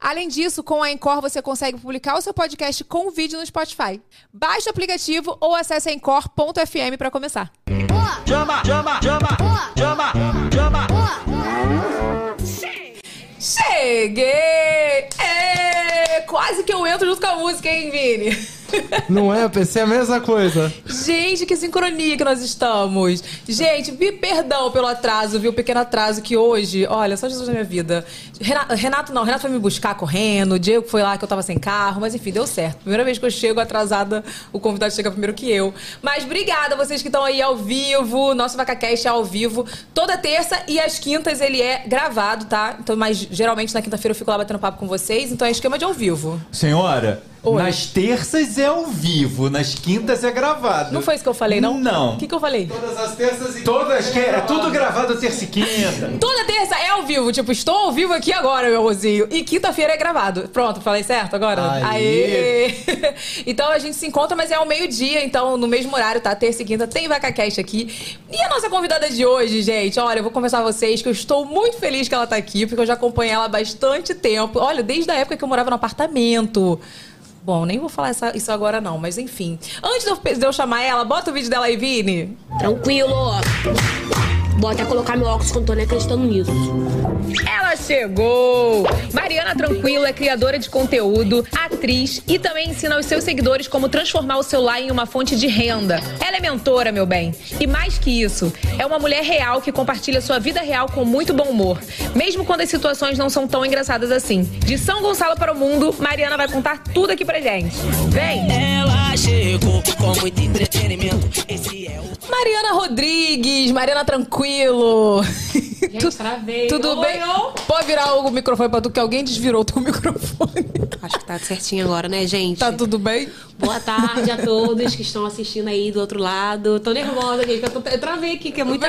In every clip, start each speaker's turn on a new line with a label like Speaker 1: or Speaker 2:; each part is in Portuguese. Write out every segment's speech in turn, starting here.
Speaker 1: Além disso, com a Encore você consegue publicar o seu podcast com vídeo no Spotify. Baixe o aplicativo ou acesse encore.fm para começar.
Speaker 2: Chama, chama, chama, chama, chama.
Speaker 1: Cheguei! É, quase que eu entro junto com a música, hein, Vini?
Speaker 3: Não é? Eu pensei a mesma coisa.
Speaker 1: Gente, que sincronia que nós estamos. Gente, me perdão pelo atraso, viu? Pequeno atraso que hoje, olha, só Jesus na minha vida. Renato, Renato não, Renato foi me buscar correndo, o Diego foi lá que eu tava sem carro, mas enfim, deu certo. Primeira vez que eu chego atrasada, o convidado chega primeiro que eu. Mas obrigada a vocês que estão aí ao vivo, nosso VacaCast é ao vivo, toda terça e às quintas ele é gravado, tá? Então, mas geralmente na quinta-feira eu fico lá batendo papo com vocês, então é esquema de ao vivo.
Speaker 2: Senhora,
Speaker 1: Oi.
Speaker 2: nas terças é ao vivo, nas quintas é gravado.
Speaker 1: Não foi isso que eu falei, não?
Speaker 2: Não.
Speaker 1: O que, que eu falei?
Speaker 4: Todas as terças e
Speaker 2: Todas que é tudo gravado terça e quinta.
Speaker 1: Toda terça é ao vivo, tipo, estou ao vivo aqui agora, meu rosinho. E quinta-feira é gravado. Pronto, falei certo agora?
Speaker 2: Aê.
Speaker 1: Aê! então a gente se encontra, mas é ao meio-dia, então no mesmo horário, tá? Terça e quinta tem VacaCast aqui. E a nossa convidada de hoje, gente, olha, eu vou conversar com vocês que eu estou muito feliz que ela tá aqui, porque eu já acompanhei ela há bastante tempo. Olha, desde a época que eu morava no apartamento. Bom, nem vou falar essa- isso agora não, mas enfim. Antes de eu- de eu chamar ela, bota o vídeo dela aí, Vini.
Speaker 5: Tranquilo. Vou até colocar meu óculos quando tô nem acreditando nisso.
Speaker 6: Ela chegou! Mariana Tranquilo é criadora de conteúdo, atriz e também ensina aos seus seguidores como transformar o celular em uma fonte de renda. Ela é mentora, meu bem. E mais que isso, é uma mulher real que compartilha sua vida real com muito bom humor, mesmo quando as situações não são tão engraçadas assim. De São Gonçalo para o mundo, Mariana vai contar tudo aqui pra gente. Vem!
Speaker 7: Ela chegou com muito entretenimento. Esse é o
Speaker 1: Mariana Rodrigues, Mariana Tranquilo. Tu- Tudo bem? Pode virar o microfone pra tu, que alguém desvirou o teu microfone.
Speaker 5: Acho que tá certinho agora, né, gente?
Speaker 1: Tá tudo bem?
Speaker 5: Boa tarde a todos que estão assistindo aí do outro lado. Tô nervosa, gente, que eu, tô... eu travei aqui, que é muito...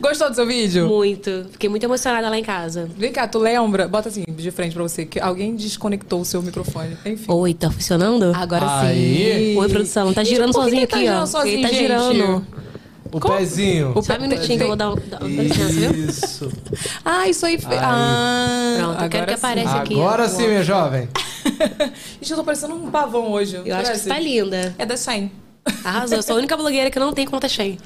Speaker 1: Gostou do seu vídeo?
Speaker 5: muito. Fiquei muito emocionada lá em casa.
Speaker 1: Vem cá, tu lembra? Bota assim, de frente pra você, que alguém desconectou o seu microfone. Enfim.
Speaker 5: Oi, tá funcionando?
Speaker 1: Agora
Speaker 3: Aí.
Speaker 1: sim.
Speaker 5: Oi, produção. Tá
Speaker 1: Gente,
Speaker 5: girando
Speaker 1: por que
Speaker 5: sozinho
Speaker 1: que
Speaker 5: aqui,
Speaker 1: tá
Speaker 5: ó.
Speaker 1: girando sozinho,
Speaker 5: Ele tá
Speaker 1: gente?
Speaker 5: girando.
Speaker 3: O pezinho.
Speaker 1: O
Speaker 5: Só um
Speaker 1: pe-
Speaker 5: minutinho que eu vou dar, dar um dá licença, viu?
Speaker 3: Isso.
Speaker 1: Ah, isso aí. Foi... Ah,
Speaker 5: Pronto, eu quero que
Speaker 1: agora sim.
Speaker 5: apareça aqui. ó,
Speaker 3: Agora sim,
Speaker 5: o óculos.
Speaker 3: minha jovem.
Speaker 1: Gente, eu tô parecendo um pavão hoje.
Speaker 5: Eu acho que
Speaker 1: Parece?
Speaker 5: você tá linda.
Speaker 1: É da Shine.
Speaker 5: Arrasou. Eu sou a única blogueira que não tem conta cheia.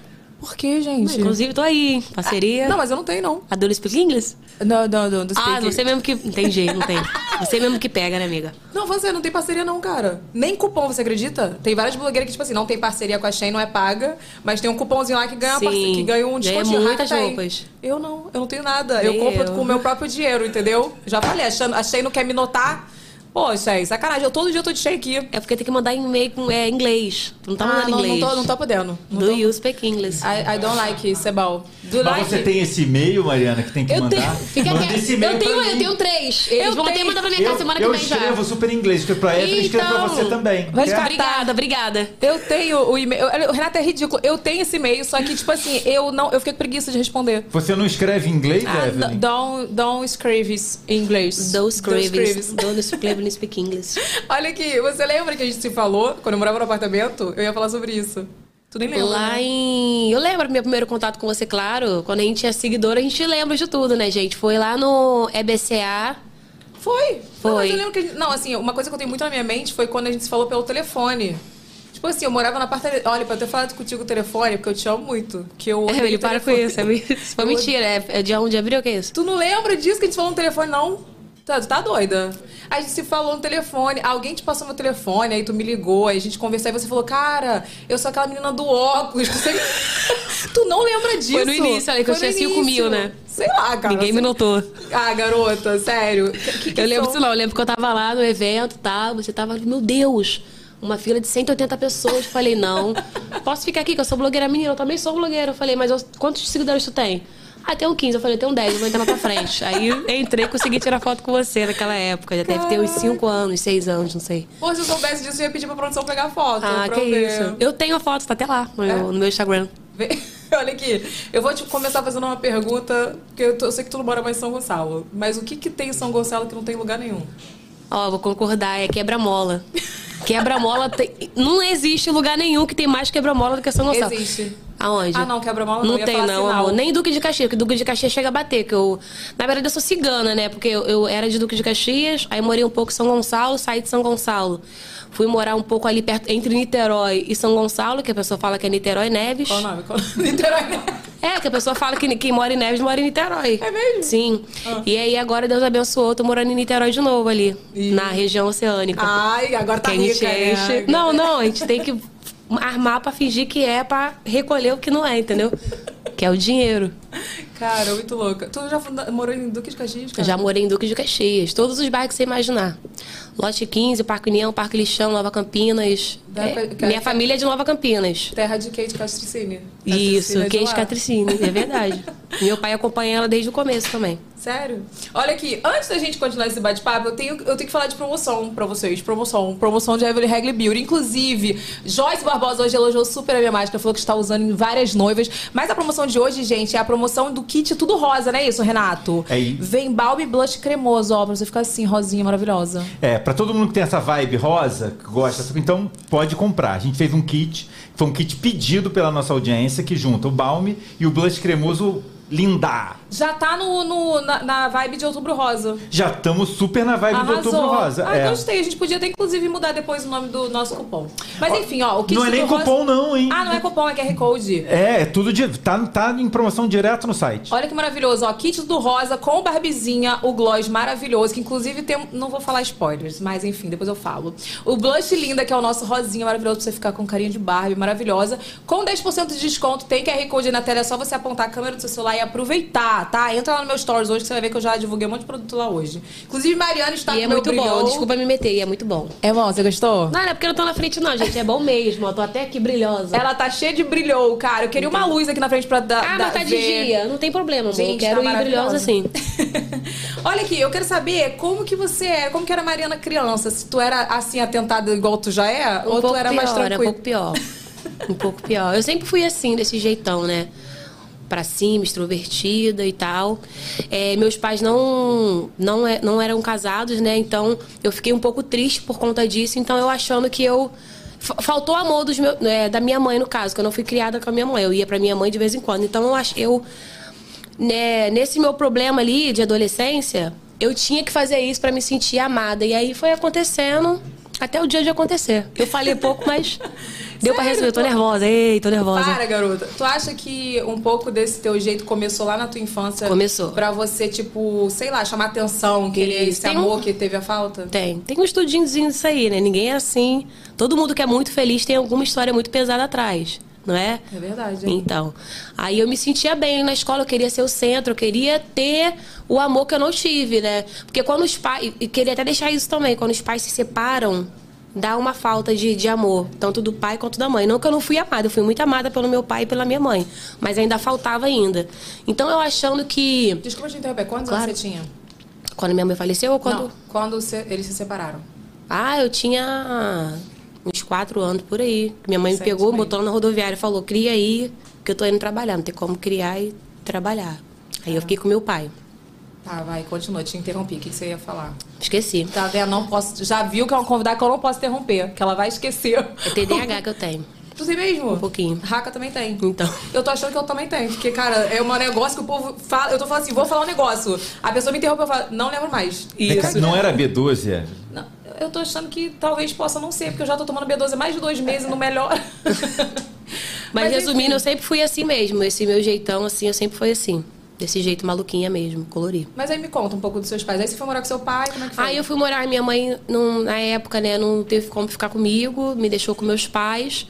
Speaker 1: Por que, gente?
Speaker 5: Inclusive, tô aí, hein? Parceria.
Speaker 1: Não, mas eu não tenho, não.
Speaker 5: A Dulce Speak English?
Speaker 1: Não, não, não. não sei
Speaker 5: Ah,
Speaker 1: que-
Speaker 5: você mesmo que. Entendi, não tem. Você mesmo que pega, né, amiga?
Speaker 1: Não, você não tem parceria não, cara. Nem cupom, você acredita? Tem várias blogueiras que, tipo assim, não tem parceria com a Shein, não é paga, mas tem um cupomzinho lá que ganha, uma
Speaker 5: Sim,
Speaker 1: parce- que ganha um
Speaker 5: ganha
Speaker 1: desconto de
Speaker 5: muitas
Speaker 1: Rakuten.
Speaker 5: roupas.
Speaker 1: Eu não, eu não tenho nada. eu
Speaker 5: Nem
Speaker 1: compro
Speaker 5: eu.
Speaker 1: com o meu próprio dinheiro, entendeu? Já falei, a Shein, a Shein não quer me notar. Pô, Shein, sacanagem. Eu todo dia eu tô de Shein aqui.
Speaker 5: É porque tem que mandar e-mail com é, inglês. Tu Não tá
Speaker 1: Ah,
Speaker 5: mandando
Speaker 1: não, não
Speaker 5: inglês.
Speaker 1: tô, não tô podendo. Não
Speaker 5: Do
Speaker 1: tô-
Speaker 5: you speak English?
Speaker 2: Ah,
Speaker 1: I, I don't like it, Sebal. Do
Speaker 2: Mas
Speaker 1: like
Speaker 2: você tem esse e-mail, Mariana, que tem que
Speaker 1: Eu tenho-
Speaker 2: mandar?
Speaker 5: Fica
Speaker 2: Manda
Speaker 5: quieto.
Speaker 2: esse e-mail
Speaker 5: eu tenho,
Speaker 2: pra
Speaker 5: eu
Speaker 2: mim.
Speaker 5: tenho três. Eles
Speaker 1: Eu
Speaker 5: vão até
Speaker 1: tenho.
Speaker 5: mandar pra minha casa
Speaker 2: Eu-
Speaker 5: semana
Speaker 2: eu
Speaker 5: que vem já.
Speaker 2: escrevo super inglês, que é pra ela eu escrevo pra
Speaker 5: Então,
Speaker 2: você também.
Speaker 1: vai
Speaker 2: quer?
Speaker 1: ficar-
Speaker 5: Obrigada, obrigada.
Speaker 1: Eu tenho o e-mail. Olha, O Renato é ridículo. Eu tenho esse e-mail, só que, tipo assim, eu não. Eu fiquei com preguiça de responder.
Speaker 2: Você não escreve inglês,
Speaker 1: Ah,
Speaker 2: Evelyn?
Speaker 1: don't, don't escreves em inglês.
Speaker 5: Those craves.
Speaker 1: escreves.
Speaker 5: Don't speak- speak English.
Speaker 1: Olha aqui, você lembra que a gente se falou quando eu morava no apartamento? Eu ia falar sobre isso. Tu nem lembra.
Speaker 5: Lá
Speaker 1: né?
Speaker 5: em. Eu lembro meu primeiro contato com você, claro. Quando a gente é seguidora, a gente lembra de tudo, né, gente? Foi lá no EBCA.
Speaker 1: Foi.
Speaker 5: Foi.
Speaker 1: Não, mas eu lembro que. a gente- Não, assim, uma coisa que eu tenho muito na minha mente foi quando a gente se falou pelo telefone. Tipo assim, eu morava na parte. Olha, pra eu ter falado contigo no telefone, porque eu te amo muito. Que eu odeio
Speaker 5: Ele para com
Speaker 1: telefone.
Speaker 5: isso. é me- Isso foi mentira. É, é dia 1 de abril, que é isso?
Speaker 1: Tu não lembra disso que a gente falou no telefone, não? Tá, tu tá doida. A gente se falou no telefone, alguém te passou meu telefone, aí tu me ligou, aí a gente conversou, aí você falou, cara, eu sou aquela menina do óculos. que você- tu não lembra disso.
Speaker 5: Foi no início, olha, que eu
Speaker 1: Foi no
Speaker 5: tinha cinco mil,
Speaker 1: início.
Speaker 5: né?
Speaker 1: Sei lá, cara.
Speaker 8: assim,
Speaker 5: Ninguém me notou.
Speaker 1: Ah, garota, sério. Que- que
Speaker 5: eu lembro
Speaker 1: são?
Speaker 5: disso não, eu lembro que eu tava lá no evento, tá? Você tava, meu Deus, uma fila de 180 pessoas. Eu Falei, não, posso ficar aqui que eu sou blogueira menina, eu também sou blogueira. Eu falei, mas eu- quantos seguidores tu tem? Ah, tem um 15. Eu falei, tem um 10, eu vou entrar na tua frente. Aí eu entrei e consegui tirar foto com você naquela época. Já deve ter uns 5 anos, 6 anos, não sei. Então,
Speaker 1: Pô, se eu soubesse
Speaker 5: Ah,
Speaker 8: Ah,
Speaker 5: tá
Speaker 1: disso,
Speaker 8: Olha aqui, eu vou te começar fazendo uma pergunta, porque eu, tô- eu sei que tu não mora mais em São Gonçalo, mas o que que tem em São Gonçalo que não tem em lugar nenhum?
Speaker 5: Ó, vou concordar, é quebra-mola. Quebra-mola tem... não existe lugar nenhum que tem mais quebra-mola do que São Gonçalo.
Speaker 8: Existe.
Speaker 5: Aonde?
Speaker 8: Ah, não, quebra-mola não, eu ia
Speaker 5: tem,
Speaker 8: falar
Speaker 5: não,
Speaker 8: sinal.
Speaker 5: amor. Nem Duque de Caxias, porque Duque de Caxias chega a bater. Que eu... Na verdade, eu sou cigana, né? Porque eu, eu era de Duque de Caxias, aí morei um pouco em São Gonçalo, saí de São Gonçalo. Fui morar um pouco ali perto, entre Niterói e São Gonçalo, que a pessoa fala que é Niterói Neves.
Speaker 8: Qual o nome? Qual... Niterói, né?
Speaker 5: É, que a pessoa fala que quem mora em Neves mora em Niterói.
Speaker 8: É mesmo?
Speaker 5: Sim. E aí agora Deus abençoou, tô morando em Niterói de novo ali, na região oceânica.
Speaker 8: Ai, agora tá
Speaker 5: Que a gente
Speaker 8: rica, né?
Speaker 5: enche- Não, não, a gente tem que armar pra fingir que é, pra recolher o que não é, entendeu? Que é o dinheiro.
Speaker 8: Cara, muito louca. Tu já funda- morou em Duque de Caxias,
Speaker 5: Eu
Speaker 8: cara?
Speaker 5: já morei em Duque de Caxias, todos os bairros que você imaginar. Lote 15, Parque União, Parque Lixão, Nova Campinas.
Speaker 8: Dá
Speaker 5: É,
Speaker 8: pra- cara,
Speaker 5: minha
Speaker 8: tá-
Speaker 5: família é de Nova Campinas.
Speaker 8: Terra de Kate Castricini.
Speaker 5: Tá Isso,
Speaker 8: Castricini é de
Speaker 5: Kate
Speaker 8: lá.
Speaker 5: Catricine, é verdade. Meu pai acompanha ela desde o começo também.
Speaker 8: Sério? Olha aqui, antes da gente continuar esse bate-papo, eu tenho, eu tenho que falar de promoção pra vocês. Promoção. Promoção de Evelyn Hagley Beauty. Inclusive, Joyce Barbosa hoje elogiou super a minha máscara, falou que está usando em várias noivas. Mas a promoção de hoje, gente, é a promoção do kit tudo rosa, não é isso, Renato?
Speaker 2: É isso.
Speaker 8: Vem balm e blush cremoso, ó, pra você ficar assim, rosinha, maravilhosa.
Speaker 2: É, pra todo mundo que tem essa vibe rosa, que gosta, então pode comprar. A gente fez um kit, que foi um kit pedido pela nossa audiência, que junta o balme e o blush cremoso lindar.
Speaker 8: Já tá no, no- na, na vibe de Outubro Rosa.
Speaker 2: Já estamos super na vibe do
Speaker 8: Arrasou.
Speaker 2: outubro rosa.
Speaker 8: Ah,
Speaker 2: é.
Speaker 8: gostei. A gente podia até, inclusive, mudar depois o nome do nosso cupom. Mas enfim, ó, o kit
Speaker 2: Não é
Speaker 8: tudo
Speaker 2: nem
Speaker 8: rosa...
Speaker 2: cupom né? não, hein?
Speaker 8: Ah, não é cupom, é QR Code.
Speaker 2: É, é tudo de, tá, tá em promoção direto no site.
Speaker 8: Olha que maravilhoso, ó. Kit do Rosa com Barbizinha, o gloss maravilhoso, que inclusive tem. Não vou falar spoilers, mas enfim, depois eu falo. O blush linda, que é o nosso rosinha maravilhoso pra você ficar com carinha de Barbie, maravilhosa. Com 10% de desconto, tem QR Code aí na tela, é só você apontar a câmera do seu celular e aproveitar, tá? Entra lá no meu stories hoje que você vai ver que eu já divulguei um monte de produto lá hoje. Inclusive, Mariana está
Speaker 5: e
Speaker 8: com
Speaker 5: é
Speaker 8: o meu
Speaker 5: muito
Speaker 8: brilhou.
Speaker 5: bom, desculpa me meter, e é muito bom.
Speaker 8: É bom, você gostou?
Speaker 5: Não, não é porque eu não tô na frente, não, gente. É bom mesmo. Eu tô até aqui brilhosa.
Speaker 8: Ela tá cheia de brilhou, cara. Eu queria uma luz aqui na frente pra dar.
Speaker 5: Então. Ah,
Speaker 8: dar-
Speaker 5: mas tá de
Speaker 8: ver.
Speaker 5: dia. Não tem problema, amor.
Speaker 8: Gente,
Speaker 5: eu quero
Speaker 8: tá
Speaker 5: ir brilhosa
Speaker 8: maravilhosa.
Speaker 5: assim.
Speaker 8: Olha aqui, eu quero saber como que você era, como que era a Mariana criança? Se tu era assim atentada igual tu já é, ou tu era
Speaker 5: pior,
Speaker 8: mais
Speaker 5: Um
Speaker 8: tranquila?
Speaker 5: pouco pior. Um pouco pior. Eu sempre fui assim, desse jeitão, né? Pra cima, extrovertida e tal. É, meus pais não, não, é- não eram casados, né? Então eu fiquei um pouco triste por conta disso. Então eu achando que eu. fa- Faltou amor dos meu, é, da minha mãe, no caso, que eu não fui criada com a minha mãe. Eu ia pra minha mãe de vez em quando. Então eu, ach- eu né, nesse meu problema ali de adolescência, eu tinha que fazer isso pra me sentir amada. E aí foi acontecendo até o dia de acontecer. Eu falei pouco, mas deu pra
Speaker 8: Sério?
Speaker 5: resolver. Eu tô nervosa, ei, tô nervosa.
Speaker 8: Para, garota. Tu acha que um pouco desse teu jeito começou lá na tua infância?
Speaker 5: Começou.
Speaker 8: Pra você, tipo, sei lá, chamar atenção, querer
Speaker 5: Isso.
Speaker 8: esse
Speaker 5: Tem
Speaker 8: amor
Speaker 5: um-
Speaker 8: que teve a falta?
Speaker 5: Tem. Tem um estudinhozinho disso aí, né? Ninguém é assim. Todo mundo que é muito feliz tem alguma história muito pesada atrás, não é?
Speaker 8: É verdade. hein?
Speaker 5: Então, aí eu me sentia bem na escola, eu queria ser o centro, eu queria ter o amor que eu não tive, né? Porque quando os pais. E queria até deixar isso também, quando os pais se separam, dá uma falta de, de amor, tanto do pai quanto da mãe. Não que eu não fui amada, eu fui muito amada pelo meu pai e pela minha mãe, mas ainda faltava ainda. Então eu achando que.
Speaker 8: Desculpa te interromper, quantos
Speaker 5: Claro.
Speaker 8: anos você tinha?
Speaker 5: Quando minha mãe faleceu ou quando.
Speaker 8: Não, quando você- eles se separaram.
Speaker 5: Ah, eu tinha uns quatro anos por aí. Minha mãe me
Speaker 8: Sete
Speaker 5: pegou,
Speaker 8: mesmo.
Speaker 5: botou ela na rodoviária e falou: cria aí, que eu tô indo trabalhar, não tem como criar e trabalhar. Aí eu fiquei com meu pai.
Speaker 8: Tá, vai, continua, te interrompi. O que, que você ia falar?
Speaker 5: Esqueci.
Speaker 8: Tá vendo? Não posso. Já viu que é uma convidada que eu não posso interromper, que ela vai esquecer.
Speaker 5: É TDAH que eu tenho.
Speaker 8: Tu tem mesmo?
Speaker 5: Um pouquinho.
Speaker 8: Raca também tem.
Speaker 5: Então.
Speaker 8: Eu tô achando que eu também tenho, porque, cara, é um negócio que o povo fala. Eu tô falando assim, vou falar um negócio. A pessoa me interrompe, eu falo, não lembro mais.
Speaker 2: Vem cá, Não era B12, é?
Speaker 8: Não, eu tô achando que talvez possa não ser, porque eu já tô tomando B12 há mais de dois meses não melhora.
Speaker 5: Mas, resumindo, eu
Speaker 8: enfim.
Speaker 5: sempre fui assim mesmo. Esse meu jeitão, assim, eu sempre fui assim. Desse jeito maluquinha mesmo, colori.
Speaker 8: Mas aí me conta um pouco dos seus pais. Aí você foi morar com seu pai, como é que foi?
Speaker 5: Aí eu fui morar, minha mãe, não- na época, né, não teve como ficar comigo, me deixou com meus pais,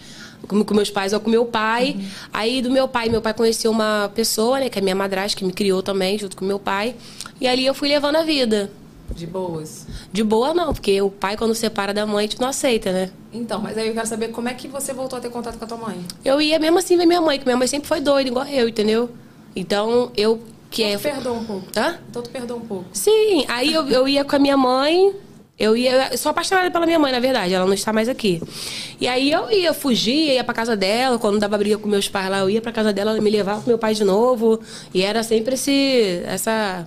Speaker 5: com, com meus pais ou com meu pai. Aí do meu pai, meu pai conheceu uma pessoa, né, que é minha madrasta, que me criou também, junto com meu pai. E ali eu fui levando a vida.
Speaker 8: De boas.
Speaker 5: De boa não, porque o pai, quando separa da mãe, a gente não aceita, né?
Speaker 8: Então, mas aí eu quero saber como é que você voltou a ter contato com a tua mãe.
Speaker 5: Eu ia mesmo assim ver minha mãe, que minha mãe sempre foi doida, igual eu, entendeu? Então, eu... Que
Speaker 8: Então
Speaker 5: é...
Speaker 8: tu perdoa um pouco.
Speaker 5: Hã?
Speaker 8: Então tu perdoa um pouco.
Speaker 5: Sim, aí eu, eu ia com a minha mãe, Eu ia, eu sou apaixonada pela minha mãe, na verdade, ela não está mais aqui. E aí eu ia, fugia, ia pra casa dela, quando dava briga com meus pais lá, eu ia pra casa dela, ela me levava com meu pai de novo. E era sempre esse, essa,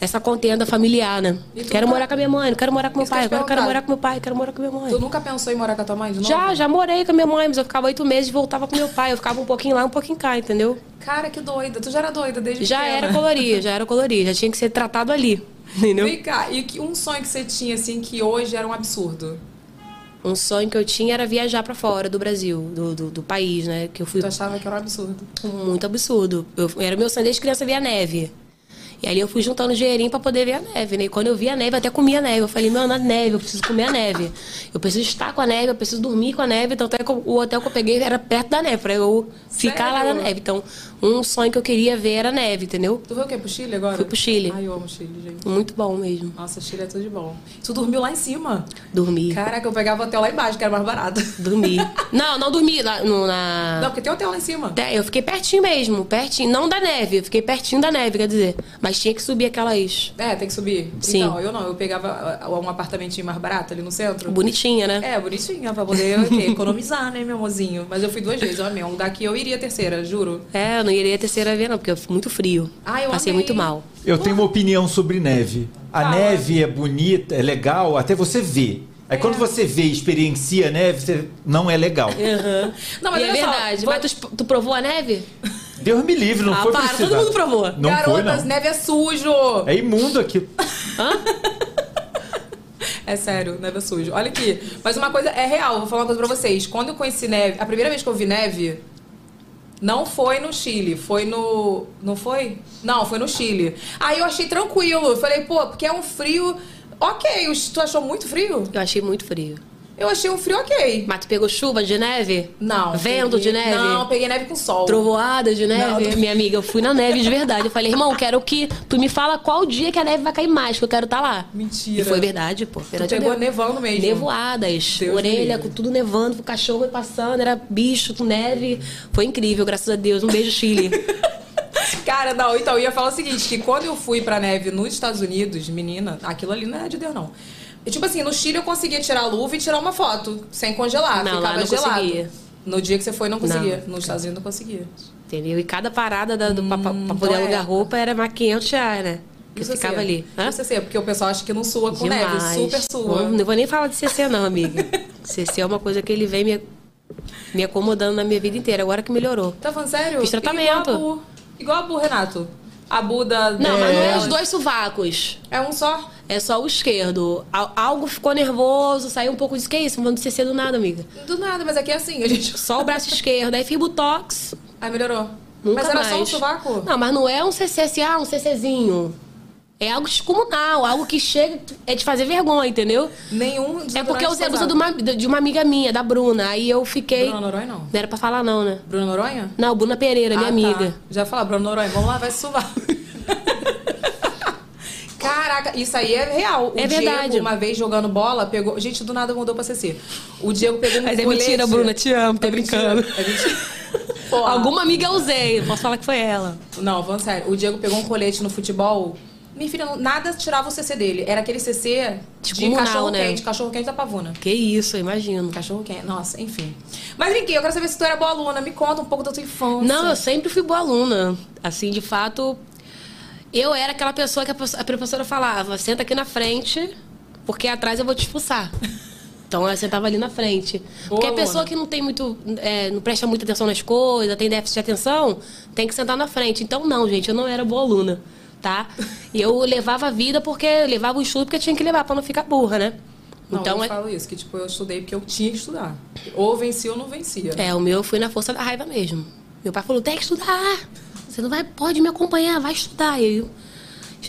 Speaker 5: essa contenda familiar, né? Quero morar com a minha mãe, não quero morar com meu
Speaker 8: Isso que eu
Speaker 5: pai,
Speaker 8: ia te
Speaker 5: agora eu quero
Speaker 8: perguntar.
Speaker 5: morar com meu pai, quero morar com minha mãe.
Speaker 8: Tu nunca pensou em morar com a tua mãe de novo?
Speaker 5: É. Já, já morei com a minha mãe, mas eu ficava oito meses e voltava com meu pai. Eu ficava um pouquinho lá, um pouquinho cá, entendeu?
Speaker 8: Cara, que doida. Tu já era doida desde
Speaker 5: Já
Speaker 8: pequena.
Speaker 5: era coloria, já era coloria, já tinha que ser tratado ali, entendeu?
Speaker 8: Vem cá, e que- um sonho que você tinha, assim, que hoje era um absurdo?
Speaker 5: Um sonho que eu tinha era viajar pra fora do Brasil, do, do, do país, né? Que eu fui
Speaker 8: Tu achava que era um absurdo.
Speaker 5: muito absurdo. Eu, era meu sonho desde criança ver a neve. E aí eu fui juntando dinheirinho pra poder ver a neve, né? E quando eu vi a neve, eu até comia a neve. Eu falei, meu, na neve, eu preciso comer a neve. Eu preciso estar com a neve, eu preciso dormir com a neve. Tanto é que o hotel que eu peguei era perto da neve, pra eu ficar lá
Speaker 8: Sério?
Speaker 5: na neve. Então, um sonho que eu queria ver era a neve, entendeu?
Speaker 8: Tu foi o quê? Pro Chile agora?
Speaker 5: Fui pro Chile.
Speaker 8: Ai, eu amo Chile, gente.
Speaker 5: Muito bom mesmo.
Speaker 8: Nossa, Chile é tudo de bom. Tu dormiu lá em cima?
Speaker 5: Dormir.
Speaker 8: Caraca, eu pegava hotel lá embaixo, que era mais barato.
Speaker 5: Dormir. não, não dormi lá no- na.
Speaker 8: Não, porque tem hotel lá em cima.
Speaker 5: Até- Eu fiquei pertinho mesmo, pertinho. Não da neve, eu fiquei pertinho da neve, quer dizer. Mas tinha que subir aquelas.
Speaker 8: É, tem que subir.
Speaker 5: Sim.
Speaker 8: Então, eu não. Eu pegava ah, um apartamentinho mais barato ali no centro.
Speaker 5: Bonitinha, né?
Speaker 8: É, bonitinha, pra poder o quê? economizar, né, meu amorzinho? Mas eu fui duas vezes, eu amei. É Um lugar que eu iria a terceira, juro.
Speaker 5: É, eu não iria a terceira vez, não, porque eu fui muito frio.
Speaker 8: Ah, eu
Speaker 5: Passei
Speaker 8: amei.
Speaker 5: muito mal.
Speaker 2: Eu tenho uma opinião sobre neve. A
Speaker 8: Fala.
Speaker 2: neve é bonita, é legal, até você vê. Aí
Speaker 8: É.
Speaker 2: quando você vê e experiencia a neve, você não é legal.
Speaker 8: Não, mas
Speaker 5: E é
Speaker 8: olha só,
Speaker 5: verdade.
Speaker 8: vou-
Speaker 5: Mas tu, tu provou a neve?
Speaker 2: Deus me livre, não
Speaker 5: ah,
Speaker 2: foi
Speaker 5: para,
Speaker 2: precisar.
Speaker 5: todo mundo provou. né?
Speaker 2: Não foi,
Speaker 8: Garotas,
Speaker 2: não.
Speaker 8: neve é sujo!
Speaker 2: É imundo aqui.
Speaker 8: É sério, neve é sujo. Olha aqui. Mas uma coisa é real, vou falar uma coisa pra vocês. Quando eu conheci neve, a primeira vez que eu vi neve não foi no Chile, foi no. Não foi? Não, foi no Chile. Aí eu achei tranquilo. Eu Falei, pô, porque é um frio. Ok, Os- tu achou muito frio?
Speaker 5: Eu achei muito frio.
Speaker 8: Eu achei um frio ok.
Speaker 5: Mas tu pegou chuva de neve?
Speaker 8: Não.
Speaker 5: Vento de
Speaker 8: peguei-
Speaker 5: neve?
Speaker 8: Não, peguei neve com sol.
Speaker 5: Trovoada de neve?
Speaker 8: Não,
Speaker 5: Minha amiga, eu fui na neve de verdade. Eu falei, irmão, quero que tu me fala qual dia que a neve vai cair mais, que eu quero estar lá.
Speaker 8: Mentira.
Speaker 5: E foi verdade, pô.
Speaker 8: Tu
Speaker 5: Verdade
Speaker 8: pegou
Speaker 5: mesmo.
Speaker 8: nevando mesmo.
Speaker 5: Nevoadas,
Speaker 8: Deus
Speaker 5: orelha,
Speaker 8: me livre.
Speaker 5: com tudo nevando, com o cachorro passando, era bicho com neve. Foi incrível, graças a Deus. Um beijo, Chile.
Speaker 8: Cara, não, então eu ia falar o seguinte: que quando eu fui pra neve nos Estados Unidos, menina, aquilo ali não é de Deus, não. E, tipo assim, no Chile eu conseguia tirar a luva e tirar uma foto, sem congelar,
Speaker 5: Não, lá
Speaker 8: ficava
Speaker 5: não
Speaker 8: gelado.
Speaker 5: conseguia.
Speaker 8: No dia que você foi, não conseguia.
Speaker 5: Não.
Speaker 8: Nos Estados Unidos não conseguia.
Speaker 5: Entendeu? E cada parada da- do, pra, pra- pra poder
Speaker 8: então é.
Speaker 5: alugar roupa era mais 500 reais, né? Que
Speaker 8: Isso
Speaker 5: ficava
Speaker 8: assim,
Speaker 5: ali. Hã?
Speaker 8: Isso assim, é porque o pessoal acha que não sua com neve,
Speaker 5: Demais. Hum,
Speaker 8: super sua.
Speaker 5: Não, não vou nem falar de CC, não, amiga. CC é uma coisa que ele vem me, me acomodando na minha vida inteira, agora que melhorou.
Speaker 8: Tá falando sério?
Speaker 5: Fiz tratamento.
Speaker 8: Igual a Bu, igual a Bu Renato. A Bu da.
Speaker 5: Não, mas não é os
Speaker 8: delas.
Speaker 5: dois sovacos.
Speaker 8: É um só.
Speaker 5: É só o esquerdo. Al- algo ficou nervoso, saiu um pouco de que é isso? Não mando CC do nada, amiga.
Speaker 8: Do nada, mas aqui é assim, a gente.
Speaker 5: Só o braço esquerdo. Aí fiz botox.
Speaker 8: Aí melhorou.
Speaker 5: Nunca
Speaker 8: mas era só um
Speaker 5: mais.
Speaker 8: sovaco?
Speaker 5: Não, mas não é um CC assim, ah, um CCzinho. É algo descomunal, algo que chega, é de fazer vergonha, entendeu?
Speaker 8: Nenhum
Speaker 5: É porque eu usei a blusa de
Speaker 8: do
Speaker 5: uma, de uma amiga minha, da Bruna. Aí eu fiquei.
Speaker 8: Bruna Noronha, não.
Speaker 5: Não era pra falar, não, né?
Speaker 8: Bruno Noronha?
Speaker 5: Não, Bruna Pereira, minha
Speaker 8: Ah,
Speaker 5: é amiga.
Speaker 8: tá. Já fala, Bruno Noronha, vamos lá, vai suvar. Caraca, isso aí é real. O
Speaker 5: É verdade.
Speaker 8: Diego, uma vez jogando bola, pegou. Gente, do nada mudou pra CC. O Diego pegou um
Speaker 5: Mas é
Speaker 8: colete.
Speaker 5: mentira, Bruna, te amo, tô
Speaker 8: É mentira,
Speaker 5: brincando.
Speaker 8: É mentira. Porra.
Speaker 5: Alguma amiga eu usei, posso falar que foi ela.
Speaker 8: Não, falando sério. O Diego pegou um colete no futebol. Minha filha, não- nada tirava o CC dele. Era aquele CC de
Speaker 5: Tipo,
Speaker 8: cachorro
Speaker 5: munal, né?
Speaker 8: quente, cachorro quente da pavuna.
Speaker 5: Que isso, eu imagino.
Speaker 8: Cachorro quente, nossa, enfim. Mas Linky, eu quero saber se tu era boa aluna. Me conta um pouco da tua infância.
Speaker 5: Não, eu sempre fui boa aluna. Assim, de fato, eu era aquela pessoa que a pos- a professora falava: senta aqui na frente, porque atrás eu vou te expulsar. Então eu sentava ali na frente. porque a
Speaker 8: aluna.
Speaker 5: pessoa que não tem muito. é, não presta muita atenção nas coisas, tem déficit de atenção, tem que sentar na frente. Então, não, gente, eu não era boa aluna, tá? E eu levava a vida porque eu levava o estudo porque eu tinha que levar pra não ficar burra, né?
Speaker 8: Não,
Speaker 5: então,
Speaker 8: eu
Speaker 5: é-
Speaker 8: falo isso, que tipo, eu estudei porque eu tinha que estudar. Ou vencia ou não vencia.
Speaker 5: É, o meu eu fui na força da raiva mesmo. Meu pai falou, tem que estudar. Você não vai, pode me acompanhar, vai estudar. E Eu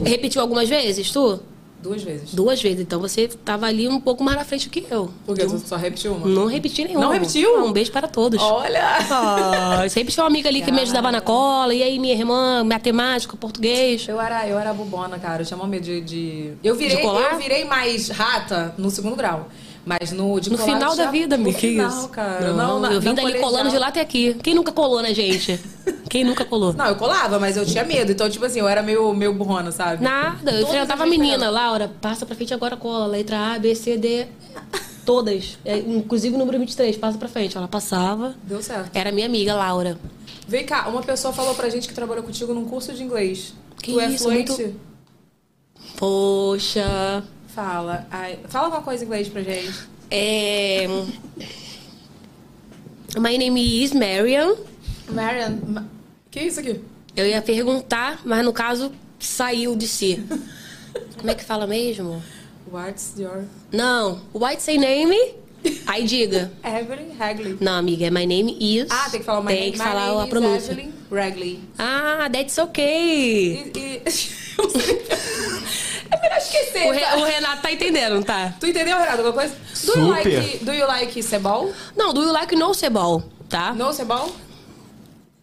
Speaker 5: repetiu algumas vezes, tu?
Speaker 8: Duas vezes.
Speaker 5: Duas vezes. Então você tava ali um pouco mais na frente que eu.
Speaker 8: Porque tu só repetiu uma.
Speaker 5: Não repeti nenhuma.
Speaker 8: Não repetiu?
Speaker 5: Não, um beijo para todos.
Speaker 8: Olha!
Speaker 5: Ah, sempre tinha uma amiga ali que me ajudava na cola, e aí minha irmã, matemática, português.
Speaker 8: Eu era, eu era bobona, cara. Eu tinha mó medo de. de- Eu, virei,
Speaker 5: De colar?
Speaker 8: eu virei mais rata no segundo grau. Mas no de
Speaker 5: No
Speaker 8: colar
Speaker 5: final
Speaker 8: já-
Speaker 5: da vida,
Speaker 8: no
Speaker 5: amiga. Que
Speaker 8: final,
Speaker 5: isso?
Speaker 8: cara.
Speaker 5: Não,
Speaker 8: Não, na-
Speaker 5: eu vim
Speaker 8: não
Speaker 5: dali
Speaker 8: colei
Speaker 5: colando
Speaker 8: já.
Speaker 5: de lá até aqui. Quem nunca colou, né, gente? Quem nunca colou?
Speaker 8: Não, eu colava, mas eu tinha medo. Então, tipo assim, eu era meio, meio burrona, sabe?
Speaker 5: Nada. Eu
Speaker 8: Todas
Speaker 5: enfrentava a
Speaker 8: as vezes
Speaker 5: menina, Laura, passa pra frente agora, cola. Letra A, B, C, D. Todas. É, inclusive o número 23, passa pra frente. Ela passava.
Speaker 8: Deu certo.
Speaker 5: Era minha amiga, Laura.
Speaker 8: Vem cá, uma pessoa falou pra gente que trabalhou contigo num curso de inglês.
Speaker 5: Que
Speaker 8: tu é
Speaker 5: isso,
Speaker 8: fluente?
Speaker 5: muito- Poxa.
Speaker 8: Fala. Ai, fala alguma coisa em inglês pra gente.
Speaker 5: É... My name is Marian.
Speaker 8: Marian. ma- Que é isso aqui?
Speaker 5: Eu ia perguntar, mas no caso saiu de si. Como é que fala mesmo?
Speaker 8: What's your...
Speaker 5: Não. White say name? Aí diga.
Speaker 8: Evelyn Hagley.
Speaker 5: Não, amiga, é my name is.
Speaker 8: Ah, tem que falar o my
Speaker 5: Tem
Speaker 8: name.
Speaker 5: que
Speaker 8: My
Speaker 5: falar
Speaker 8: name
Speaker 5: a
Speaker 8: is
Speaker 5: pronúncia.
Speaker 8: Evelyn Hagley.
Speaker 5: Ah, that's okay.
Speaker 8: E, e... eu sei. é melhor esquecer.
Speaker 5: O, Re-
Speaker 8: tá?
Speaker 5: o Renato tá entendendo, não tá?
Speaker 8: Tu entendeu, Renato, alguma coisa? Do you
Speaker 2: Super.
Speaker 8: like, do you like cebol?
Speaker 5: Não, do you like no cebol, tá?
Speaker 8: No cebol?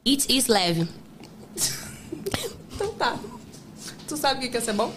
Speaker 5: It is leve.
Speaker 8: Então tá. Tu sabe o que que é cebol?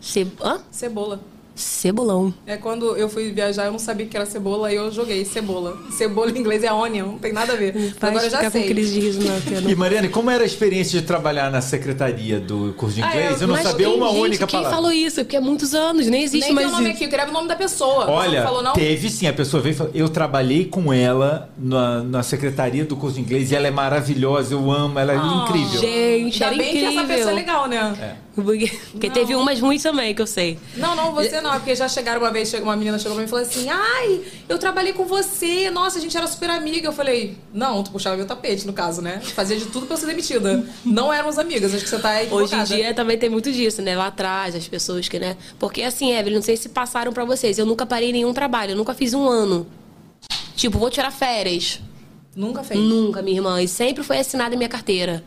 Speaker 5: Ce... Hã?
Speaker 8: Cebola.
Speaker 5: Cebolão.
Speaker 8: É quando eu fui viajar, eu não sabia que era cebola e eu joguei cebola. Cebola em inglês é onion, não tem nada a ver. Agora eu já
Speaker 5: Hum, ficar
Speaker 8: sei.
Speaker 5: com crise de riso na
Speaker 2: E Mariane, como era a experiência de trabalhar na secretaria do curso de
Speaker 8: Ah,
Speaker 2: inglês?
Speaker 8: eu-
Speaker 2: eu não
Speaker 5: é, Mas
Speaker 2: sabia
Speaker 5: tem
Speaker 2: uma
Speaker 5: gente,
Speaker 2: única
Speaker 5: quem
Speaker 2: palavra.
Speaker 5: falou isso? Porque há muitos anos, nem existe
Speaker 8: Nem tem
Speaker 5: mais
Speaker 8: o nome
Speaker 5: isso.
Speaker 8: aqui, eu queria ver o nome da pessoa. Você
Speaker 2: Olha,
Speaker 8: não falou não?
Speaker 2: teve sim, a pessoa veio e falou, eu trabalhei com ela na, na secretaria do curso de inglês e ela é maravilhosa, eu amo, ela é incrível.
Speaker 5: Ah, Gente,
Speaker 8: Ainda
Speaker 5: era
Speaker 8: bem
Speaker 5: incrível.
Speaker 8: que essa pessoa é legal, né?
Speaker 5: Porque, porque teve umas ruins também, que eu sei.
Speaker 8: Não, não, você não. é Porque já chegaram uma vez, chegou- uma menina chegou pra mim e falou assim, ai, eu trabalhei com você, nossa, a gente era super amiga. Eu falei, não, tu puxava meu tapete, no caso, né? Fazia de tudo pra eu ser demitida. Não éramos amigas, acho que você tá
Speaker 5: Hoje
Speaker 8: equivocada.
Speaker 5: em dia também tem muito disso, né? Lá atrás, as pessoas que, né? Porque assim, Evelyn, não sei se passaram pra vocês. Eu nunca parei em nenhum trabalho, eu nunca fiz um ano. Tipo, vou tirar férias.
Speaker 8: Nunca fez.
Speaker 5: Nunca, minha irmã. E sempre foi assinada a minha carteira.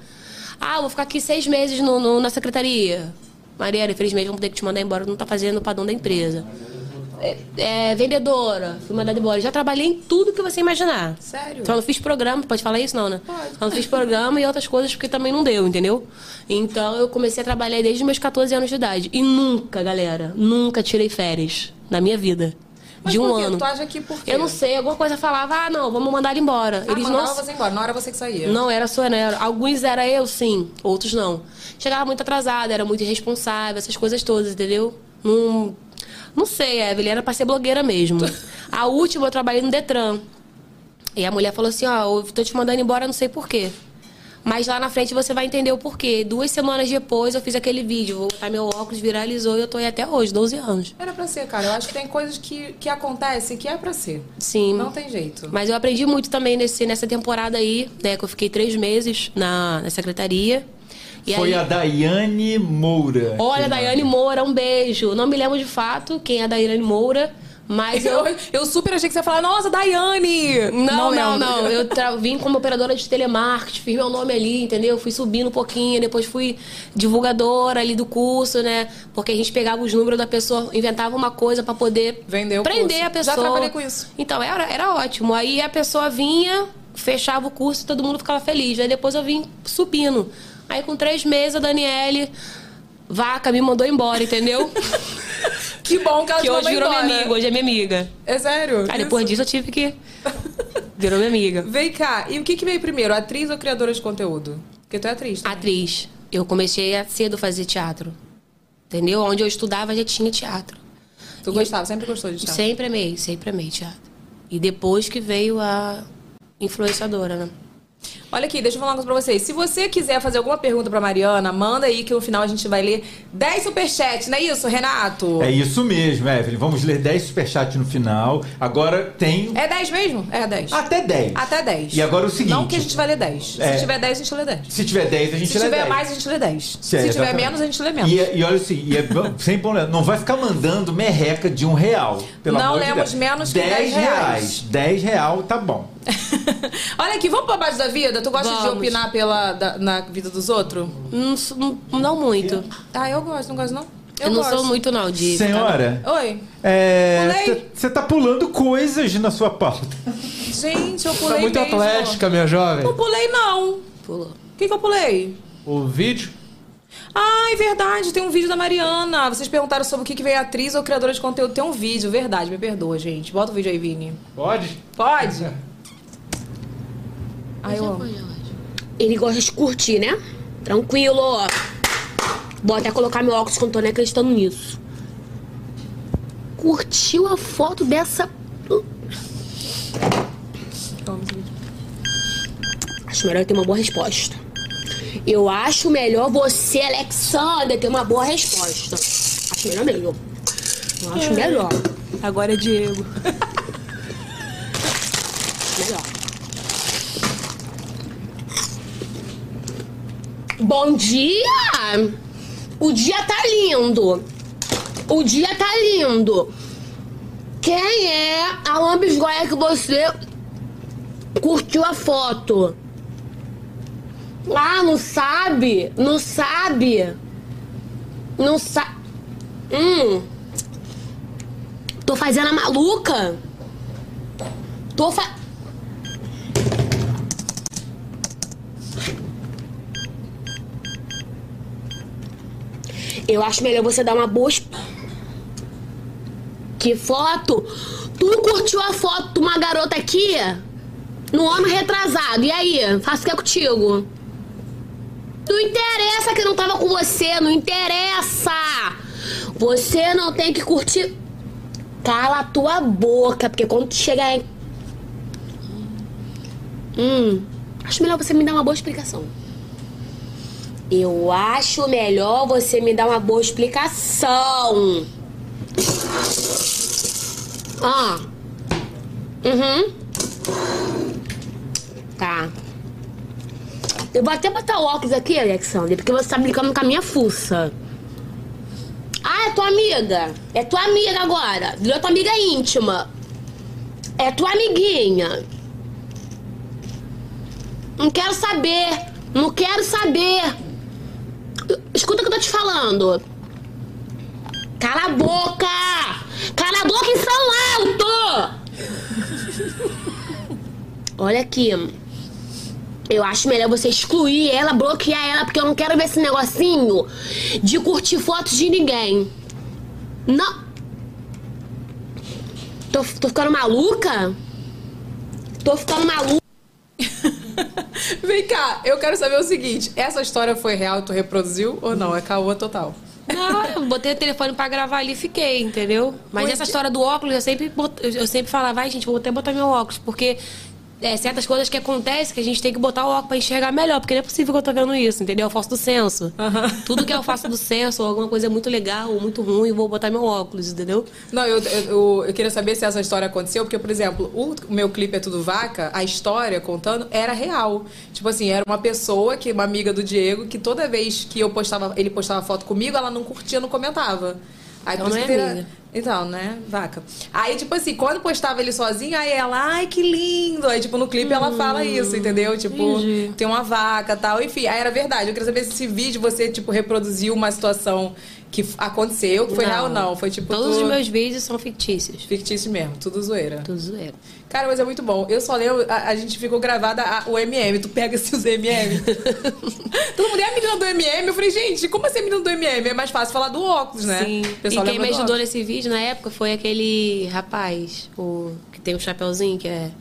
Speaker 5: Ah, vou ficar aqui seis meses no, no- na secretaria. Mariana, infelizmente, vamos ter que te mandar embora. Não tá fazendo o padrão da empresa. É, é, vendedora, fui mandada embora. Já trabalhei em tudo que você imaginar.
Speaker 8: Sério?
Speaker 5: Só não fiz programa, pode falar isso não, né? Pode. Só não fiz programa e outras coisas porque também não deu, entendeu? Então eu comecei a trabalhar desde os meus 14 anos de idade. E nunca, galera, nunca tirei férias na minha vida.
Speaker 8: Mas
Speaker 5: de um
Speaker 8: por quê?
Speaker 5: ano.
Speaker 8: Tu acha que por quê?
Speaker 5: Eu não sei, alguma coisa falava, ah, não, vamos mandar ele embora.
Speaker 8: Ah,
Speaker 5: Eles
Speaker 8: mandava
Speaker 5: não...
Speaker 8: você embora, não era você que saía.
Speaker 5: Não era só, né? Era- Alguns era eu, sim, outros não. Chegava muito atrasada, era muito irresponsável, essas coisas todas, entendeu? Não, não sei, Evelyn, era pra ser blogueira mesmo. A última eu trabalhei no Detran. E a mulher falou assim: Ó, eu tô te mandando embora, não sei porquê. Mas lá na frente você vai entender o porquê. Duas semanas depois eu fiz aquele vídeo, vou botar meu óculos, viralizou e eu tô aí até hoje, 12 anos.
Speaker 8: Era pra ser, cara. Eu acho que tem coisas que, que acontecem que é pra ser.
Speaker 5: Sim.
Speaker 8: Não tem jeito.
Speaker 5: Mas eu aprendi muito também nesse, nessa temporada aí, né? Que eu fiquei três meses na, na secretaria. E
Speaker 2: Foi
Speaker 5: aí-
Speaker 2: a Daiane Moura.
Speaker 8: É
Speaker 5: Olha,
Speaker 2: que
Speaker 5: Daiane Moura, um beijo. Não me lembro de fato quem é a Daiane Moura, mas eu.
Speaker 8: Eu, eu super achei que você ia falar, nossa, Daiane!
Speaker 5: Não, não, não.
Speaker 8: lembro.
Speaker 5: Eu tra- vim como operadora de telemarketing, fiz meu nome ali, entendeu? Fui subindo um pouquinho, depois fui divulgadora ali do curso, né? Porque a gente pegava os números da pessoa, inventava uma coisa pra poder
Speaker 8: Vender o
Speaker 5: prender
Speaker 8: curso.
Speaker 5: a pessoa.
Speaker 8: Já trabalhei com isso.
Speaker 5: Então era, era ótimo. Aí a pessoa vinha, fechava o curso e todo mundo ficava feliz. Aí depois eu vim subindo. Aí com três meses a Daniele, vaca, me mandou embora, entendeu?
Speaker 8: Que bom que ela
Speaker 5: que
Speaker 8: te
Speaker 5: hoje
Speaker 8: mandou
Speaker 5: virou minha
Speaker 8: embora.
Speaker 5: amiga, hoje é minha amiga.
Speaker 8: É sério?
Speaker 5: Aí depois
Speaker 8: isso.
Speaker 5: disso eu tive que. Virou minha amiga.
Speaker 8: Vem cá, e o que, que veio primeiro, atriz ou criadora de conteúdo? Porque tu é atriz. também.
Speaker 5: Atriz. Eu comecei a cedo fazer teatro. Entendeu? Onde eu estudava já tinha teatro.
Speaker 8: Tu gostava, sempre gostou de estar.
Speaker 5: Sempre amei, sempre amei teatro. E depois que veio a influenciadora, né?
Speaker 8: Olha aqui, deixa eu falar uma coisa pra vocês. Se você quiser fazer alguma pergunta pra Mariana, manda aí que no final a gente vai ler 10 superchats, não é isso, Renato?
Speaker 2: É isso mesmo, Evelyn. Vamos ler 10 superchats no final. Agora tem
Speaker 8: É 10 mesmo? É 10.
Speaker 2: até 10.
Speaker 8: Até 10.
Speaker 2: Ah, E agora o seguinte.
Speaker 8: Não que a gente vai ler 10.
Speaker 2: É.
Speaker 8: Se tiver 10, a gente lê 10.
Speaker 2: Se tiver 10, a gente
Speaker 8: Se
Speaker 2: lê
Speaker 8: tiver
Speaker 2: 10.
Speaker 8: mais, a gente lê 10. Se
Speaker 2: É,
Speaker 8: tiver
Speaker 2: exatamente.
Speaker 8: menos, a gente lê menos.
Speaker 2: E, e olha assim, e é bom- sempre bom lembrar, não vai ficar mandando merreca de um real. Pelo
Speaker 8: Não
Speaker 2: amor de
Speaker 8: lemos
Speaker 2: Deus.
Speaker 8: menos que 10 reais.
Speaker 2: 10 real tá bom.
Speaker 8: Olha aqui, vamos pra base da vida? Tu gosta de
Speaker 5: Vamos.
Speaker 8: opinar pela, da- na vida dos outros?
Speaker 5: Não, sou- não- não muito. Eu,
Speaker 8: Ah, eu gosto, não gosto não? Eu,
Speaker 5: não
Speaker 8: gosto.
Speaker 5: sou muito, não, de. ficar-
Speaker 2: Senhora,
Speaker 8: Oi. tá Pulei.
Speaker 2: é, você tá pulando coisas na sua pauta.
Speaker 8: Gente, eu pulei
Speaker 9: Tá muito
Speaker 8: mesmo.
Speaker 9: atlética, minha jovem.
Speaker 8: Não pulei, não.
Speaker 5: Pulou.
Speaker 8: O que que eu pulei?
Speaker 9: O vídeo
Speaker 8: Ah, é verdade, tem um vídeo da Mariana. Vocês perguntaram sobre o que que vem atriz ou criadora de conteúdo. Tem um vídeo, verdade, me perdoa, gente. Bota o vídeo aí, Vini.
Speaker 10: Pode?
Speaker 8: Pode?
Speaker 9: é.
Speaker 8: Ai, eu amo.
Speaker 5: Ele gosta de curtir, né? Tranquilo. Vou até colocar meu óculos quando tô nem acreditando nisso. Curtiu a foto dessa.
Speaker 8: Eu amo esse vídeo.
Speaker 5: Acho melhor eu ter uma boa resposta. Eu acho melhor você, Alexander, ter uma boa resposta. Acho melhor mesmo. Eu acho melhor.
Speaker 8: Agora é Diego.
Speaker 5: Melhor. Bom dia! O dia tá lindo! O dia tá lindo! Quem é a lambisgoia que você curtiu a foto? Ah, não sabe? Não sabe? Não sabe? Hum. Tô fazendo a maluca? Tô fa... Eu acho melhor você dar uma boa. exp- Que foto? Tu curtiu a foto de uma garota aqui? No ano retrasado. E aí? Faço o que é contigo? Não interessa que eu não tava com você. Não interessa. Você não tem que curtir. Cala a tua boca, porque quando tu chegar em. Hum. Acho melhor você me dar uma boa explicação. Eu acho melhor você me dar uma boa explicação. Ah. Uhum. Tá. Eu vou até botar o óculos aqui, Alexander, porque você tá brincando com a minha fuça. Ah, é tua amiga. É tua amiga agora. Virou tua amiga íntima. É tua amiguinha. Não quero saber. Não quero saber. Escuta o que eu tô te falando. Cala a boca! Cala a boca em São Alto! Olha aqui. Eu acho melhor você excluir ela, bloquear ela, porque eu não quero ver esse negocinho de curtir fotos de ninguém. Não. Tô, tô ficando maluca? Tô ficando maluca.
Speaker 8: Vem cá, eu quero saber o seguinte: essa história foi real, tu reproduziu ou não? É caô total.
Speaker 5: Não, eu botei o telefone pra gravar ali e fiquei, entendeu? Mas
Speaker 8: é.
Speaker 5: essa história do óculos, eu sempre, bot- eu- eu sempre falava, vai, gente, vou até botar meu óculos, porque é, certas coisas que acontecem que a gente tem que botar o óculos pra enxergar melhor, porque não é possível que eu tô vendo isso, entendeu? Eu faço do senso. Tudo que eu faço do senso, ou alguma coisa muito legal, ou muito ruim, eu vou botar meu óculos, entendeu?
Speaker 8: Não, eu, eu- eu- eu queria saber se essa história aconteceu, porque, por exemplo, o meu clipe é tudo vaca, a história contando era real. Tipo assim, era uma pessoa, que uma amiga do Diego, que toda vez que eu postava, ele postava foto comigo, ela não curtia, não comentava. Aí
Speaker 5: Então
Speaker 8: por
Speaker 5: não
Speaker 8: isso
Speaker 5: é
Speaker 8: que
Speaker 5: amiga.
Speaker 8: Então, né? Vaca. Aí, tipo assim, quando postava ele sozinho, aí ela, ai, que lindo! Aí, tipo, no clipe ela
Speaker 5: Hum,
Speaker 8: fala isso, entendeu? Tipo, tem uma vaca tal, enfim. Aí era verdade. Eu queria saber se esse vídeo você, tipo, reproduziu uma situação que f- aconteceu, que foi real ou não. Foi tipo.
Speaker 5: Todos
Speaker 8: tu-
Speaker 5: os meus vídeos são fictícios.
Speaker 8: Fictício mesmo, tudo zoeira.
Speaker 5: Tô zoeira.
Speaker 8: Cara, mas é muito bom. Eu só lembro, a, a gente ficou gravada a- o MM. Tu pega assim os MM. Todo mundo é a menina do MM. Eu falei, gente, como assim a menina do MM? É mais fácil falar do óculos, né?
Speaker 5: Sim.
Speaker 8: O pessoal
Speaker 5: e quem
Speaker 8: lembra
Speaker 5: me
Speaker 8: do
Speaker 5: ajudou
Speaker 8: óculos.
Speaker 5: nesse vídeo na época foi aquele rapaz, o que tem um chapeuzinho, que é.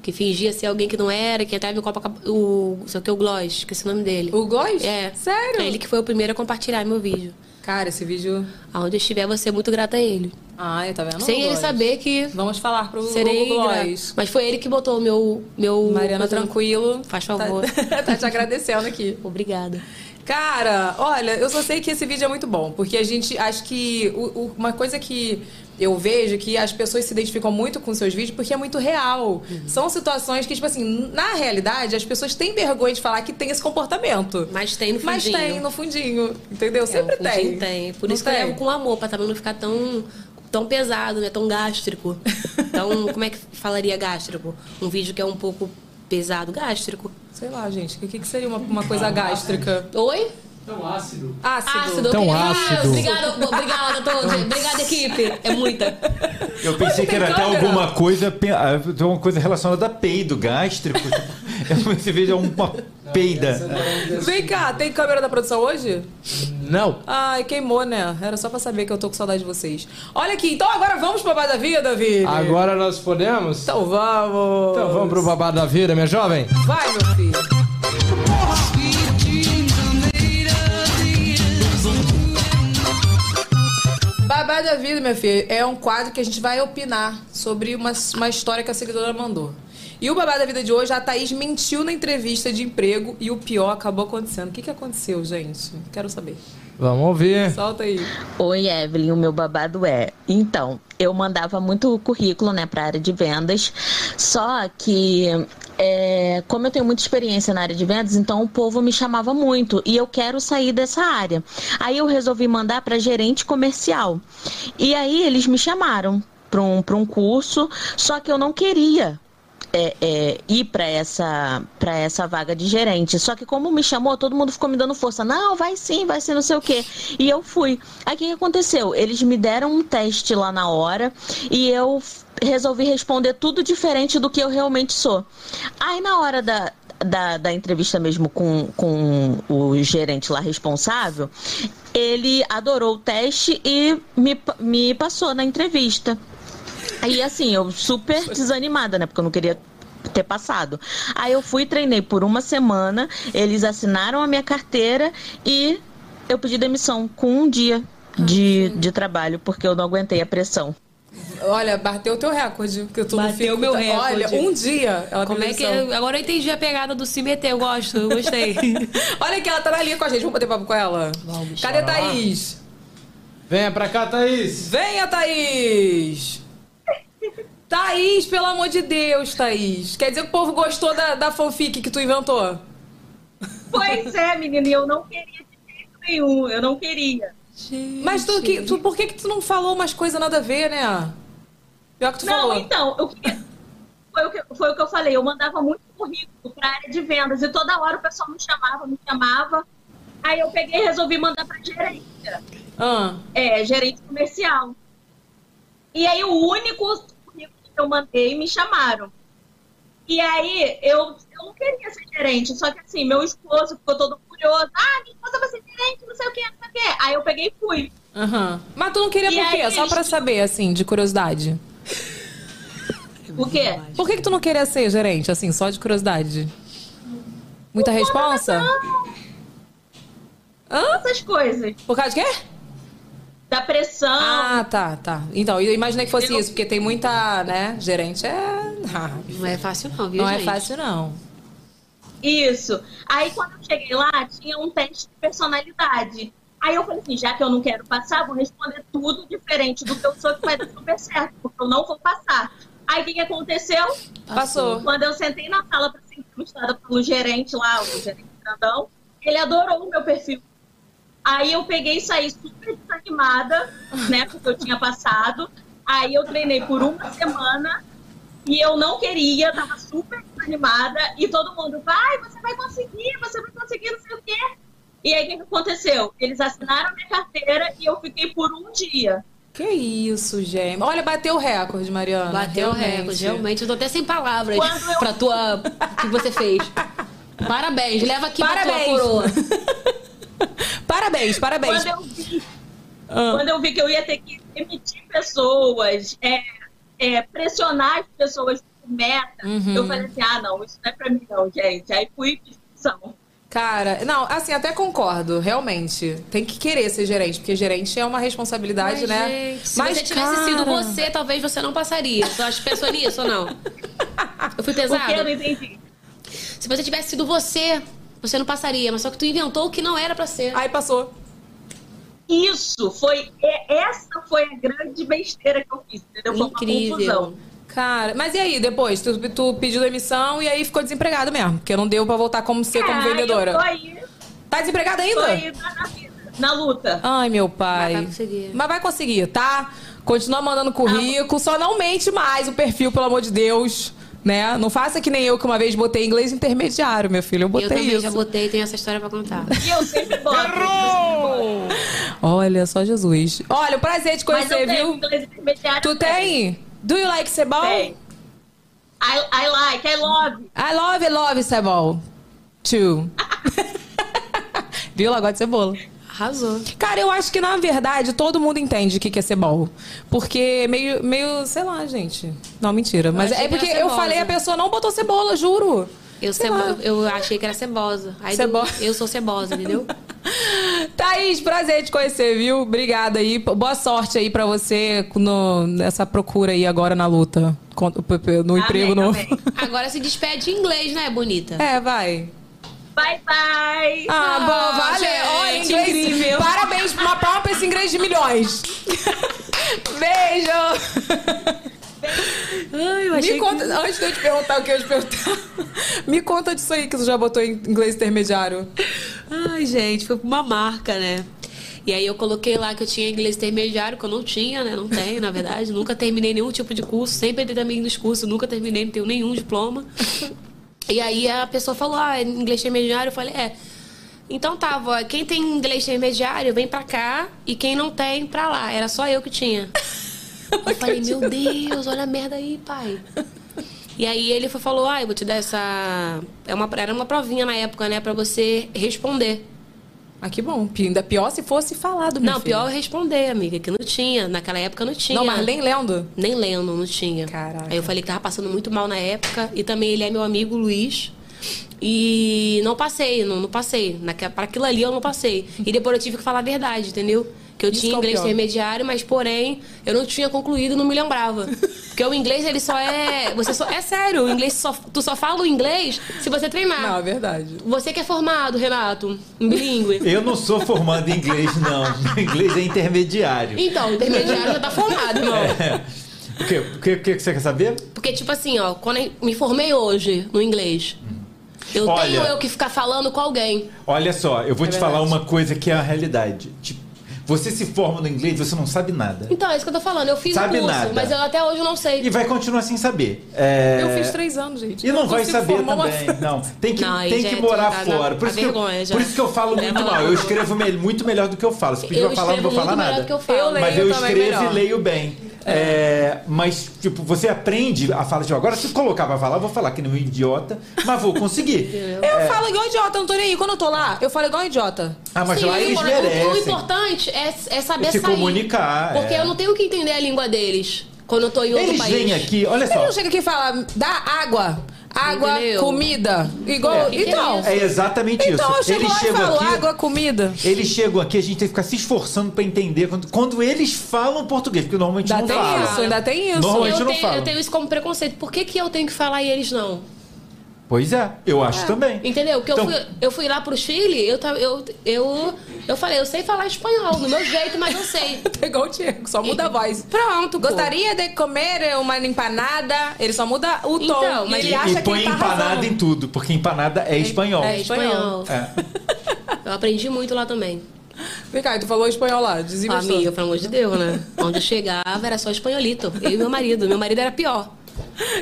Speaker 5: Que fingia ser alguém que não era, que até viu Copacab... o seu teu Gloss, esqueci o nome dele.
Speaker 8: O Góis?
Speaker 5: É.
Speaker 8: Sério?
Speaker 5: É ele que foi o primeiro a compartilhar meu vídeo.
Speaker 8: Cara, esse vídeo.
Speaker 5: Aonde eu estiver, vou ser muito grata a ele.
Speaker 8: Ai, tá vendo?
Speaker 5: Sem
Speaker 8: O
Speaker 5: ele
Speaker 8: Góis.
Speaker 5: saber que
Speaker 8: Vamos falar pro
Speaker 5: serei
Speaker 8: Hugo
Speaker 5: grata.
Speaker 8: Góis.
Speaker 5: Mas foi ele que botou o meu. meu coisa
Speaker 8: Mariana
Speaker 5: no-
Speaker 8: Tranquilo.
Speaker 5: Faz favor. Tipo,
Speaker 8: Tá, tá te agradecendo aqui.
Speaker 5: Obrigada.
Speaker 8: Cara, olha, eu só sei que esse vídeo é muito bom, porque a gente acho que o- o- uma coisa que eu vejo é que as pessoas se identificam muito com seus vídeos porque é muito real.
Speaker 5: Uhum.
Speaker 8: São situações que, tipo assim, na realidade, as pessoas têm vergonha de falar que tem esse comportamento.
Speaker 5: Mas tem no
Speaker 8: Mas
Speaker 5: fundinho.
Speaker 8: tem no fundinho, entendeu?
Speaker 5: É,
Speaker 8: Sempre
Speaker 5: o pudim
Speaker 8: tem.
Speaker 5: tem. Por
Speaker 8: Não
Speaker 5: isso que eu
Speaker 8: tem?
Speaker 5: levo com amor, pra também não ficar tão, tão pesado, né? Tão gástrico. Então, como é que falaria gástrico? Um vídeo que é um pouco pesado, gástrico.
Speaker 8: Sei lá, gente, o que, que seria uma, uma coisa gástrica?
Speaker 5: Oi?
Speaker 10: Tão ácido.
Speaker 8: Ácido.
Speaker 5: Ácido.
Speaker 10: Tão
Speaker 5: eu queria-
Speaker 10: ácido.
Speaker 5: Ah, Obrigada, obrigada a todos. Obrigada, equipe. É muita.
Speaker 2: Eu pensei que
Speaker 8: tem
Speaker 2: era até
Speaker 8: câmera?
Speaker 2: alguma coisa, pe- ah, uma coisa relacionada a peido gástrico. Esse vídeo é uma peida.
Speaker 8: Vem cá, tem câmera da produção hoje?
Speaker 11: Não.
Speaker 8: Ai, queimou, né? Era só pra saber que eu tô com saudade de vocês. Olha aqui, então agora vamos pro Babá da Vida, Vini?
Speaker 11: Agora nós podemos?
Speaker 8: Então vamos.
Speaker 11: Então vamos pro babado da vida, minha jovem?
Speaker 8: Vai, meu filho. Babá da Vida, minha filha, é um quadro que a gente vai opinar sobre uma, uma história que a seguidora mandou. E o Babá da Vida de hoje, a Thaís mentiu na entrevista de emprego e o pior acabou acontecendo. O que, que aconteceu, gente? Quero saber.
Speaker 11: Vamos ouvir.
Speaker 8: Solta aí.
Speaker 12: Oi, Evelyn, o meu babado é. Então, eu mandava muito currículo, né, para área de vendas, só que, é, como eu tenho muita experiência na área de vendas, então o povo me chamava muito e eu quero sair dessa área. Aí eu resolvi mandar para gerente comercial. E aí eles me chamaram para um, pra um curso, só que eu não queria é, é, ir para essa para essa vaga de gerente. Só que como me chamou, todo mundo ficou me dando força. Não, vai sim, vai sim, não sei o quê. E eu fui. Aí o que que aconteceu? Eles me deram um teste lá na hora e eu f- resolvi responder tudo diferente do que eu realmente sou. Aí na hora da da, da entrevista mesmo com, com o gerente lá responsável, ele adorou o teste e me, pa- me passou na entrevista. Aí assim, eu super desanimada, né? Porque eu não queria ter passado. Aí eu fui, treinei por uma semana, eles assinaram a minha carteira e eu pedi demissão com um dia
Speaker 7: Ah,
Speaker 12: de, de trabalho, porque eu não aguentei a pressão.
Speaker 8: Olha, bateu o teu recorde. Que eu tô no
Speaker 10: Bateu
Speaker 8: filme.
Speaker 10: meu
Speaker 8: Olha,
Speaker 10: recorde.
Speaker 8: um dia ela
Speaker 10: Como é que.
Speaker 8: pediu demissão.
Speaker 10: Agora eu entendi a pegada do se meter, eu gosto, eu gostei.
Speaker 8: Olha aqui, ela tá na linha com a gente. Vamos bater papo com ela? Vamos. Cadê a Thaís?
Speaker 11: Venha pra cá, Thaís.
Speaker 8: Venha, Thaís! Thaís, pelo amor de Deus, Thaís. Quer dizer que o povo gostou da, da fanfic que tu inventou?
Speaker 7: Pois é, menina, e eu não queria de jeito nenhum, eu não queria.
Speaker 8: Mas tu, que, tu- por que, que tu não falou umas coisas nada a ver, né? Pior que tu
Speaker 7: Não,
Speaker 8: falou.
Speaker 7: então, eu queria. Foi o, que, foi o que eu falei, eu mandava muito currículo pra área de vendas e toda hora o pessoal me chamava, me chamava. Aí eu peguei e resolvi mandar pra gerência,
Speaker 8: Ah,
Speaker 7: é, gerente comercial. E aí o único currículo que eu mandei me chamaram. E aí eu, eu não queria ser gerente, só que assim, meu esposo ficou todo curioso. Ah, minha esposa vai ser gerente, não sei o que, não sei o que. Aí eu peguei e fui.
Speaker 8: aham. Mas tu não queria
Speaker 7: E
Speaker 8: por quê?
Speaker 7: aí,
Speaker 8: Só pra
Speaker 7: eles-
Speaker 8: saber, assim, de curiosidade.
Speaker 7: Por quê?
Speaker 8: Por que, que tu não queria ser gerente, assim, só de curiosidade? Muita responsa? Hã?
Speaker 7: Essas coisas.
Speaker 8: Por causa de quê?
Speaker 7: Da pressão.
Speaker 8: Ah, tá, tá. Então, eu imaginei que fosse isso, porque tem muita, né? Gerente é. Ah,
Speaker 10: Não é fácil, não, viu,
Speaker 8: não é
Speaker 10: gente?
Speaker 8: fácil, não.
Speaker 7: Isso. Aí quando eu cheguei lá, tinha um teste de personalidade. Aí eu falei assim, já que eu não quero passar, vou responder tudo diferente do que eu sou, que vai dar super certo, porque eu não vou passar. Aí o que, que aconteceu?
Speaker 8: Passou.
Speaker 7: Quando eu sentei na sala para ser entrevistada pelo gerente lá, o gerente Grandão, ele adorou o meu perfil. Aí eu peguei e saí super desanimada, né? Porque eu tinha passado. Aí eu treinei por uma semana e eu não queria, tava super desanimada. E todo mundo, vai, você vai conseguir, você vai conseguir, não sei o quê. E aí o que que aconteceu? Eles assinaram minha carteira e eu fiquei por um dia.
Speaker 8: Que isso, gente. Olha, bateu o recorde, Mariana.
Speaker 10: Bateu o recorde, realmente. Eu tô até sem palavras
Speaker 7: Quando eu-
Speaker 10: pra tua. o que você fez. Parabéns, leva aqui pra
Speaker 8: Parabéns.
Speaker 10: tua coroa.
Speaker 8: Parabéns, parabéns.
Speaker 7: Quando eu vi, quando eu vi que eu ia ter que demitir pessoas, é, é, pressionar as pessoas por meta, eu falei assim, ah, não, isso não é pra mim não, gente. Aí fui e fiz função.
Speaker 8: Cara, não, assim, até concordo, realmente. Tem que querer ser gerente, porque gerente é uma responsabilidade,
Speaker 10: Mas,
Speaker 8: né?
Speaker 10: gente, se você tivesse
Speaker 8: cara,
Speaker 10: sido você, talvez você não passaria. Tu acha que pensou nisso ou não? Eu fui
Speaker 7: Porque eu não
Speaker 10: pesada?
Speaker 7: entendi.
Speaker 10: Se você tivesse sido você, você não passaria. Mas só que tu inventou o que não era pra ser.
Speaker 8: Aí passou.
Speaker 7: Isso foi, é- essa foi a grande besteira que eu fiz, entendeu? Foi uma confusão.
Speaker 10: Incrível.
Speaker 8: Cara, mas e aí, depois? Tu, tu pediu demissão e aí ficou desempregado mesmo, porque não deu pra voltar como ser, como
Speaker 7: Ah,
Speaker 8: vendedora.
Speaker 7: Eu tô aí,
Speaker 8: Tá desempregada
Speaker 7: tô
Speaker 8: ainda?
Speaker 7: aí na, na vida, na luta.
Speaker 8: Ai, meu pai.
Speaker 10: Mas vai conseguir.
Speaker 8: Mas vai conseguir, tá? Continua mandando
Speaker 7: Ah,
Speaker 8: currículo, só não mente mais o perfil, pelo amor de Deus. Né? Não faça que nem eu que uma vez botei inglês intermediário, meu filho. Eu
Speaker 10: eu
Speaker 8: botei
Speaker 10: também
Speaker 8: isso.
Speaker 10: já botei, tem essa história pra contar.
Speaker 7: E eu sempre boto.
Speaker 8: Olha, só Jesus. Olha, um prazer te
Speaker 7: Mas eu
Speaker 8: conhecer,
Speaker 7: tenho
Speaker 8: viu?
Speaker 7: inglês intermediário.
Speaker 8: Tu tem? Do you like cebol?
Speaker 7: Tem. I, I like, I love.
Speaker 8: I love, I love cebol. Too. Viu? Ela gosta de cebola.
Speaker 10: Arrasou.
Speaker 8: Cara, eu acho que na verdade todo mundo entende o que que é cebol. Porque meio, meio, sei lá, gente. Não, mentira. Mas
Speaker 10: achei
Speaker 8: é
Speaker 10: que
Speaker 8: porque
Speaker 10: era
Speaker 8: eu
Speaker 10: cebosa.
Speaker 8: falei, a pessoa não botou cebola, juro.
Speaker 10: Eu,
Speaker 8: Sei
Speaker 10: cebo-
Speaker 8: lá.
Speaker 10: eu achei que era cebosa. Aí do-
Speaker 8: Cebo-
Speaker 10: eu sou cebosa, entendeu?
Speaker 8: Thaís, prazer te conhecer, viu? Obrigada aí. Boa sorte aí pra você no- nessa procura aí agora na luta. con- p- p- No emprego novo.
Speaker 7: amém.
Speaker 10: Agora se despede em inglês, né, bonita?
Speaker 8: É, vai.
Speaker 7: Bye, bye.
Speaker 8: Ah, bom, vale.
Speaker 10: gente,
Speaker 8: Olha, inglês.
Speaker 10: incrível.
Speaker 8: Parabéns pra uma palma pra esse inglês de milhões. Beijo!
Speaker 10: Ai, eu
Speaker 8: Me
Speaker 10: achei
Speaker 8: conta, antes de eu te perguntar o que eu ia te perguntar, me conta disso aí que tu já botou em inglês intermediário.
Speaker 10: Ai, gente, foi pra uma marca, né? E aí eu coloquei lá que eu tinha inglês intermediário, que eu não tinha, né? Não tenho, na verdade. nunca terminei nenhum tipo de curso, sempre entrei também nos cursos, nunca terminei, não tenho nenhum diploma. E aí a pessoa falou, ah, é inglês intermediário? Eu falei, é. Então tá, vó, quem tem inglês intermediário, vem pra cá. E quem não tem, pra lá. Era só eu que tinha. Eu falei, meu Deus, olha a merda aí, pai. E aí ele foi- falou, ah, eu vou te dar essa... É uma, era uma provinha na época, né? Pra você responder.
Speaker 8: Ah, que bom. Pi- Ainda pior se fosse falado, meu
Speaker 10: Não,
Speaker 8: filho.
Speaker 10: pior é eu responder, amiga, que não tinha. Naquela época não tinha.
Speaker 8: Não, mas nem lendo.
Speaker 10: Nem lendo, não tinha.
Speaker 8: Caraca.
Speaker 10: Aí eu falei que tava passando muito mal na época. E também ele é meu amigo, Luiz. E não passei, não, não passei. Naque- Pra aquilo ali eu não passei. E depois eu tive que falar a verdade, entendeu? Que eu
Speaker 8: Isso
Speaker 10: tinha
Speaker 8: que é o
Speaker 10: inglês
Speaker 8: pior.
Speaker 10: intermediário, mas porém eu não tinha concluído, não me lembrava. Porque o inglês, ele só é. Você só. É sério, o inglês só. Tu só fala o inglês se você treinar.
Speaker 8: Não, é verdade.
Speaker 10: Você que é formado, Renato, em bilíngue.
Speaker 2: Eu não sou formado em inglês, não. Meu inglês é intermediário.
Speaker 10: Então, o intermediário já tá formado, irmão.
Speaker 2: O que, o que, o que você quer saber?
Speaker 10: Porque, tipo assim, ó, quando eu me formei hoje no inglês, eu
Speaker 2: Olha.
Speaker 10: tenho eu que ficar falando com alguém.
Speaker 2: Olha só, eu vou te falar uma coisa que é a realidade. Tipo, você se forma no inglês, você não sabe nada.
Speaker 10: Então, é isso que eu tô falando. Eu fiz
Speaker 2: Sabe
Speaker 10: o curso,
Speaker 2: nada.
Speaker 10: mas eu até hoje não sei.
Speaker 2: E vai continuar sem saber. É,
Speaker 8: Eu fiz três anos, gente.
Speaker 2: E não, vai
Speaker 8: consigo
Speaker 2: saber
Speaker 8: formar uma
Speaker 2: também.
Speaker 8: frase.
Speaker 2: Não, tem que,
Speaker 10: Não, aí
Speaker 2: tem
Speaker 10: já
Speaker 2: que
Speaker 10: é
Speaker 2: morar
Speaker 10: tudo, tá?
Speaker 2: fora. Por
Speaker 10: A
Speaker 2: isso, que eu,
Speaker 10: vergonha já.
Speaker 2: por isso que eu falo muito
Speaker 10: Leva
Speaker 2: mal.
Speaker 10: logo.
Speaker 2: Eu escrevo me- muito melhor do que eu falo. Se pedir
Speaker 10: Eu
Speaker 2: pra falar, não
Speaker 10: escrevo
Speaker 2: vou falar
Speaker 10: muito melhor
Speaker 2: nada.
Speaker 10: do que eu falo. Eu leio
Speaker 2: mas eu
Speaker 8: também
Speaker 2: escrevo
Speaker 8: melhor.
Speaker 2: e leio bem. É, mas, tipo, você aprende a falar. Tipo, agora, se colocar pra falar, eu vou falar que nem um idiota, mas vou conseguir.
Speaker 8: Eu falo igual idiota, não tô nem aí. Quando eu tô lá, eu falo igual idiota.
Speaker 2: ah, mas
Speaker 10: Sim,
Speaker 2: lá
Speaker 10: o
Speaker 2: eles
Speaker 10: impor- o- O,
Speaker 2: merecem.
Speaker 10: importante é, é saber
Speaker 2: Se
Speaker 10: sair.
Speaker 2: comunicar,
Speaker 10: Porque
Speaker 2: é.
Speaker 10: eu não tenho que entender a língua deles quando eu tô em outro
Speaker 2: Eles
Speaker 10: país.
Speaker 2: vêm aqui, olha
Speaker 8: Ele não
Speaker 2: só.
Speaker 8: chega aqui e fala, dá água, água,
Speaker 10: Entendeu?
Speaker 8: comida. Igual.
Speaker 10: É.
Speaker 8: Então.
Speaker 2: É exatamente
Speaker 8: Então eu
Speaker 2: isso.
Speaker 8: chego
Speaker 2: Eles
Speaker 8: lá e
Speaker 2: chegam
Speaker 8: falo,
Speaker 2: aqui.
Speaker 8: água, comida.
Speaker 2: Eles chegam aqui, a gente tem que ficar se esforçando pra entender quando, quando eles falam português, porque normalmente
Speaker 8: Ainda
Speaker 2: não
Speaker 8: tem
Speaker 2: falam.
Speaker 8: isso, ainda tem
Speaker 2: Normal-
Speaker 8: isso.
Speaker 10: Eu
Speaker 2: Normalmente eu não
Speaker 10: tenho,
Speaker 2: falo.
Speaker 10: eu tenho isso como preconceito. Por que, que eu tenho que falar e eles não?
Speaker 2: Pois é, eu acho também.
Speaker 10: Entendeu? Porque
Speaker 2: Então-
Speaker 10: eu, fui, eu fui lá pro Chile, eu, tava- eu, eu, eu falei, eu sei falar espanhol, do meu jeito, mas eu sei.
Speaker 8: É igual o Diego, só muda a voz.
Speaker 10: Pronto, pô.
Speaker 8: Gostaria de comer uma empanada. Ele só muda o tom.
Speaker 10: Então,
Speaker 8: e
Speaker 10: mas-
Speaker 8: ele
Speaker 2: E,
Speaker 8: acha
Speaker 2: e
Speaker 8: que
Speaker 2: põe
Speaker 8: ele tá
Speaker 2: empanada
Speaker 8: arrasando.
Speaker 2: em tudo, porque empanada é espanhol. É.
Speaker 10: É espanhol. Eu aprendi muito lá também.
Speaker 8: Vem cá, tu falou espanhol lá, dizia
Speaker 10: Ah, Amiga, pelo amor de Deus, né? Onde eu chegava era só espanholito. Eu e meu marido. Meu marido era pior.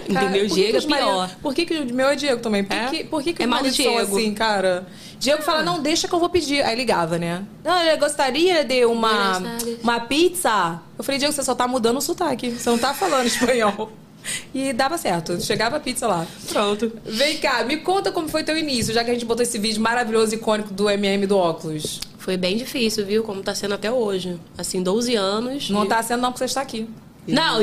Speaker 10: Entendeu? O Diego é pior.
Speaker 8: Por que, que o meu é Diego também? Por
Speaker 10: É?
Speaker 8: que, por que, que
Speaker 10: É
Speaker 8: os
Speaker 10: mal do
Speaker 8: maridos são
Speaker 10: Diego. Ah.
Speaker 8: assim, cara? Diego fala, não, deixa que eu vou pedir. Aí ligava, né? Não, eu gostaria de uma,
Speaker 10: Engraçado.
Speaker 8: uma pizza. Eu falei, Diego, você só tá mudando o sotaque. Você não tá falando espanhol. E dava certo. Chegava a pizza lá.
Speaker 10: Pronto.
Speaker 8: Vem cá, me conta como foi teu início, já que a gente botou esse vídeo maravilhoso, icônico do MM do óculos.
Speaker 10: Foi bem difícil, viu? Como tá sendo até hoje. Assim, 12 anos.
Speaker 8: Não tá sendo não, porque você está aqui.
Speaker 10: Não,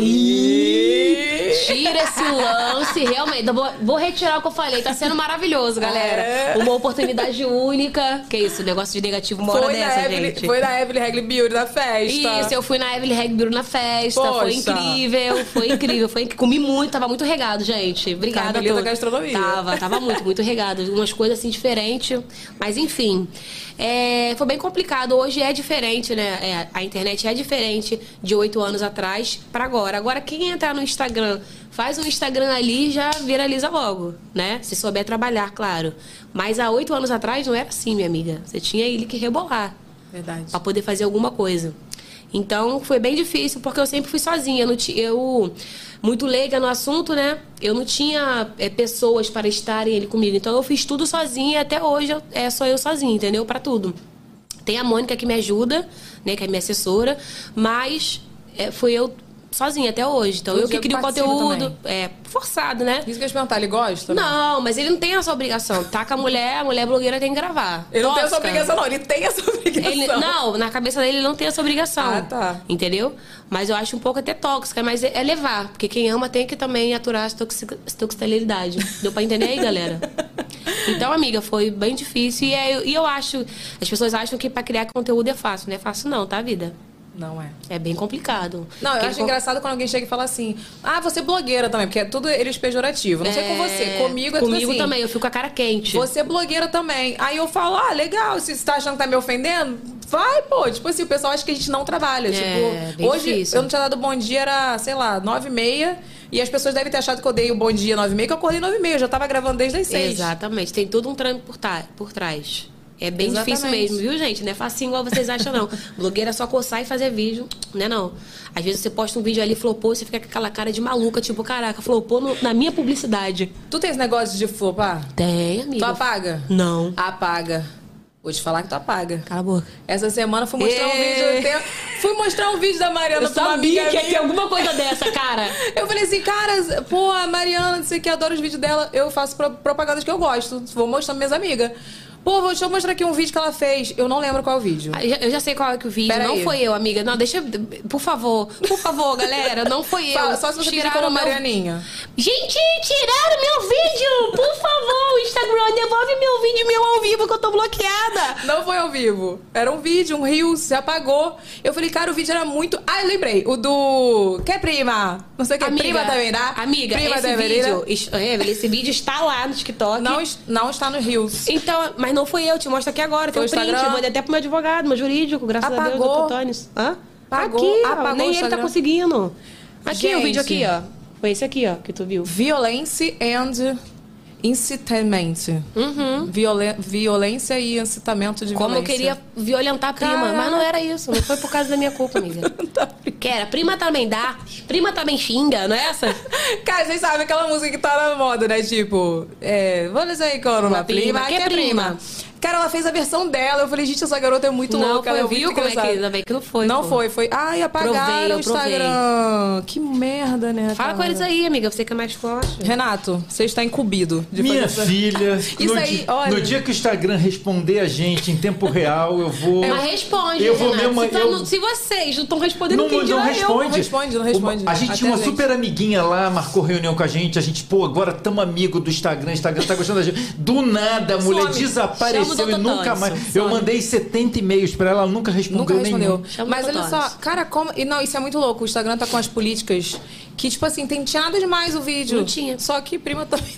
Speaker 10: ih, tira esse lance, realmente. Eu Vou, vou retirar o que eu falei, tá sendo maravilhoso, galera. Uma oportunidade única. Que isso, negócio de negativo uma hora
Speaker 8: foi, na
Speaker 10: dessa,
Speaker 8: Evelyn,
Speaker 10: gente.
Speaker 8: foi na Evelyn Hagley Beauty da festa.
Speaker 10: Isso, eu fui na Evelyn Hagbiru na festa, foi
Speaker 8: Poxa.
Speaker 10: incrível, foi incrível, foi incrível. Comi muito, tava muito regado, gente. Obrigada
Speaker 8: Tá,
Speaker 10: a
Speaker 8: beleza
Speaker 10: todos.
Speaker 8: gastronomia.
Speaker 10: Tava, tava muito, muito regado. Umas coisas assim diferentes, mas enfim. É, foi bem complicado, hoje é diferente, né? É, a internet é diferente de oito anos atrás pra agora. Agora, quem entrar no Instagram, faz um Instagram ali e já viraliza logo, né? Se souber trabalhar, claro. Mas há oito anos atrás não era assim, minha amiga. Você tinha ele que rebolar
Speaker 8: Verdade.
Speaker 10: para poder fazer alguma coisa. Então foi bem difícil porque eu sempre fui sozinha, eu, não ti- eu muito leiga no assunto, né? Eu não tinha é, pessoas para estarem ali comigo, então eu fiz tudo sozinha e até hoje eu- é só eu sozinha, entendeu? Para tudo. Tem a Mônica que me ajuda, né? Que é minha assessora, mas é, fui eu sozinha até hoje. Então,
Speaker 8: O
Speaker 10: eu que
Speaker 8: Diego
Speaker 10: crio o
Speaker 8: participa
Speaker 10: conteúdo. É, forçado, né?
Speaker 8: Isso que eu ia te perguntar, ele gosta?
Speaker 10: Não, mas ele não tem essa obrigação. Tá com a mulher, a mulher blogueira tem que gravar.
Speaker 8: Ele não tem essa
Speaker 10: Tosca.
Speaker 8: obrigação, não. Ele tem essa obrigação.
Speaker 10: Ele- não, na cabeça dele ele não tem essa obrigação.
Speaker 8: Ah, tá.
Speaker 10: Entendeu? Mas eu acho um pouco até tóxica, mas é é levar. Porque quem ama tem que também aturar as toxic- as toxicidade. Deu pra entender aí, galera? Então, amiga, foi bem difícil. E, é- e eu acho. As pessoas acham que pra criar conteúdo é fácil. Não é fácil, não, tá, vida?
Speaker 8: Não é.
Speaker 10: É bem complicado.
Speaker 8: Não, eu
Speaker 10: Porque
Speaker 8: acho
Speaker 10: com-
Speaker 8: engraçado quando alguém chega e fala assim: Ah, você é blogueira também, porque é tudo eles pejorativo. Não sei com você, comigo é tudo
Speaker 10: Comigo
Speaker 8: assim.
Speaker 10: também, eu fico com a cara quente.
Speaker 8: Você é blogueira também. Aí eu falo, ah, legal, se você tá achando que tá me ofendendo, vai, pô. Tipo assim, o pessoal acha que a gente não trabalha. tipo,
Speaker 10: É, bem
Speaker 8: hoje
Speaker 10: difícil.
Speaker 8: eu não tinha dado bom dia, era, sei lá, nove e meia. E as pessoas devem ter achado que eu dei o bom dia nove e meia, que eu acordei nove e meia. Eu já tava gravando desde as seis.
Speaker 10: Exatamente. Tem todo um trampo por, tá- por trás. É bem
Speaker 8: Exatamente.
Speaker 10: difícil mesmo, viu, gente? Não é facinho igual vocês acham, não. Blogueira é só coçar e fazer vídeo, né, não. Às vezes você posta um vídeo ali, flopou, você fica com aquela cara de maluca, tipo, caraca, flopou no- na minha publicidade.
Speaker 8: Tu tem esse negócio de flopar?
Speaker 10: Tem, amiga.
Speaker 8: Tu apaga?
Speaker 10: Não.
Speaker 8: Apaga. Vou te falar que tu apaga.
Speaker 10: Cala a boca.
Speaker 8: Essa semana eu fui mostrar um
Speaker 10: Ê.
Speaker 8: vídeo. eu tenho- Fui mostrar um vídeo da Mariana
Speaker 10: Eu
Speaker 8: pra uma
Speaker 10: sabia
Speaker 8: amiga
Speaker 10: que ia ter
Speaker 8: minha.
Speaker 10: alguma coisa dessa, cara.
Speaker 8: Eu falei assim, cara, pô, a Mariana, não sei o que, adoro os vídeos dela. Eu faço pro propagandas que eu gosto. Vou mostrar pra minhas amigas. Pô, vou- deixa eu mostrar aqui um vídeo que ela fez. Eu não lembro qual é o vídeo.
Speaker 10: Ah, Eu já- eu já sei qual é que o vídeo.
Speaker 8: Pera
Speaker 10: não
Speaker 8: aí.
Speaker 10: foi eu, amiga. Não, deixa. eu- Por favor. Por favor, galera. Não foi eu.
Speaker 8: Fala, só se você pedir
Speaker 10: Tiraram
Speaker 8: como
Speaker 10: meu-
Speaker 8: Marianinha.
Speaker 10: Gente, tiraram meu vídeo! Por favor, Instagram, devolve meu vídeo meu ao vivo que eu tô bloqueada!
Speaker 8: Não foi ao vivo. Era um vídeo, um rio, se apagou. Eu falei, cara, o vídeo era muito. Ah, eu lembrei. O do. Que é prima? Não sei o que. prima também dá?
Speaker 10: Amiga,
Speaker 8: prima
Speaker 10: esse
Speaker 8: também dá?
Speaker 10: vídeo, es- é, Evelyn, esse vídeo está lá no TikTok.
Speaker 8: Não, es- não está no rios.
Speaker 10: Então, mas não fui eu, te mostro aqui agora. Tem
Speaker 8: Foi
Speaker 10: um
Speaker 8: o
Speaker 10: print,
Speaker 8: Instagram?
Speaker 10: eu mandei até pro meu advogado, meu jurídico, graças a Deus,
Speaker 8: Apagou.
Speaker 10: doutor Tones. Hã?
Speaker 8: Apagou,
Speaker 10: aqui, ó,
Speaker 8: apagou o
Speaker 10: nem ele tá
Speaker 8: Instagram.
Speaker 10: conseguindo. Aqui, o
Speaker 8: Gente.
Speaker 10: vídeo aqui, ó. Foi esse aqui, ó, que tu viu.
Speaker 8: Violence and incitamento. Uhum. violência e incitamento de
Speaker 10: Como eu
Speaker 8: violência.
Speaker 10: queria violentar a prima,
Speaker 8: é- Caraca. Tá
Speaker 10: mas não era isso, não foi por causa da minha culpa, amiga. que era, prima também dá, prima também xinga, não é essa?
Speaker 8: Cara, vocês sabem aquela música que tá na moda, né? Tipo, é, vamos aí, quando uma prima, que é prima. Cara, ela fez a versão dela. Eu falei, gente, essa garota é muito
Speaker 10: não,
Speaker 8: louca.
Speaker 10: foi,
Speaker 8: ela é
Speaker 10: viu
Speaker 8: muito
Speaker 10: como é que
Speaker 8: engraçada.
Speaker 10: ainda bem que não foi.
Speaker 8: Não
Speaker 10: pô.
Speaker 8: foi, foi. Ai, apagaram
Speaker 10: Provei, eu
Speaker 8: o
Speaker 10: provei.
Speaker 8: Instagram. Que merda, né?
Speaker 10: Fala com
Speaker 8: cara?
Speaker 10: eles aí, amiga, você que é mais forte.
Speaker 8: Renato, você está incumbido de
Speaker 2: Minha
Speaker 8: fazer essa-
Speaker 2: filha, no,
Speaker 8: aí,
Speaker 2: di-
Speaker 8: olha.
Speaker 2: no dia que o Instagram responder a gente em tempo real, eu vou.
Speaker 10: É, Mas responde,
Speaker 2: eu vou
Speaker 10: Renato.
Speaker 2: mesmo-
Speaker 10: se, tá
Speaker 2: eu-
Speaker 10: no- se vocês não estão respondendo,
Speaker 2: Não,
Speaker 10: quem
Speaker 2: não
Speaker 10: dirá eu?
Speaker 2: responde.
Speaker 8: não responde, não responde.
Speaker 2: Uma- a gente
Speaker 8: Até
Speaker 2: tinha uma
Speaker 8: a gente.
Speaker 2: super amiguinha lá, marcou reunião com a gente. A gente, pô, agora tamo amigo do Instagram, Instagram tá gostando da gente. Do nada, a mulher
Speaker 10: Some. Chama
Speaker 2: desapareceu
Speaker 10: o
Speaker 2: e
Speaker 10: Dr.
Speaker 2: nunca
Speaker 10: Tonso.
Speaker 2: mais. Eu mandei 70 e-mails pra ela, ela nunca respondeu
Speaker 8: Nunca respondeu.
Speaker 2: nenhum.
Speaker 10: Chama
Speaker 8: Mas
Speaker 10: o
Speaker 8: olha só,
Speaker 10: Totones.
Speaker 8: cara, como. E não, isso é muito louco. O Instagram tá com as políticas que, tipo assim, tem tinha nada demais o vídeo.
Speaker 10: Não tinha. Tá
Speaker 8: Só que prima também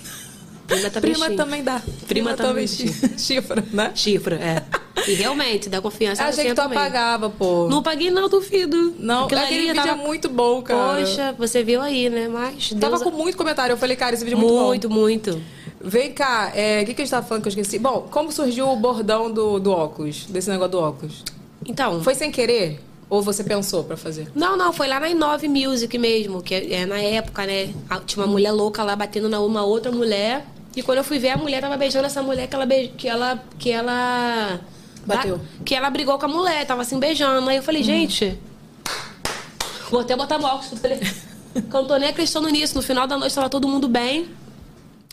Speaker 10: Prima também
Speaker 8: Prima
Speaker 10: xinga.
Speaker 8: também dá. Prima,
Speaker 10: também
Speaker 8: chi- chifra, né?
Speaker 10: Chifra, é. E realmente, dá confiança
Speaker 8: Eu
Speaker 10: no
Speaker 8: achei que tu
Speaker 10: sentimento mesmo.
Speaker 8: apagava, pô.
Speaker 10: Não paguei não, duvido.
Speaker 8: Não,
Speaker 10: Aquilo
Speaker 8: aquele
Speaker 10: ali
Speaker 8: vídeo
Speaker 10: tava-
Speaker 8: é muito bom, cara.
Speaker 10: Poxa, você viu aí, né? Mas Deus...
Speaker 8: Tava com muito comentário. Eu falei, cara, esse vídeo é muito,
Speaker 10: muito, muito.
Speaker 8: bom. Vem cá, é, o que, que a gente tava falando que eu esqueci? Bom, como surgiu o bordão do, do óculos? Desse negócio do óculos?
Speaker 10: Então,
Speaker 8: Foi sem querer? Ou você pensou pra fazer?
Speaker 10: Não, não, foi lá na Inove Music mesmo, que é, é na época, né? a- Tinha uma mulher louca lá batendo na uma outra mulher. E quando eu fui ver, a mulher tava beijando essa mulher que ela beijo, que ela que ela
Speaker 8: Bateu. Uhum.
Speaker 10: ba- que ela brigou com a mulher, tava assim beijando. Aí eu falei, gente, vou até botar meu óculos. Falei, Cantou nem acreditando nisso. No final da noite tava todo mundo bem.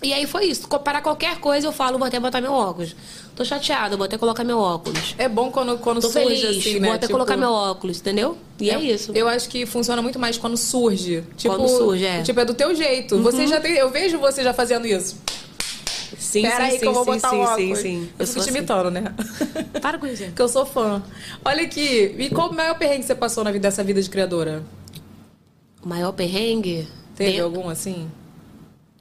Speaker 10: E aí foi isso. Co- Para qualquer coisa eu falo, vou até botar meu óculos. Tô chateada, vou até colocar meu óculos.
Speaker 8: É bom quando, quando
Speaker 10: Tô
Speaker 8: surge
Speaker 10: feliz,
Speaker 8: assim, né?
Speaker 10: vou até
Speaker 8: Tipo,
Speaker 10: colocar meu óculos, entendeu? E é,
Speaker 8: eu-
Speaker 10: isso.
Speaker 8: Eu acho que funciona muito mais quando surge. Tipo,
Speaker 10: Quando surge, é.
Speaker 8: Tipo, é do teu jeito. Você já tem, eu vejo você já fazendo isso.
Speaker 10: Sim,
Speaker 8: Pera
Speaker 10: sim,
Speaker 8: aí
Speaker 10: sim,
Speaker 8: que eu vou
Speaker 10: sim,
Speaker 8: botar
Speaker 10: sim,
Speaker 8: o óculos.
Speaker 10: sim, sim.
Speaker 8: Eu, fico te imitando, né?
Speaker 10: assim. Para com isso.
Speaker 8: Porque eu sou fã. Olha aqui, e qual o maior perrengue que você passou na vida dessa vida de criadora?
Speaker 10: O maior perrengue?
Speaker 8: Teve
Speaker 10: Tem
Speaker 8: algum assim?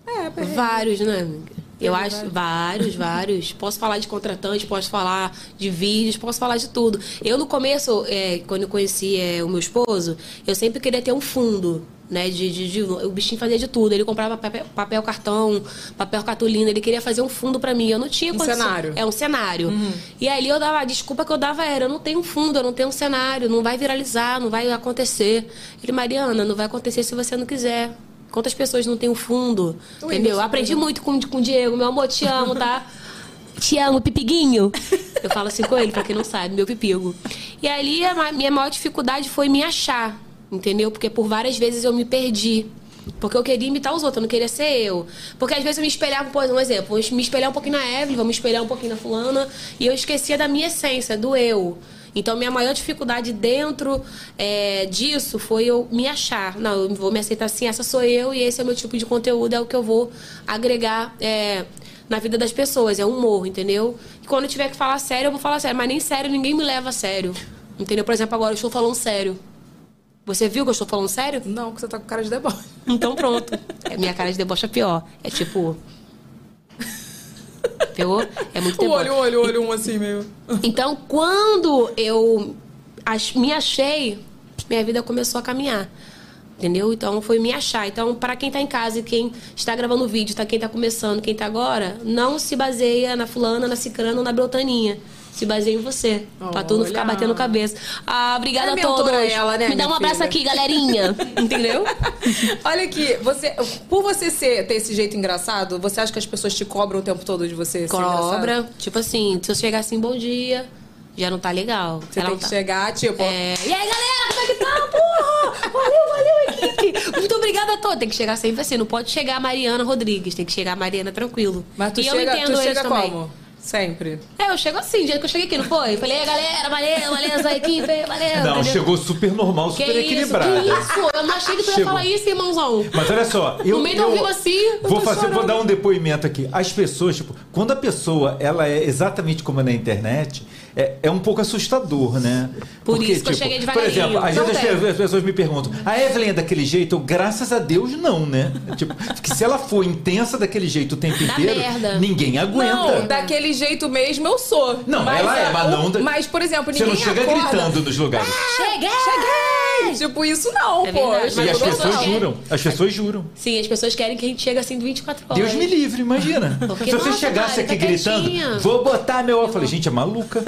Speaker 8: É, perrengue.
Speaker 10: Vários, né, amiga? Eu acho vários, vários. Posso falar de contratante, posso falar de vídeos, posso falar de tudo. Eu, no começo, é, quando eu conheci é, o meu esposo, eu sempre queria ter um fundo, né? De, de- de- o bichinho fazia de tudo. Ele comprava papel, papel cartão, papel cartolina, ele queria fazer um fundo pra mim. Eu não tinha
Speaker 8: Um
Speaker 10: condição-
Speaker 8: cenário.
Speaker 10: É um cenário. E ali eu dava, a desculpa que eu dava era, eu não tenho fundo, eu não tenho um cenário, não vai viralizar, não vai acontecer. Ele, Mariana, não vai acontecer se você não quiser. Quantas pessoas não têm um fundo? entendeu? Eu aprendi muito com, com o Diego, meu amor, te amo, tá? Te amo, pipiguinho. Eu falo assim com ele, pra quem não sabe, meu pipigo. E ali a ma- minha maior dificuldade foi me achar. Entendeu? Porque por várias vezes eu me perdi. Porque eu queria imitar os outros, eu não queria ser eu. Porque às vezes eu me espelhava, por um exemplo, eu me espelhar um pouquinho na Evelyn, vou me espelhar um pouquinho na fulana, e eu esquecia da minha essência, do eu. Então, minha maior dificuldade dentro é, disso foi eu me achar. Não, eu vou me aceitar assim, essa sou eu e esse é o meu tipo de conteúdo, é o que eu vou agregar é, na vida das pessoas. É humor, entendeu? E quando eu tiver que falar sério, eu vou falar sério. Mas nem sério, ninguém me leva a sério. Entendeu? Por exemplo, agora eu estou falando sério. Você viu que eu estou falando sério?
Speaker 8: Não, porque você tá com cara de deboche.
Speaker 10: Então pronto. É, minha cara de deboche é pior. É tipo. Pegou? É muito
Speaker 8: O
Speaker 10: deboche.
Speaker 8: olho, o olho, o olho, um assim meio.
Speaker 10: Então, quando eu ach- me achei, minha vida começou a caminhar. Entendeu? Então foi me achar. Então, para quem tá em casa e quem está gravando vídeo, tá quem tá começando, quem tá agora, não se baseia na fulana, na cicrana ou na brotaninha. Se baseia em você. Pra todo mundo ficar
Speaker 8: Olha.
Speaker 10: batendo cabeça. Ah, obrigada
Speaker 8: É
Speaker 10: a
Speaker 8: mentora
Speaker 10: todos.
Speaker 8: ela, né,
Speaker 10: me dá um
Speaker 8: minha
Speaker 10: abraço
Speaker 8: filha?
Speaker 10: aqui, galerinha. Entendeu?
Speaker 8: Olha aqui, você, por você ser, ter esse jeito engraçado, você acha que as pessoas te cobram o tempo todo de você ser engraçado?
Speaker 10: Cobra. Tipo assim, se eu chegar assim, bom dia, já não tá legal.
Speaker 8: Você
Speaker 10: Ela
Speaker 8: tem
Speaker 10: não
Speaker 8: que
Speaker 10: tá-
Speaker 8: chegar, tipo,
Speaker 10: É, E aí, galera, como é que tá? Porra! Valeu, valeu, equipe! Muito obrigada a todos. Tem que chegar sempre assim. Não pode chegar a Mariana Rodrigues. Tem que chegar a Mariana tranquilo.
Speaker 8: mas tu
Speaker 10: e eu
Speaker 8: chega,
Speaker 10: entendo
Speaker 8: tu
Speaker 10: eles
Speaker 8: chega
Speaker 10: também.
Speaker 8: como? Sempre.
Speaker 10: É, eu chego assim, do jeito que eu cheguei aqui, não foi? Falei, "E aí, galera, valeu, valeu, sua equipe, valeu.
Speaker 2: Não,
Speaker 10: entendeu?
Speaker 2: chegou super normal,
Speaker 10: Que
Speaker 2: super
Speaker 10: isso,
Speaker 2: equilibrado.
Speaker 10: que isso? Eu não achei que tu ia
Speaker 2: Chegou.
Speaker 10: falar isso, irmãozão.
Speaker 2: Mas olha só, eu.
Speaker 10: meio do ao
Speaker 2: eu-
Speaker 10: vivo assim, eu
Speaker 2: Vou,
Speaker 10: tô
Speaker 2: fazer, vou
Speaker 10: chorando.
Speaker 2: dar um depoimento aqui. As pessoas, tipo, quando a pessoa ela é exatamente como é na internet, é, é um pouco assustador, né?
Speaker 10: Por isso que eu cheguei
Speaker 2: Por
Speaker 10: devagarinho.
Speaker 2: exemplo, às
Speaker 10: Não
Speaker 2: vezes as
Speaker 10: tem.
Speaker 2: pe- as pessoas me perguntam, a Evelyn é daquele jeito? Eu, graças a Deus, não, né? Tipo, porque se ela for intensa daquele jeito o tempo
Speaker 10: Dá
Speaker 2: inteiro,
Speaker 10: merda.
Speaker 2: ninguém aguenta.
Speaker 8: Não, daquele jeito mesmo eu sou.
Speaker 2: Não, ela é, mas não da-
Speaker 8: Mas, por exemplo,
Speaker 2: Você
Speaker 8: ninguém
Speaker 2: não chega
Speaker 8: acorda.
Speaker 2: gritando nos lugares.
Speaker 10: Cheguei!
Speaker 8: Tipo, isso não,
Speaker 10: É
Speaker 8: pô.
Speaker 10: verdade.
Speaker 2: e
Speaker 8: Eu
Speaker 2: as
Speaker 8: sou
Speaker 2: pessoas
Speaker 10: é.
Speaker 8: normal.
Speaker 2: juram. As pessoas juram.
Speaker 10: Sim, as pessoas querem que a gente chegue assim de 24 horas.
Speaker 2: Deus me livre, imagina.
Speaker 10: Porque,
Speaker 2: Se você
Speaker 10: nossa,
Speaker 2: chegasse
Speaker 10: Mari, tá
Speaker 2: aqui gritando,
Speaker 10: quietinha.
Speaker 2: vou botar meu. Eu falei, gente, é maluca.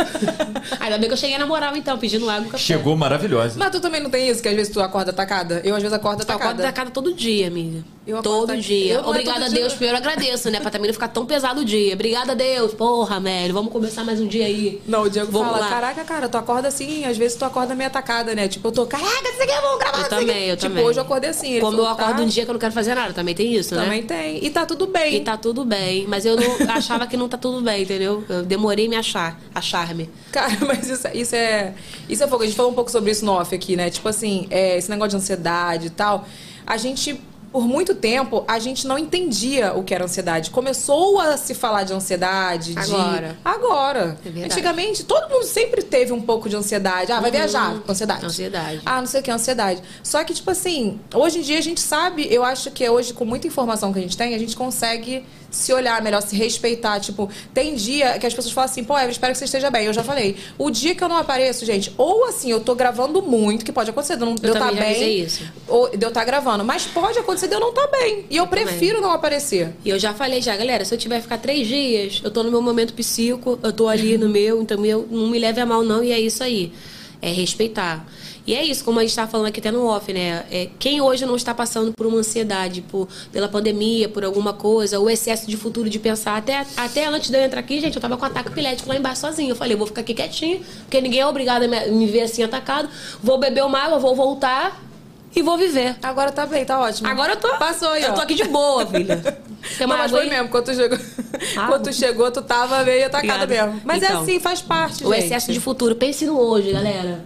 Speaker 10: Ainda bem que eu cheguei na moral, então, pedindo água e café.
Speaker 2: Chegou maravilhosa.
Speaker 8: Mas tu também não tem isso, que às vezes tu acorda atacada? Eu às vezes acordo
Speaker 10: Eu acordo
Speaker 8: atacada.
Speaker 10: Tá da casa todo dia, amiga.
Speaker 8: Tá Eu acordo
Speaker 10: todo
Speaker 8: da-
Speaker 10: dia.
Speaker 8: Eu não é
Speaker 10: Obrigada
Speaker 8: todo
Speaker 10: a
Speaker 8: dia,
Speaker 10: Deus.
Speaker 8: não.
Speaker 10: Primeiro eu agradeço, né? Pra também não ficar tão pesado o dia. Obrigada a Deus. Porra, velho. Vamos começar mais um dia aí.
Speaker 8: Não, o Diego
Speaker 10: Vamos
Speaker 8: fala,
Speaker 10: lá.
Speaker 8: caraca, cara, tu acorda assim, às vezes tu acorda meio atacada, né? Tipo, eu tô, caraca, isso aqui é bom, gravar
Speaker 10: Eu
Speaker 8: isso
Speaker 10: também,
Speaker 8: aqui.
Speaker 10: eu
Speaker 8: tipo,
Speaker 10: também.
Speaker 8: hoje eu acordei assim. ele
Speaker 10: Como eu
Speaker 8: falou,
Speaker 10: acordo
Speaker 8: tá,
Speaker 10: um dia que eu não quero fazer nada, também tem isso, né?
Speaker 8: Também tem. E tá tudo bem.
Speaker 10: E tá tudo bem. Mas eu não achava que não tá tudo bem, entendeu? Eu demorei me achar, achar-me.
Speaker 8: Cara, mas isso, isso é. Isso é fogo. A gente falou um pouco sobre isso no off aqui, né? Tipo assim, é, esse negócio de ansiedade e tal. A gente, por muito tempo, a gente não entendia o que era ansiedade. Começou a se falar de ansiedade. de-
Speaker 10: Agora.
Speaker 8: Agora.
Speaker 10: É verdade. Uhum.
Speaker 8: Antigamente, todo mundo sempre teve um pouco de ansiedade. Ah, vai viajar. Ansiedade.
Speaker 10: Ansiedade.
Speaker 8: Ah, não sei o que, ansiedade. Só que, tipo assim, hoje em dia a gente sabe, eu acho que hoje, com muita informação que a gente tem, a gente consegue se olhar melhor, se respeitar. Tipo, tem dia que as pessoas falam assim, pô, Evelyn, espero que você esteja bem. Eu já falei. O dia que eu não apareço, gente, ou assim, eu tô gravando muito, que pode acontecer, de eu não de eu tá
Speaker 10: também já
Speaker 8: bem.
Speaker 10: avisei isso.
Speaker 8: Ou de eu tá gravando. Mas pode acontecer de eu não tá bem. E eu,
Speaker 10: também.
Speaker 8: prefiro não aparecer.
Speaker 10: E eu já falei já, galera, se eu tiver que ficar três dias, eu tô no meu momento psico, eu tô ali no meu, então eu não me leve a mal não, e é isso aí. É respeitar. E é isso, como a gente tá falando aqui até no off, né? É, quem hoje não está passando por uma ansiedade, por, pela pandemia, por alguma coisa, o excesso de futuro de pensar. Até, até antes de eu entrar aqui, gente, eu tava com ataque pilético lá embaixo sozinho. Eu falei, eu vou ficar aqui quietinho, porque ninguém é obrigado a me, me ver assim atacado. Vou beber uma água, vou voltar e vou viver.
Speaker 8: Agora tá bem, tá ótimo.
Speaker 10: Agora eu tô.
Speaker 8: Passou aí,
Speaker 10: Eu
Speaker 8: ó.
Speaker 10: tô aqui de boa, filha. Tem uma
Speaker 8: não, mas
Speaker 10: água
Speaker 8: foi
Speaker 10: aí?
Speaker 8: mesmo, quando tu chegou.
Speaker 10: Ah.
Speaker 8: quando tu chegou, tu tava meio atacada
Speaker 10: Obrigada.
Speaker 8: mesmo. Mas é
Speaker 10: Então,
Speaker 8: assim, faz parte,
Speaker 10: O
Speaker 8: gente. Uhum.
Speaker 10: excesso de futuro. Pense no hoje, galera.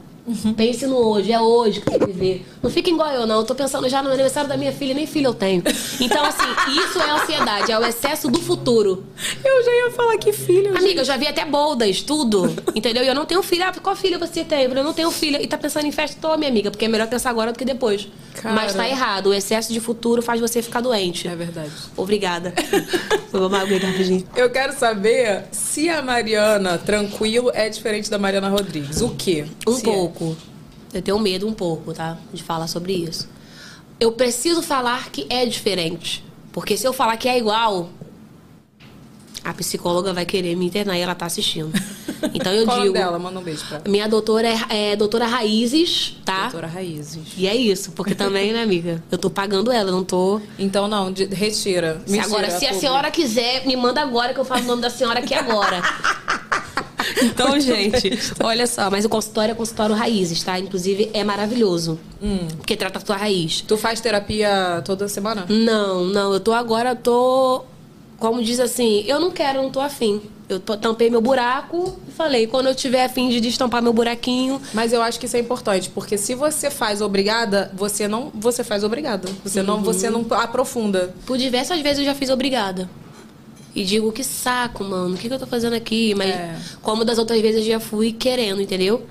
Speaker 10: Pense no hoje, é hoje que tem que viver. Não fica igual eu, não. Eu tô pensando já no aniversário da minha filha, nem filha eu tenho. Então, assim, isso é ansiedade, é o excesso do futuro.
Speaker 8: Eu já ia falar que filho.
Speaker 10: Amiga, eu já vi até boldas, tudo, entendeu? E eu não tenho filha. Ah, qual filha você tem? Eu falei, eu não tenho filha. E tá pensando em festa? Tô, minha amiga, porque é melhor pensar agora do que depois.
Speaker 8: Cara.
Speaker 10: Mas tá errado, o excesso de futuro faz você ficar doente.
Speaker 8: É verdade.
Speaker 10: Obrigada. Vou amar aguentar rapidinho.
Speaker 8: Eu quero saber se a Mariana Tranquilo é diferente da Mariana Rodrigues. O quê?
Speaker 10: Um
Speaker 8: Se é.
Speaker 10: pouco. Eu tenho medo um pouco, tá? De falar sobre isso. Eu preciso falar que é diferente. Porque se eu falar que é igual, a psicóloga vai querer me internar e ela tá assistindo. Então eu
Speaker 8: Qual o nome
Speaker 10: digo.
Speaker 8: dela? Manda um beijo pra ela.
Speaker 10: Minha doutora é, é doutora Raízes, tá?
Speaker 8: Doutora Raízes.
Speaker 10: E é isso, porque também, né, amiga? Eu tô pagando ela, eu não tô.
Speaker 8: Então, não, de- retira.
Speaker 10: é agora, se a senhora quiser, me manda agora que eu falo o nome da senhora aqui agora. Então, gente, olha só, mas o consultório é consultório raízes, tá? Inclusive é maravilhoso. Porque trata a tua raiz.
Speaker 8: Tu faz terapia toda semana?
Speaker 10: Não, não, eu tô agora, eu tô. Como diz assim, eu não quero, eu não tô afim. Eu tô- tampei meu buraco e falei, quando eu tiver afim de destampar meu buraquinho,
Speaker 8: Mas eu acho que isso é importante, porque se você faz obrigada, você não, você faz obrigada. Você não, você
Speaker 10: Uhum.
Speaker 8: não aprofunda.
Speaker 10: por diversas vezes eu já fiz obrigada. E digo, que saco, mano, o que, que eu tô fazendo aqui? Mas
Speaker 8: É.
Speaker 10: como das outras vezes eu já fui querendo, entendeu?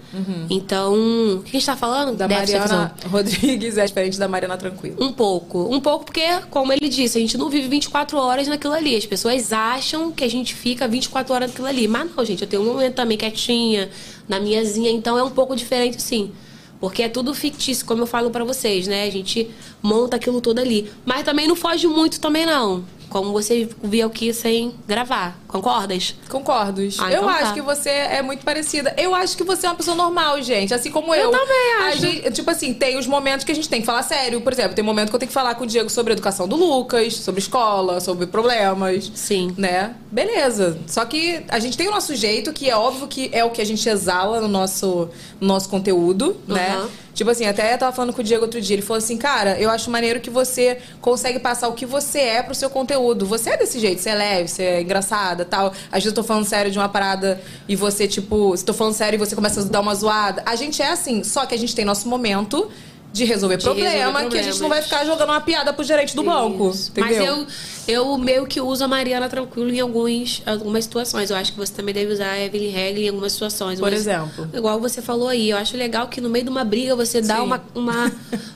Speaker 10: Então, o que a gente tá falando?
Speaker 8: Uhum. Da
Speaker 10: Déficit de atenção.
Speaker 8: Mariana Rodrigues é diferente da Mariana Tranquila.
Speaker 10: Um pouco. Um pouco porque, como ele disse, a gente não vive 24 horas naquilo ali. As pessoas acham que a gente fica 24 horas naquilo ali. Mas não, gente, eu tenho um momento também quietinha, na minhazinha, então é um pouco diferente sim. Porque é tudo fictício, como eu falo pra vocês, né? A gente monta aquilo todo ali. Mas também não foge muito também não. Como você viu aqui sem gravar. Concordas?
Speaker 8: Concordos.
Speaker 10: Ah,
Speaker 8: eu
Speaker 10: então
Speaker 8: acho
Speaker 10: tá.
Speaker 8: que você é muito parecida. Eu acho que você é uma pessoa normal, gente. Assim como eu.
Speaker 10: Eu também
Speaker 8: A
Speaker 10: acho.
Speaker 8: gente- tipo assim, tem os momentos que a gente tem que falar sério. Por exemplo, tem momento que eu tenho que falar com o Diego sobre a educação do Lucas, sobre escola, sobre problemas.
Speaker 10: Sim.
Speaker 8: Né? Beleza. Só que a gente tem o nosso jeito, que é óbvio que é o que a gente exala no nosso, no nosso conteúdo, né?
Speaker 10: Uhum.
Speaker 8: Tipo assim, até eu tava falando com o Diego outro dia, ele falou assim, cara, eu acho maneiro que você consegue passar o que você é pro seu conteúdo. Você é desse jeito, você é leve, você é engraçada tal. Às vezes eu tô falando sério de uma parada e você, tipo, se tô falando sério e você começa a dar uma zoada. A gente é assim, só que a gente tem nosso momento de resolver
Speaker 10: De
Speaker 8: problema,
Speaker 10: resolver
Speaker 8: que a gente não vai
Speaker 10: problemas.
Speaker 8: ficar jogando uma piada pro gerente do banco.
Speaker 10: Isso.
Speaker 8: Entendeu?
Speaker 10: Mas eu, eu meio que uso a Mariana tranquilo em alguns, algumas situações. Eu acho que você também deve usar a Evelyn Regli em algumas situações.
Speaker 8: Por
Speaker 10: Mas,
Speaker 8: exemplo.
Speaker 10: Igual você falou aí. Eu acho legal que no meio de uma briga você dá uma, uma.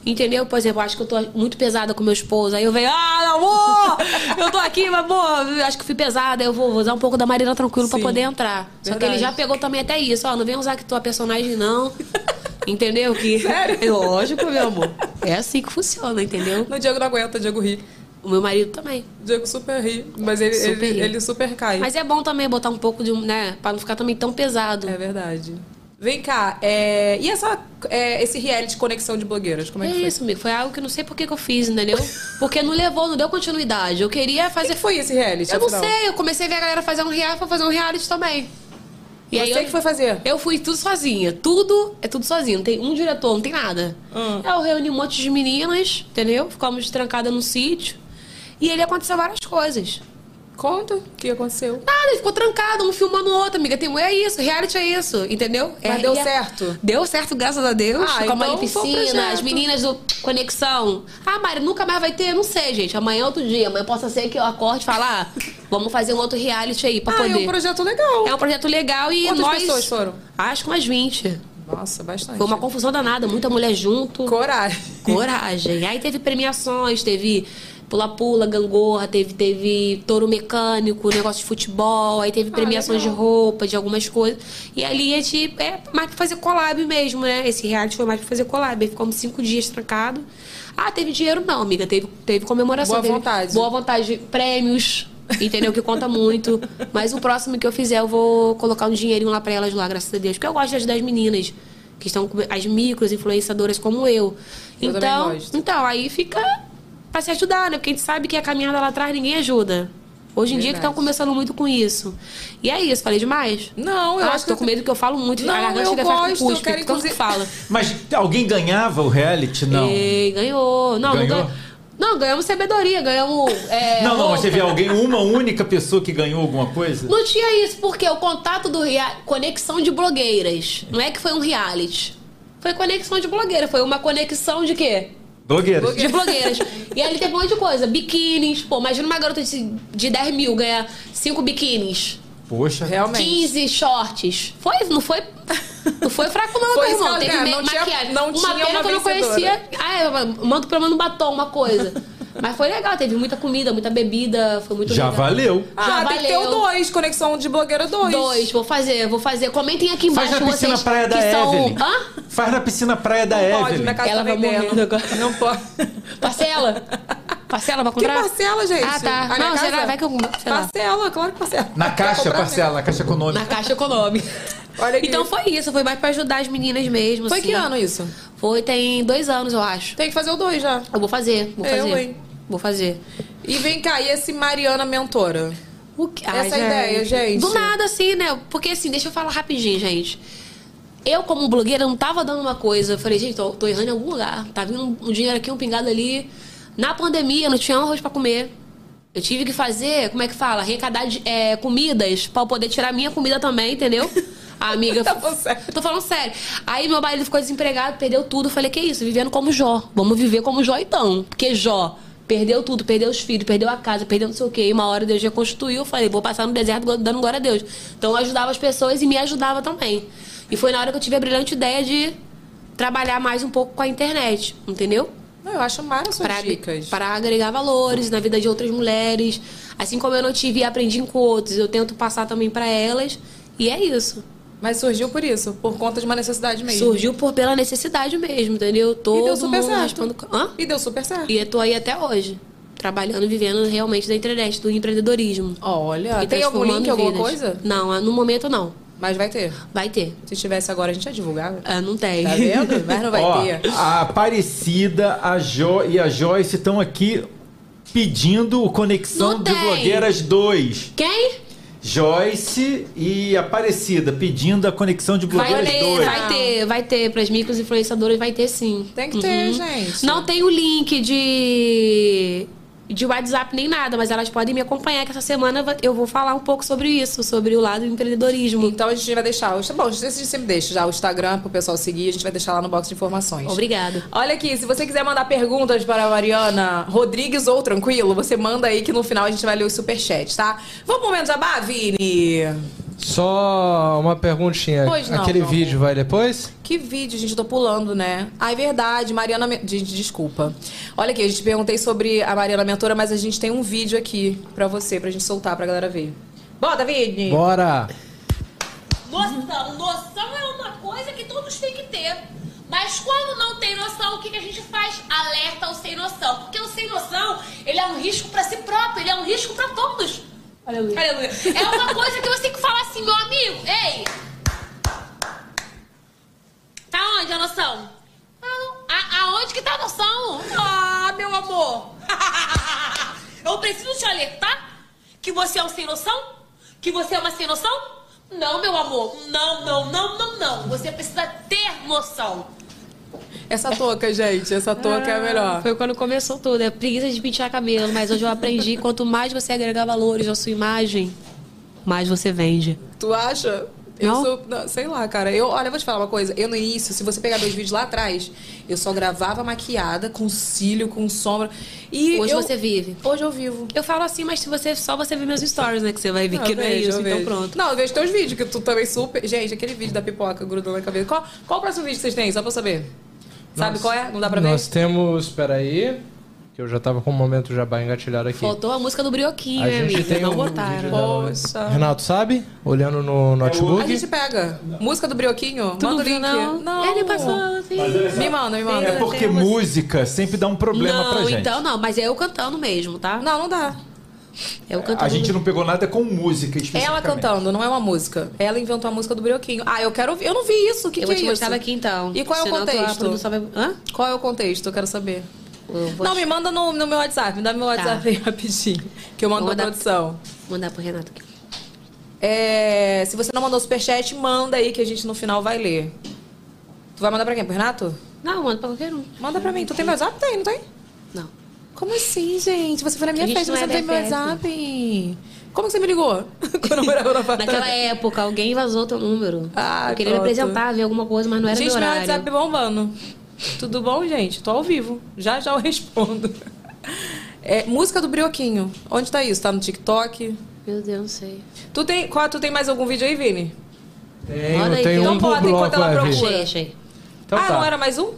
Speaker 10: Entendeu? Por exemplo, eu acho que eu tô muito pesada com meu esposo. Aí eu venho, ah, amor! Eu tô aqui, mas, pô, eu acho que fui pesada. Eu vou, vou usar um pouco da Mariana tranquilo pra
Speaker 8: Sim.
Speaker 10: poder entrar. Só que
Speaker 8: Verdade.
Speaker 10: ele já pegou também até isso. Ó, não vem usar que tua personagem, não. Entendeu? Que... Sério? Lógico, meu amor. É assim que funciona, entendeu?
Speaker 8: No Diego não aguenta, o Diego ri.
Speaker 10: O meu marido também.
Speaker 8: O Diego super ri, mas ele
Speaker 10: Super
Speaker 8: ele,
Speaker 10: ri.
Speaker 8: ele super cai.
Speaker 10: Mas é bom também botar um pouco de um, né? Pra não ficar também tão pesado.
Speaker 8: É verdade. Vem cá, é, e essa, é, esse reality Conexão de Blogueiras, como
Speaker 10: É
Speaker 8: é que foi?
Speaker 10: isso, amigo. Foi algo que eu não sei por que que eu fiz, entendeu? Porque não levou, não deu continuidade. Eu queria
Speaker 8: O que
Speaker 10: fazer.
Speaker 8: que foi esse reality?
Speaker 10: Eu não
Speaker 8: afinal?
Speaker 10: sei, eu comecei a ver a galera fazer um reality, vou fazer um reality também. E aí
Speaker 8: Você
Speaker 10: eu-
Speaker 8: que foi fazer?
Speaker 10: Eu fui tudo sozinha. Tudo é tudo sozinho. Não tem um diretor, não tem nada.
Speaker 8: Ah.
Speaker 10: Eu reuni um monte de meninas, entendeu? Ficamos trancadas num sítio. E ele aconteceu várias coisas.
Speaker 8: Conta o que aconteceu.
Speaker 10: Nada, ele ficou trancado, um filmando o outro, amiga. Tem, é isso, reality é isso, entendeu?
Speaker 8: Mas
Speaker 10: É,
Speaker 8: deu
Speaker 10: e é-
Speaker 8: certo?
Speaker 10: Deu certo, graças a Deus.
Speaker 8: Ah,
Speaker 10: Com a Mari
Speaker 8: então foi um
Speaker 10: Piscina,
Speaker 8: projeto.
Speaker 10: as meninas do Conexão. Ah, Mari, nunca mais vai ter? Não sei, gente. Amanhã é outro dia. Amanhã possa ser que eu acorde e falar, ah, vamos fazer um outro reality aí pra
Speaker 8: Ah, é
Speaker 10: poder.
Speaker 8: um projeto legal.
Speaker 10: É um projeto legal e
Speaker 8: Quantas
Speaker 10: nós...
Speaker 8: pessoas foram?
Speaker 10: Acho que umas 20.
Speaker 8: um- Nossa, bastante.
Speaker 10: Foi uma confusão danada, muita mulher junto.
Speaker 8: Coragem.
Speaker 10: Coragem. Aí teve premiações, teve pula-pula, gangorra, teve, teve touro mecânico, negócio de futebol, aí
Speaker 8: Ah,
Speaker 10: teve premiações de roupa, de algumas coisas. E ali a gente é mais pra fazer collab mesmo, né? Esse reality foi mais pra fazer collab. Aí ficamos cinco dias trancado. Ah, teve dinheiro não, amiga. Teve, teve comemoração.
Speaker 8: Boa
Speaker 10: teve
Speaker 8: vontade.
Speaker 10: Boa vontade. Prêmios. Entendeu? Que conta muito. Mas o próximo que eu fizer, eu vou colocar um dinheirinho lá pra elas lá, graças a Deus. Porque eu gosto das, das meninas. Que estão com- as micros influenciadoras como eu.
Speaker 8: Eu também
Speaker 10: então,
Speaker 8: gosto.
Speaker 10: então, aí fica pra se ajudar, né? Porque a gente sabe que a caminhada lá atrás ninguém ajuda. Hoje em dia que
Speaker 8: Verdade.
Speaker 10: estão começando muito com isso. E é isso, falei demais?
Speaker 8: Não, eu
Speaker 10: Ah,
Speaker 8: acho
Speaker 10: tô
Speaker 8: que-
Speaker 10: com medo que eu falo muito.
Speaker 8: Não,
Speaker 10: a garganta
Speaker 8: eu
Speaker 10: chega faz
Speaker 8: gosto,
Speaker 10: com cuspe,
Speaker 8: eu quero
Speaker 10: tanto que
Speaker 8: inclusive-
Speaker 10: fala.
Speaker 2: Mas alguém ganhava o reality? Não.
Speaker 10: Ei, ganhou. Não,
Speaker 2: Ganhou?
Speaker 10: não ganhou. Não, ganhamos sabedoria, ganhamos. é,
Speaker 2: não, não, mas
Speaker 10: roupa.
Speaker 2: teve alguém, uma única pessoa que ganhou alguma coisa?
Speaker 10: Não tinha isso, porque o contato do rea- Conexão de blogueiras. Não é que foi um reality. Foi conexão de blogueira. Foi uma conexão de quê?
Speaker 2: Blogueiras.
Speaker 10: De blogueiras. e aí ele teve um monte de coisa. Biquínis. Pô, imagina uma garota de, de 10 mil ganhar 5 biquínis.
Speaker 2: Poxa.
Speaker 8: Realmente.
Speaker 10: 15 shorts. Foi, não foi. Não foi fraco, não,
Speaker 8: Foi
Speaker 10: meu
Speaker 8: isso
Speaker 10: irmão.
Speaker 8: que eu-
Speaker 10: Teve
Speaker 8: é,
Speaker 10: meio
Speaker 8: não tinha-
Speaker 10: maquiagem.
Speaker 8: não
Speaker 10: uma
Speaker 8: tinha
Speaker 10: pena
Speaker 8: uma
Speaker 10: que eu não
Speaker 8: vencedora.
Speaker 10: conhecia. Ah, é, manda pelo menos um batom, uma coisa. Mas foi legal, teve muita comida, muita bebida, foi muito
Speaker 2: Já
Speaker 10: legal.
Speaker 2: valeu.
Speaker 8: Ah,
Speaker 10: Já
Speaker 8: tem que ter o
Speaker 10: valeu.
Speaker 8: dois, Conexão de Blogueira 2.
Speaker 10: Dois, vou fazer, vou fazer. Comentem aqui
Speaker 2: Faz
Speaker 10: embaixo
Speaker 2: na piscina
Speaker 10: vocês
Speaker 2: praia da
Speaker 10: que
Speaker 2: Evelyn.
Speaker 10: são. Hã?
Speaker 2: Faz na piscina praia da
Speaker 8: Não pode,
Speaker 2: Evelyn.
Speaker 8: minha casa
Speaker 10: Ela
Speaker 8: tá
Speaker 10: vai
Speaker 8: vendendo.
Speaker 10: morrendo agora.
Speaker 8: Não pode.
Speaker 10: Parcela? Parcela pra
Speaker 8: Que
Speaker 10: comprar?
Speaker 8: parcela, gente?
Speaker 10: Ah, tá.
Speaker 8: A minha
Speaker 10: Não,
Speaker 8: casa?
Speaker 10: será? Vai que eu. sei lá.
Speaker 8: Parcela, claro que parcela.
Speaker 2: Na
Speaker 8: Quer
Speaker 2: caixa,
Speaker 8: comprar
Speaker 2: parcela, na caixa econômica.
Speaker 10: Na caixa econômica.
Speaker 8: Olha aqui.
Speaker 10: então foi isso, foi mais pra ajudar as meninas mesmo.
Speaker 8: mesmo? Foi
Speaker 10: assim.
Speaker 8: que ano isso?
Speaker 10: Foi, tem dois anos, eu acho.
Speaker 8: Tem que fazer o dois já.
Speaker 10: Eu vou fazer, vou
Speaker 8: Eu,
Speaker 10: fazer.
Speaker 8: hein?
Speaker 10: Vou fazer.
Speaker 8: E vem cá, e esse Mariana Mentora?
Speaker 10: O que- Ai,
Speaker 8: Essa é ideia, gente.
Speaker 10: Do nada, assim, né? Porque assim, deixa eu falar rapidinho, gente. Eu, como blogueira, não tava dando uma coisa. Eu falei, gente, tô, tô errando em algum lugar. Tá vindo um, um dinheiro aqui, um pingado ali. Na pandemia, eu não tinha um arroz pra comer. Eu tive que fazer, como é que fala? Arrecadar de- é, comidas pra eu poder tirar minha comida também, entendeu? A amiga.
Speaker 8: Tá
Speaker 10: Tô falando sério. Aí meu marido ficou desempregado, perdeu tudo. Eu falei, que isso? Vivendo como Jó. Vamos viver como Jó então. Porque Jó perdeu tudo, perdeu os filhos, perdeu a casa, perdeu não sei o quê. E uma hora Deus reconstituiu. Eu falei, vou passar no deserto go- dando glória a Deus. Então eu ajudava as pessoas e me ajudava também. E foi na hora que eu tive a brilhante ideia de trabalhar mais um pouco com a internet, entendeu?
Speaker 8: Não, eu acho mara suas
Speaker 10: para
Speaker 8: dicas.
Speaker 10: para agregar valores na vida de outras mulheres. Assim como eu não tive e aprendi com outros, eu tento passar também para elas. E é isso.
Speaker 8: Mas surgiu por isso, por conta de uma necessidade mesmo.
Speaker 10: Surgiu por pela necessidade mesmo, entendeu? Todo
Speaker 8: E deu super
Speaker 10: mundo
Speaker 8: certo.
Speaker 10: raspando ca- Hã?
Speaker 8: E deu super certo.
Speaker 10: E eu tô aí até hoje, trabalhando, vivendo realmente da internet, do empreendedorismo.
Speaker 8: Olha,
Speaker 10: E
Speaker 8: tem algum
Speaker 10: transformando
Speaker 8: link, alguma
Speaker 10: vidas.
Speaker 8: coisa?
Speaker 10: Não, ah, no momento não.
Speaker 8: Mas vai ter.
Speaker 10: Vai ter.
Speaker 8: Se tivesse agora, a gente já divulgava.
Speaker 10: Ah, não tem.
Speaker 8: Tá vendo? Mas não vai
Speaker 2: Ó,
Speaker 8: ter.
Speaker 2: a Aparecida, a Jo e a Joyce estão aqui pedindo o Conexão
Speaker 10: Não
Speaker 2: de
Speaker 10: tem.
Speaker 2: Blogueiras 2.
Speaker 10: Quem?
Speaker 2: Joyce e Aparecida pedindo a Conexão de
Speaker 10: Vai
Speaker 2: Blogueiras
Speaker 10: ter,
Speaker 2: 2.
Speaker 10: vai ter, vai ter. Pras micros influenciadoras vai ter sim. Uhum.
Speaker 8: Tem que ter, gente.
Speaker 10: Não tem o link de de WhatsApp nem nada, mas elas podem me acompanhar que essa semana eu vou falar um pouco sobre isso, sobre o lado do empreendedorismo.
Speaker 8: Então a gente vai deixar. o- Bom, esse você sempre deixa já o Instagram pro pessoal seguir, a gente vai deixar lá no box de informações.
Speaker 10: Obrigada.
Speaker 8: Olha aqui, se você quiser mandar perguntas para a Mariana Rodrigues ou Tranquilo, você manda aí que no final a gente vai ler os superchats, tá? Vamos pro momento jabá, Vini?
Speaker 11: Só uma perguntinha.
Speaker 8: Pois não,
Speaker 11: Aquele
Speaker 8: meu
Speaker 11: vídeo vai depois?
Speaker 8: Que vídeo, gente, eu tô pulando, né? Ah, é verdade, Mariana... Me- Gente, desculpa. Olha aqui, eu te perguntei sobre a Mariana Mentora, mas a gente tem um vídeo aqui pra você, pra gente soltar pra galera ver. Bota, Vini!
Speaker 11: Bora!
Speaker 13: Noção, noção é uma coisa que todos têm que ter. Mas quando não tem noção, o que, que a gente faz? Alerta o sem noção. Porque o sem noção, ele é um risco pra si próprio, ele é um risco pra todos.
Speaker 10: Aleluia.
Speaker 13: É uma coisa que você tem que falar assim, meu amigo, ei! Tá onde a noção? Ah, a- aonde que tá a noção? Ah, meu amor! Eu preciso te alertar que você é um sem noção? Que você é uma sem noção? Não, meu amor. Não, não, não, não, não. Você precisa ter noção.
Speaker 8: Essa touca, gente, essa touca é a melhor.
Speaker 10: Foi quando começou tudo, é preguiça de pentear cabelo, mas hoje eu aprendi, quanto mais você agregar valores à sua imagem, mais você vende.
Speaker 8: Tu acha? Eu
Speaker 10: Não?
Speaker 8: sou. não, sei lá, cara. Eu, olha, eu vou te falar uma coisa. Eu no início, se você pegar meus vídeos lá atrás, eu só gravava maquiada, com cílio, com sombra. E
Speaker 10: Hoje
Speaker 8: eu-
Speaker 10: você vive.
Speaker 8: Hoje eu vivo.
Speaker 10: Eu falo assim, mas se você só você ver meus stories, né, que você vai ver
Speaker 8: Ah,
Speaker 10: que
Speaker 8: eu
Speaker 10: não é
Speaker 8: vejo,
Speaker 10: isso,
Speaker 8: eu
Speaker 10: então
Speaker 8: vejo.
Speaker 10: pronto.
Speaker 8: Não, eu vejo teus vídeos, que tu também super. Gente, aquele vídeo da pipoca grudando na cabeça. Qual, qual o próximo vídeo que vocês têm? Só pra eu saber. Sabe
Speaker 11: Nós-
Speaker 8: qual é? Não dá pra ver?
Speaker 11: Nós temos. Peraí. Que eu já tava com o momento jabá engatilhado aqui.
Speaker 10: Faltou a música do Brioquinho,
Speaker 11: A
Speaker 10: né,
Speaker 11: gente
Speaker 10: amiga?
Speaker 11: tem
Speaker 10: Não
Speaker 11: um
Speaker 10: botaram.
Speaker 2: né?
Speaker 11: vídeo dela.
Speaker 8: Poxa.
Speaker 11: Renato, sabe? Olhando no notebook.
Speaker 8: A gente pega. Música do Brioquinho?
Speaker 10: Tu
Speaker 8: manda
Speaker 10: não
Speaker 8: o
Speaker 10: viu,
Speaker 8: link.
Speaker 10: não? Ele passou assim.
Speaker 8: Me manda, me manda.
Speaker 2: É porque música sempre dá um problema
Speaker 10: não,
Speaker 2: pra gente.
Speaker 10: então não, mas é eu cantando mesmo, tá?
Speaker 8: Não, não dá.
Speaker 10: É eu cantando.
Speaker 2: A gente não pegou nada com música
Speaker 8: Ela
Speaker 2: especificamente.
Speaker 8: cantando, não é uma música. Ela inventou a música do Brioquinho. Ah, eu quero ouvir. Eu não vi isso. O que,
Speaker 10: eu
Speaker 8: que
Speaker 10: vou
Speaker 8: é
Speaker 10: te
Speaker 8: isso?
Speaker 10: mostrar daqui então.
Speaker 8: E qual é o
Speaker 10: Senão
Speaker 8: contexto?
Speaker 10: A produção vai... Hã?
Speaker 8: Qual é o contexto? Eu quero saber.
Speaker 10: Eu vou
Speaker 8: não,
Speaker 10: te- Tá.
Speaker 8: me manda no, no meu WhatsApp. Me dá meu WhatsApp aí rapidinho. Que eu mando
Speaker 10: Vou
Speaker 8: pra
Speaker 10: mandar-
Speaker 8: produção.
Speaker 10: Vou mandar pro Renato aqui.
Speaker 8: É, se você não mandou superchat, manda aí que a gente no final vai ler. Tu vai mandar pra quem? Pro Renato?
Speaker 10: Não, manda pra qualquer um.
Speaker 8: Manda pra mim. Tu tem meu WhatsApp? Tem, não tem?
Speaker 10: Não.
Speaker 8: Como assim, gente? Você foi na minha
Speaker 10: A gente
Speaker 8: festa,
Speaker 10: não
Speaker 8: você
Speaker 10: é
Speaker 8: não tem meu
Speaker 10: da festa.
Speaker 8: WhatsApp. Como que você me ligou? Quando eu morava na favela.
Speaker 10: Naquela época, alguém vazou teu número.
Speaker 8: Ah,
Speaker 10: eu queria
Speaker 8: pronto.
Speaker 10: me apresentar, ver alguma coisa, mas não era
Speaker 8: gente,
Speaker 10: meu
Speaker 8: meu
Speaker 10: horário.
Speaker 8: WhatsApp bombando. Tudo bom, gente? Tô ao vivo. Já já eu respondo. É, música do Brioquinho. Onde tá isso? Tá no TikTok?
Speaker 10: Meu Deus, não sei.
Speaker 8: Tu tem, qual, tu tem mais algum vídeo aí, Vini?
Speaker 10: Olha
Speaker 11: Tem,
Speaker 10: aí,
Speaker 11: tem
Speaker 10: então
Speaker 11: um por
Speaker 8: bota enquanto
Speaker 11: bloco,
Speaker 8: ela
Speaker 11: Eve.
Speaker 8: procura.
Speaker 10: Achei, achei.
Speaker 11: Então
Speaker 8: ah,
Speaker 11: tá.
Speaker 8: não era mais um?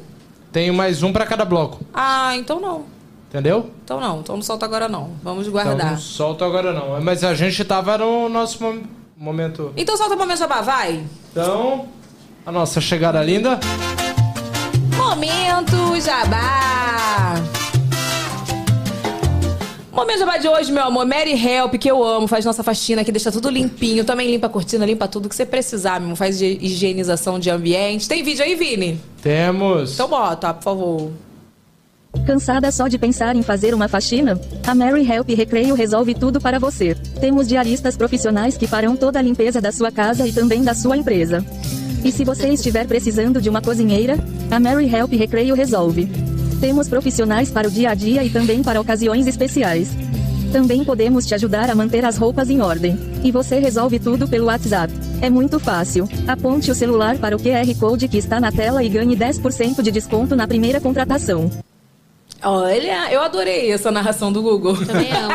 Speaker 11: Tem mais um pra cada bloco,
Speaker 8: Ah, então não.
Speaker 11: entendeu?
Speaker 8: Então não. Então não solta agora não. Vamos
Speaker 11: Então
Speaker 8: guardar.
Speaker 11: não solto agora não. Mas a gente tava no nosso mom- momento.
Speaker 8: Então solta o momento jabá, vai.
Speaker 11: Então, a nossa chegada linda.
Speaker 8: Momento Jabá! Momento Jabá de hoje, meu amor. Mary Help, que eu amo, faz nossa faxina aqui, deixa tudo limpinho. Também limpa a cortina, limpa tudo que você precisar, meu amor. Faz de- higienização de ambiente. Tem vídeo aí, Vini?
Speaker 11: Temos.
Speaker 8: Então bota, por Então favor.
Speaker 14: Cansada só de pensar em fazer uma faxina? A Mary Help Recreio resolve tudo para você. Temos diaristas profissionais que farão toda a limpeza da sua casa e também da sua empresa. E se você estiver precisando de uma cozinheira, a Mary Help Recreio resolve. Temos profissionais para o dia a dia e também para ocasiões especiais. Também podemos te ajudar a manter as roupas em ordem. E você resolve tudo pelo WhatsApp. É muito fácil. Aponte o celular para o QR Code que está na tela e ganhe 10% de desconto na primeira contratação.
Speaker 8: Olha, eu adorei essa narração do Google.
Speaker 10: Também amo.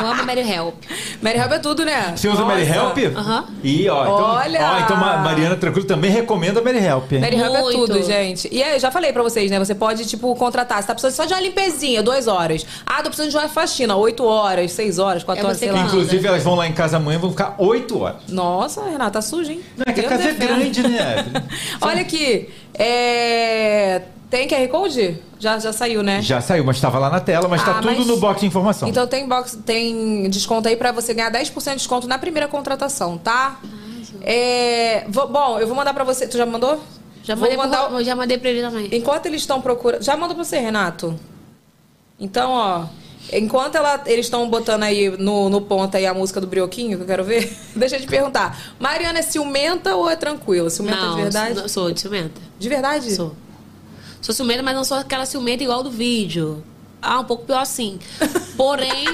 Speaker 10: Eu amo Mary Help.
Speaker 8: Mary Help é tudo, né?
Speaker 2: Você usa Mary Help?
Speaker 10: Aham.
Speaker 2: E ó, então,
Speaker 8: Olha!
Speaker 2: ó, então Ma- Mariana Tranquilo também recomenda Mary Help. hein?
Speaker 8: Mary Help é tudo, gente. E aí, eu já falei pra vocês, né? Você pode, tipo, contratar. Você tá precisando só de uma limpezinha, duas horas. Ah, tô precisando de uma faxina, oito horas, seis horas, quatro
Speaker 10: É
Speaker 8: horas, sei lá.
Speaker 2: Inclusive, elas vão lá em casa amanhã e vão ficar 8 horas.
Speaker 8: Nossa, Renata, tá suja, hein?
Speaker 2: Não, é que a
Speaker 8: Deus
Speaker 2: casa é
Speaker 8: defenda.
Speaker 2: grande, né?
Speaker 8: Olha aqui. É... Tem QR Code? Já, já saiu, né?
Speaker 2: Já saiu, mas estava lá na tela, mas tá
Speaker 8: Ah,
Speaker 2: tudo
Speaker 8: mas-
Speaker 2: no box de informação.
Speaker 8: Então tem, box, tem desconto aí pra você ganhar 10% de desconto na primeira contratação, tá? É, vou- bom, eu vou mandar pra você. Tu já mandou?
Speaker 10: Já
Speaker 8: Vou
Speaker 10: mandei,
Speaker 8: mandar
Speaker 10: pro, já mandei pra ele também.
Speaker 8: Enquanto eles estão procurando. Já manda pra você, Renato. Então, ó. Enquanto ela- eles estão botando aí no, no ponto aí a música do Brioquinho, que eu quero ver, deixa eu te perguntar. Mariana é ciumenta ou é tranquila? Ciumenta
Speaker 10: não,
Speaker 8: de verdade?
Speaker 10: Não, sou de ciumenta.
Speaker 8: De verdade?
Speaker 10: Sou. Sou ciumenta, mas não sou aquela ciumenta igual do vídeo. Ah, um pouco pior assim. Porém,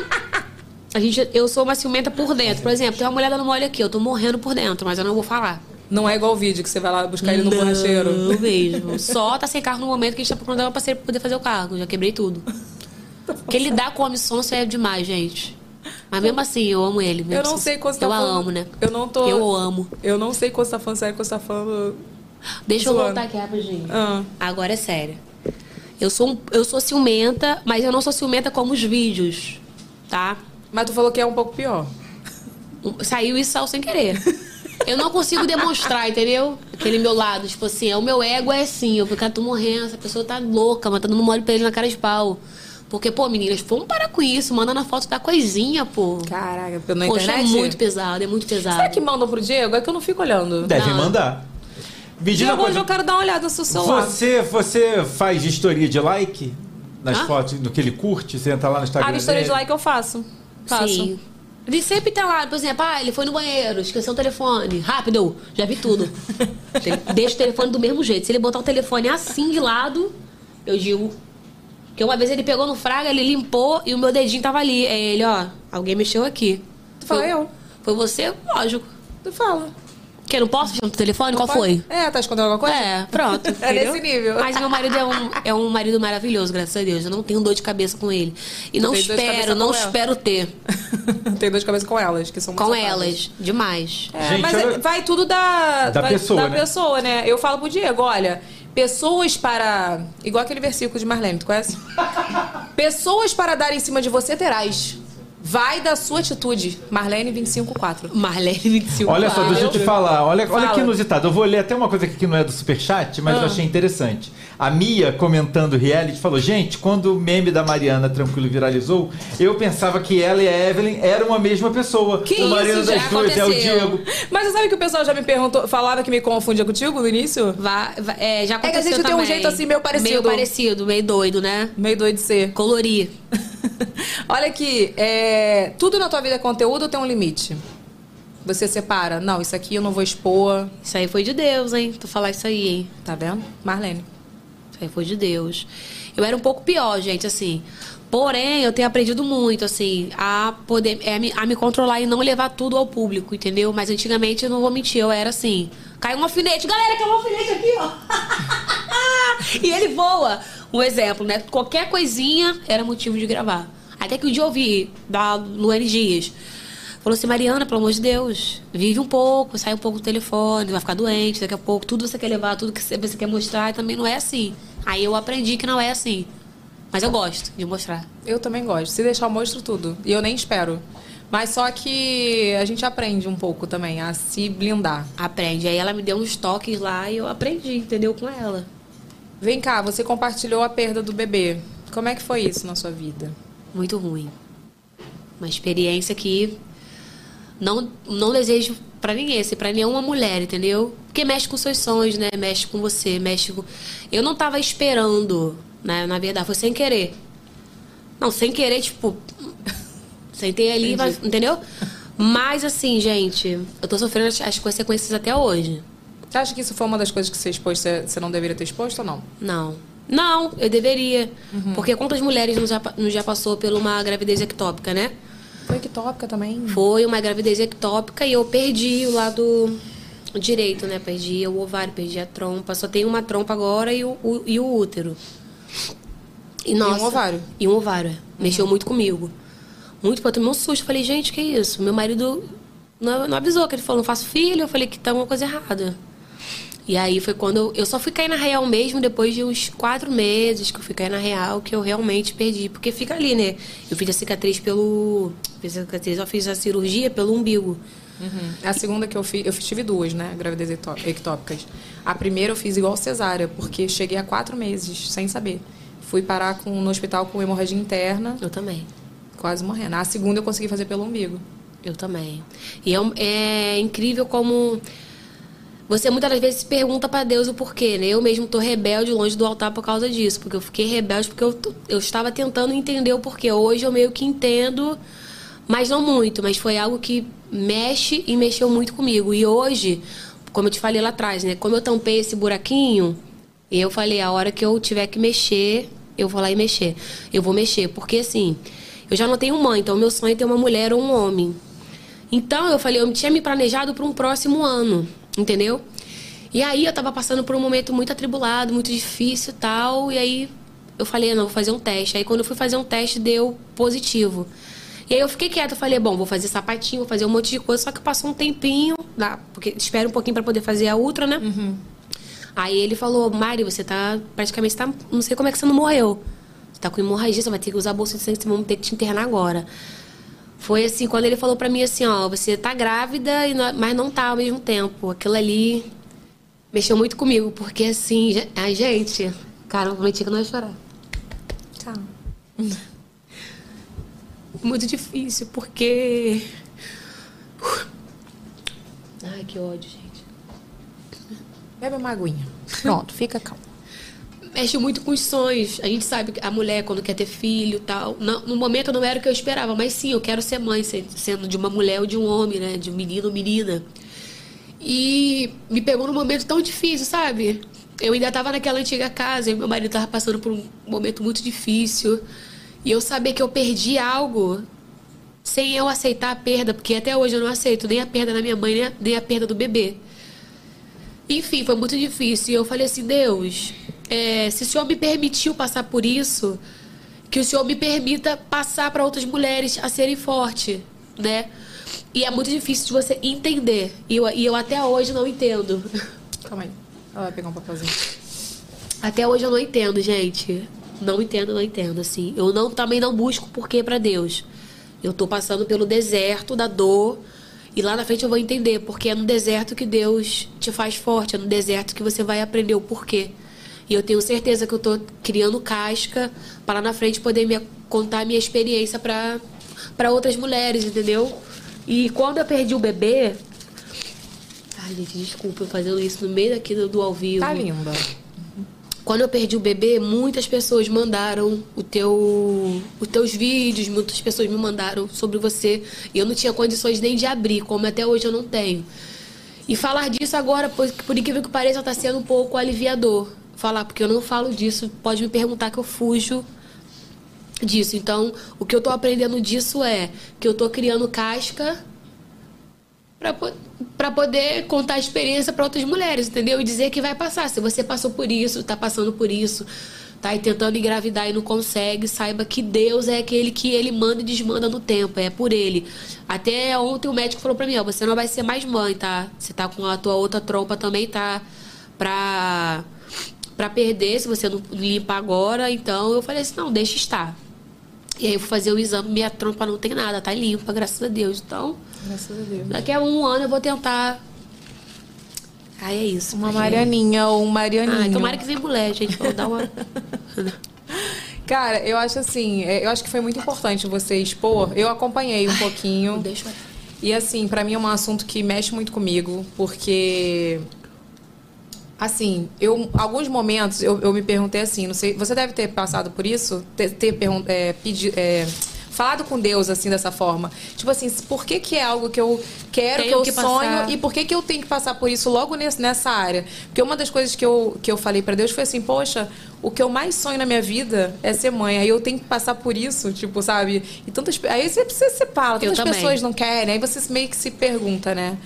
Speaker 10: a gente, eu sou uma ciumenta por dentro. Por exemplo, tem uma mulher dando mole aqui, eu tô morrendo por dentro, mas eu não vou falar.
Speaker 8: Não é igual o vídeo que você vai lá buscar ele no
Speaker 10: Não
Speaker 8: borracheiro.
Speaker 10: mesmo. Só tá sem carro no momento que a gente tá procurando um parceiro pra poder fazer o cargo. Já quebrei tudo. Porque lidar com homem sonso é demais, gente. Mas mesmo assim, eu amo ele. mesmo
Speaker 8: Eu não
Speaker 10: assim.
Speaker 8: sei quando você tá
Speaker 10: Eu a
Speaker 8: falando.
Speaker 10: amo, né?
Speaker 8: Eu não tô.
Speaker 10: Eu amo.
Speaker 8: Eu não sei quando você tá falando sério, quando você tá falando.
Speaker 10: Deixa eu
Speaker 8: Zoando.
Speaker 10: voltar aqui rapidinho.
Speaker 8: Ah.
Speaker 10: Agora é sério. Eu sou, um- eu sou ciumenta, mas eu não sou ciumenta como os vídeos, tá? Um,
Speaker 8: Mas tu falou que é um pouco pior.
Speaker 10: Saiu isso ao sem querer. Eu não consigo demonstrar, entendeu? Aquele meu lado, tipo assim, é o meu ego é assim, eu ficar tô morrendo, essa pessoa tá louca, matando um mole pra ele na cara de pau. Porque, pô, meninas, vamos parar com isso, mandando a foto da coisinha, pô.
Speaker 8: Caraca, porque na
Speaker 10: Poxa, é
Speaker 8: internet?
Speaker 10: muito pesado, é muito pesado.
Speaker 8: Será que mandam pro Diego? É que eu não fico olhando.
Speaker 2: Devem
Speaker 8: Não.
Speaker 2: mandar. Me diz uma
Speaker 8: Diego, hoje
Speaker 2: coisa,
Speaker 8: eu quero dar uma olhada no seu celular.
Speaker 2: você, você faz história de like nas
Speaker 8: Hã?
Speaker 2: fotos, no que ele curte? Você entra lá no Instagram
Speaker 8: Ah, história de
Speaker 2: dele?
Speaker 8: like eu faço. Faço.
Speaker 10: Sim. Ele sempre tá lá, por exemplo, ah, ele foi no banheiro, esqueceu o telefone, rápido, já vi tudo. Tem- Deixa o telefone do mesmo jeito. Se ele botar o telefone assim de lado, eu digo. Porque uma vez ele pegou no fraga, ele limpou e o meu dedinho tava ali. Aí ele, ó, alguém mexeu aqui. Tu
Speaker 8: fala, eu?
Speaker 10: Foi você? Lógico.
Speaker 8: Tu fala.
Speaker 10: Que eu não posso chamar o telefone? Qual foi?
Speaker 8: É, tá escondendo alguma coisa?
Speaker 10: É, pronto.
Speaker 8: É
Speaker 10: entendeu?
Speaker 8: nesse nível.
Speaker 10: Mas meu marido é um, é um marido maravilhoso, graças a Deus. Eu não tenho dor de cabeça com ele. E
Speaker 8: Tu
Speaker 10: não
Speaker 8: tem dor de cabeça
Speaker 10: espero,
Speaker 8: com
Speaker 10: não
Speaker 8: ela?
Speaker 10: espero ter.
Speaker 8: Tem dor de cabeça com elas, que são muito
Speaker 10: É. Com
Speaker 8: safadas.
Speaker 10: elas, demais.
Speaker 8: É, mas é- vai tudo da,
Speaker 10: Da
Speaker 8: vai-
Speaker 10: pessoa,
Speaker 8: da
Speaker 10: né?
Speaker 8: pessoa, né? Eu falo pro Diego, olha, pessoas para. Igual aquele versículo de Marlene, tu conhece? pessoas para dar em cima de você terás. Vai da sua atitude. Marlene 254.
Speaker 10: Marlene 25.
Speaker 2: Olha só, deixa eu te falar. Olha, olha que inusitado. Eu vou ler até uma coisa aqui que não é do Superchat, mas eu
Speaker 8: Ah.
Speaker 2: achei interessante. A Mia, comentando reality, falou: Gente, quando o meme da Mariana Tranquilo viralizou, eu pensava que ela e a Evelyn eram a mesma pessoa.
Speaker 8: Que
Speaker 2: o marido
Speaker 8: isso,
Speaker 2: das
Speaker 8: já
Speaker 2: duas é o
Speaker 8: aconteceu.
Speaker 2: Diego.
Speaker 8: Mas você sabe que o pessoal já me perguntou, falava que me confundia contigo no início?
Speaker 10: Vá, é, já
Speaker 8: É que a gente tem um jeito assim meio parecido.
Speaker 10: Meio parecido, meio doido, né?
Speaker 8: Meio doido de ser.
Speaker 10: Colorir.
Speaker 8: Olha aqui, é, tudo na tua vida é conteúdo ou tem um limite? Você separa? Não, isso aqui eu não vou expor.
Speaker 10: Isso aí foi de Deus, hein? Tu falar isso aí, hein?
Speaker 8: Tá vendo? Marlene.
Speaker 10: Isso aí foi de Deus. Eu era um pouco pior, gente, assim. Porém, eu tenho aprendido muito, assim, a poder é, me- a me controlar e não levar tudo ao público, entendeu? Mas antigamente, eu não vou mentir, eu era assim. Caiu um alfinete, galera, caiu um alfinete aqui, ó. e ele voa. Um exemplo, né? Qualquer coisinha era motivo de gravar. Até que um dia eu ouvi da Luane Dias. Falou assim, Mariana, pelo amor de Deus, vive um pouco, sai um pouco do telefone, vai ficar doente daqui a pouco, tudo você quer levar, tudo que você quer mostrar, e também não é assim. Aí eu aprendi que não é assim. Mas eu gosto de mostrar.
Speaker 8: Eu também gosto. Se deixar, eu mostro tudo. E eu nem espero. Mas só que a gente aprende um pouco também a se blindar.
Speaker 10: Aprende. Aí ela me deu uns toques lá e eu aprendi, entendeu? Com ela.
Speaker 8: Vem cá, você compartilhou a perda do bebê. Como é que foi isso na sua vida?
Speaker 10: Muito ruim. Uma experiência que não, não desejo pra ninguém, assim, pra nenhuma mulher, entendeu? Porque mexe com seus sonhos, né? Mexe com você, mexe com. Eu não tava esperando né? Na verdade, foi sem querer. Não, sem querer, tipo. Sentei ali, mas- entendeu? Mas assim, gente, eu tô sofrendo as, as consequências até hoje.
Speaker 8: Você acha que isso foi uma das coisas que você expôs, você você não deveria ter exposto ou não?
Speaker 10: Não. Não, eu deveria. Porque quantas mulheres não já, pa- não já passou por uma gravidez ectópica, né?
Speaker 8: Foi ectópica também?
Speaker 10: Foi uma gravidez ectópica e eu perdi o lado direito, né? Perdi o ovário, perdi a trompa. Só tenho uma trompa agora e o, o- e o útero. E, nossa,
Speaker 8: um ovário.
Speaker 10: E um ovário, é. Mexeu muito comigo. Muito, eu tomei um susto. Falei, gente, que isso? Meu marido não, não avisou, que ele falou, não faço filho. Eu falei que tá alguma coisa errada. E aí foi quando eu, eu só fui cair na real mesmo depois de uns quatro meses que eu fui cair na real, que eu realmente perdi. Porque fica ali, né? Eu fiz a cicatriz pelo. Fiz a cicatriz, eu fiz a cirurgia pelo umbigo.
Speaker 8: Uhum. É A segunda que eu fiz, eu fiz- tive duas, né? Gravidez ectó- ectópicas. A primeira eu fiz igual cesárea, porque cheguei a quatro meses, sem saber. Fui parar com, no hospital com hemorragia interna.
Speaker 10: Eu também.
Speaker 8: Quase morrendo. A segunda eu consegui fazer pelo umbigo.
Speaker 10: Eu também. E é, um- é incrível como você muitas das vezes se pergunta pra Deus o porquê, né? Eu mesmo tô rebelde longe do altar por causa disso, porque eu fiquei rebelde porque eu, t- eu estava tentando entender o porquê. Hoje eu meio que entendo, mas não muito, mas foi algo que mexe e mexeu muito comigo. E hoje, como eu te falei lá atrás, né? Como eu tampei esse buraquinho, eu falei, a hora que eu tiver que mexer, eu vou lá e mexer. Eu vou mexer, porque assim, eu já não tenho mãe, então meu sonho é ter uma mulher ou um homem. Então eu falei, eu tinha me planejado para um próximo ano, entendeu? E aí eu tava passando por um momento muito atribulado, muito difícil e tal. E aí eu falei, não, vou fazer um teste. Aí quando eu fui fazer um teste, deu positivo. E aí eu fiquei quieta, eu falei, bom, vou fazer sapatinho, vou fazer um monte de coisa. Só que passou um tempinho, lá, porque espera um pouquinho para poder fazer a ultra, né? Aí ele falou, Mari, você tá praticamente, tá, não sei como é que você não morreu. Você tá com hemorragia, você vai ter que usar bolsa de sangue, vamos ter que te internar agora. Foi assim, quando ele falou pra mim assim, ó, você tá grávida, e não- mas não tá ao mesmo tempo. Aquilo ali mexeu muito comigo, porque assim, ge- a gente. Cara, eu prometi que eu não ia chorar. Tchau. Muito difícil, porque. uh, Ai, que ódio, gente.
Speaker 8: Bebe uma aguinha. Pronto, fica calmo.
Speaker 10: Mexe muito com os sonhos. A gente sabe que a mulher, quando quer ter filho e tal. não- no momento não era o que eu esperava, mas sim, eu quero ser mãe, se- sendo de uma mulher ou de um homem, né? De um menino ou menina. E me pegou num momento tão difícil, sabe? Eu ainda estava naquela antiga casa, e meu marido estava passando por um momento muito difícil. E eu saber que eu perdi algo sem eu aceitar a perda, porque até hoje eu não aceito nem a perda da minha mãe, nem a- nem a perda do bebê. Enfim, foi muito difícil. E eu falei assim, Deus, é, se o Senhor me permitiu passar por isso, que o Senhor me permita passar para outras mulheres a serem fortes, né? E é muito difícil de você entender. E eu, e eu até hoje não entendo.
Speaker 8: Calma aí. Ela vai pegar um papelzinho.
Speaker 10: Até hoje eu não entendo, gente. Não entendo, não entendo, assim. Eu não também não busco porquê pra Deus. Eu tô passando pelo deserto da dor e lá na frente eu vou entender, porque é no deserto que Deus te faz forte, é no deserto que você vai aprender o porquê. E eu tenho certeza que eu tô criando casca para lá na frente poder me contar a minha experiência pra para outras mulheres, entendeu? E quando eu perdi o bebê, Ai, gente, desculpa eu fazendo isso no meio daqui do, do ao vivo.
Speaker 8: Tá linda.
Speaker 10: Quando eu perdi o bebê, muitas pessoas mandaram o teu, os teus vídeos, muitas pessoas me mandaram sobre você. E eu não tinha condições nem de abrir, como até hoje eu não tenho. E falar disso agora, por, por incrível que pareça, está sendo um pouco aliviador. Falar, porque eu não falo disso, pode me perguntar que eu fujo disso. Então, o que eu tô aprendendo disso é que eu tô criando casca pra, po- pra poder contar a experiência pra outras mulheres, entendeu? E dizer que vai passar. Se você passou por isso, tá passando por isso, tá aí tentando engravidar e não consegue, saiba que Deus é aquele que ele manda e desmanda no tempo, é por ele. Até ontem o médico falou pra mim, ó, você não vai ser mais mãe, tá? Você tá com a tua outra trompa também, tá? Pra, pra perder, se você não limpar agora. Então eu falei assim, não, deixa estar. E aí eu fui fazer o exame, minha trompa não tem nada, tá limpa, graças a Deus. Então,
Speaker 8: Graças a Deus.
Speaker 10: Daqui a um ano eu vou tentar. Ai, é isso.
Speaker 8: Uma Marianinha ou um Marianinho.
Speaker 10: Ai, Ah, tomara que venha mulher, gente. Vou dar uma.
Speaker 8: Cara, eu acho assim, é, eu acho que foi muito importante você expor. Eu acompanhei um pouquinho.
Speaker 10: Deixa eu...
Speaker 8: E assim, pra mim é um assunto que mexe muito comigo, porque Assim, eu alguns momentos eu, eu me perguntei assim, não sei, você deve ter passado por isso, ter, ter pergun- é, pedi- é, falado com Deus assim dessa forma, tipo assim, por que que é algo que eu quero,
Speaker 10: Tenho
Speaker 8: que eu
Speaker 10: que
Speaker 8: sonho
Speaker 10: passar.
Speaker 8: e por que que eu tenho que passar por isso logo nesse- nessa área? Porque uma das coisas que eu que eu falei pra Deus foi assim, poxa, o que eu mais sonho na minha vida é ser mãe. Aí eu tenho que passar por isso, tipo, sabe? E tantas pe- aí você, você se fala,
Speaker 10: Eu
Speaker 8: tantas
Speaker 10: também.
Speaker 8: pessoas não querem, aí você meio que se pergunta, né?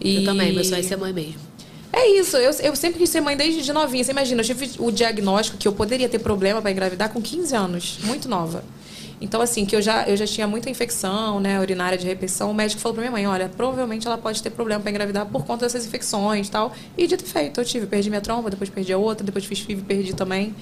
Speaker 8: E...
Speaker 10: Eu também, meu sonho é ser mãe mesmo.
Speaker 8: É isso, eu, eu sempre quis ser mãe desde de novinha. Você imagina, eu tive o diagnóstico que eu poderia ter problema para engravidar com 15 anos, muito nova. Então, assim, que eu já, eu já tinha muita infecção, né, urinária de repetição. O médico falou pra minha mãe: olha, provavelmente ela pode ter problema para engravidar por conta dessas infecções e tal. E dito e feito, eu tive. Perdi minha tromba, depois perdi a outra, depois fiz FIV e perdi também.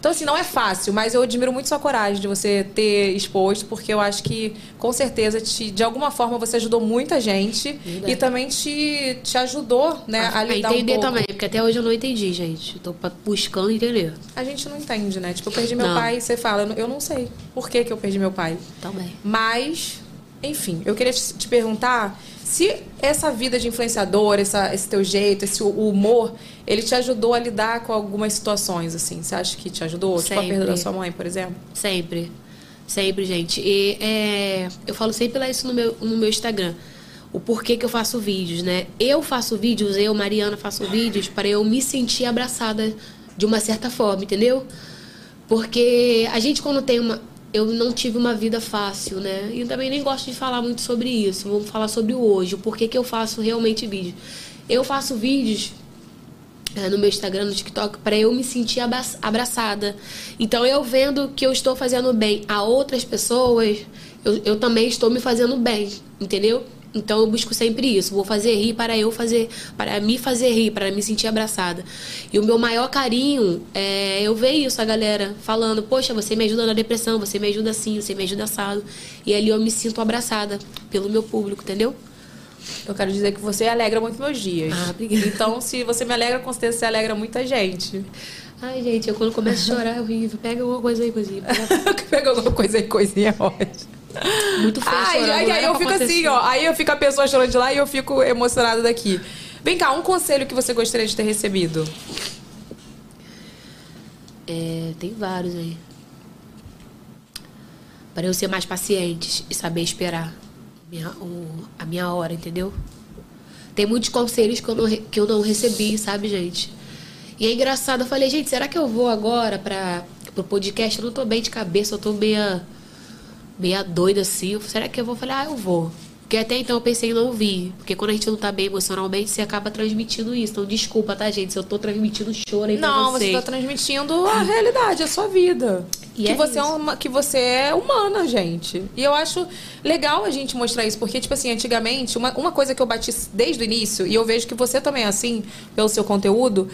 Speaker 8: Então, assim, não é fácil, mas eu admiro muito sua coragem de você ter exposto, porque eu acho que, com certeza, te- de alguma forma você ajudou muita gente e também te, te ajudou, né, a, lidar
Speaker 10: é Ah, entender
Speaker 8: um pouco.
Speaker 10: também, porque até hoje eu não entendi, gente. Eu Tô pa- buscando entender.
Speaker 8: A gente não entende, né? Tipo, eu perdi meu
Speaker 10: Não.
Speaker 8: pai, você fala, eu não- eu não sei por que, que eu perdi meu pai.
Speaker 10: Também.
Speaker 8: Mas, enfim, eu queria te te perguntar se essa vida de influenciador, essa- esse teu jeito, esse o humor, ele te ajudou a lidar com algumas situações, assim. Você acha que te ajudou? Tipo, a perda
Speaker 10: Sempre.
Speaker 8: da sua mãe, por exemplo?
Speaker 10: Sempre. Sempre, gente. E é, eu falo sempre lá isso no meu, no meu Instagram. O porquê que eu faço vídeos, né? Eu faço vídeos, eu, Mariana, faço vídeos para eu me sentir abraçada de uma certa forma, entendeu? Porque a gente quando tem uma. Eu não tive uma vida fácil, né? E eu também nem gosto de falar muito sobre isso. Vamos falar sobre o hoje, o porquê que eu faço realmente vídeo. Eu faço vídeos é, no meu Instagram, no TikTok, para eu me sentir aba- abraçada. Então eu vendo que eu estou fazendo bem a outras pessoas, eu, eu também estou me fazendo bem, entendeu? Então eu busco sempre isso, vou fazer rir para eu fazer, para me fazer rir, para me sentir abraçada. E o meu maior carinho é eu ver isso, a galera falando, poxa, você me ajuda na depressão, você me ajuda assim, você me ajuda assado. E ali eu me sinto abraçada pelo meu público, entendeu?
Speaker 8: Eu quero dizer que você alegra muito meus dias. Ah, obrigada. Então, se você me alegra, com certeza você alegra muita gente.
Speaker 10: Ai, gente, eu quando começo a chorar é horrível. Pega alguma coisa aí, coisinha.
Speaker 8: Pega alguma coisa aí, coisinha, ótimo.
Speaker 10: Muito feio
Speaker 8: Ai,
Speaker 10: chorando, né?
Speaker 8: ai,
Speaker 10: não
Speaker 8: ai,
Speaker 10: era
Speaker 8: eu
Speaker 10: pra
Speaker 8: fico
Speaker 10: acontecer.
Speaker 8: assim, ó. Aí eu fico a pessoa chorando de lá e eu fico emocionada daqui. Vem cá, um conselho que você gostaria de ter recebido.
Speaker 10: É, tem vários aí. Para eu ser mais paciente e saber esperar minha- o- a minha hora, entendeu? Tem muitos conselhos que eu, não, re- que eu não recebi, sabe, gente? E é engraçado, eu falei, gente, será que eu vou agora para pro podcast? Eu não tô bem de cabeça, eu tô meia, meia doida assim. Eu falei, será que eu vou? Eu falei, ah, eu vou. Porque até então eu pensei em não vir. Porque quando a gente não tá bem emocionalmente, você acaba transmitindo isso. Então, desculpa, tá, gente? Se eu tô transmitindo choro aí pra
Speaker 8: Não, você
Speaker 10: vocês.
Speaker 8: tá transmitindo a realidade, a sua vida.
Speaker 10: E
Speaker 8: que,
Speaker 10: é
Speaker 8: você é
Speaker 10: isso.
Speaker 8: uma, que você é humana, gente. E eu acho legal a gente mostrar isso, porque, tipo assim, antigamente, uma, uma coisa que eu bati desde o início, e eu vejo que você também é assim, pelo seu conteúdo,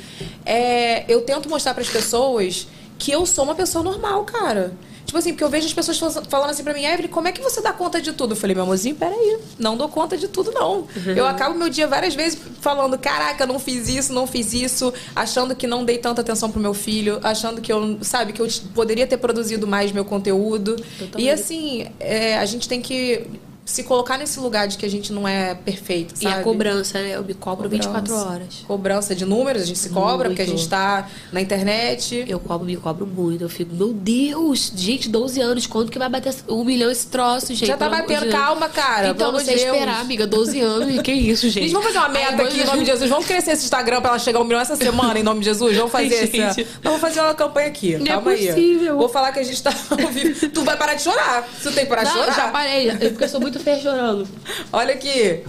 Speaker 8: é, eu tento mostrar pras pessoas que eu sou uma pessoa normal, cara. Tipo assim, porque eu vejo as pessoas fal- falando assim pra mim, Evelyn, como é que você dá conta de tudo? Eu falei, meu amorzinho, peraí, não dou conta de tudo, não.
Speaker 10: Uhum.
Speaker 8: Eu acabo meu dia várias vezes falando, caraca, não fiz isso, não fiz isso, achando que não dei tanta atenção pro meu filho, achando que eu, sabe, que eu t- poderia ter produzido mais meu conteúdo. E assim, é, a gente tem que se colocar nesse lugar de que a gente não é perfeito,
Speaker 10: E
Speaker 8: sabe?
Speaker 10: a cobrança, né? Eu me cobro 24
Speaker 8: Cobrança.
Speaker 10: horas.
Speaker 8: Cobrança de números, a gente se cobra, porque a
Speaker 10: Muito.
Speaker 8: gente tá na internet.
Speaker 10: Eu cobro, me cobro muito. Eu fico, meu Deus, gente, 12 anos, quando que vai bater um milhão esse troço, gente?
Speaker 8: Já tá
Speaker 10: Pelo amor de
Speaker 8: batendo,
Speaker 10: Deus.
Speaker 8: calma, cara.
Speaker 10: Então
Speaker 8: pelo
Speaker 10: você
Speaker 8: Deus.
Speaker 10: esperar, amiga, 12 anos, e que isso, gente?
Speaker 8: Gente, vamos fazer uma meta
Speaker 10: Aí,
Speaker 8: aqui, em nome de Jesus. Vamos crescer esse Instagram pra ela chegar a um milhão essa semana, em nome de Jesus? Vamos fazer
Speaker 10: Gente.
Speaker 8: essa. Não, vamos fazer uma campanha aqui.
Speaker 10: Não é
Speaker 8: Calma
Speaker 10: possível.
Speaker 8: aí. Vou falar que a gente tá ao vivo. Tu vai parar de chorar. Se tu tem que parar de
Speaker 10: Não, eu
Speaker 8: chorar.
Speaker 10: já parei, já- porque eu sou muito feia chorando.
Speaker 8: Olha aqui.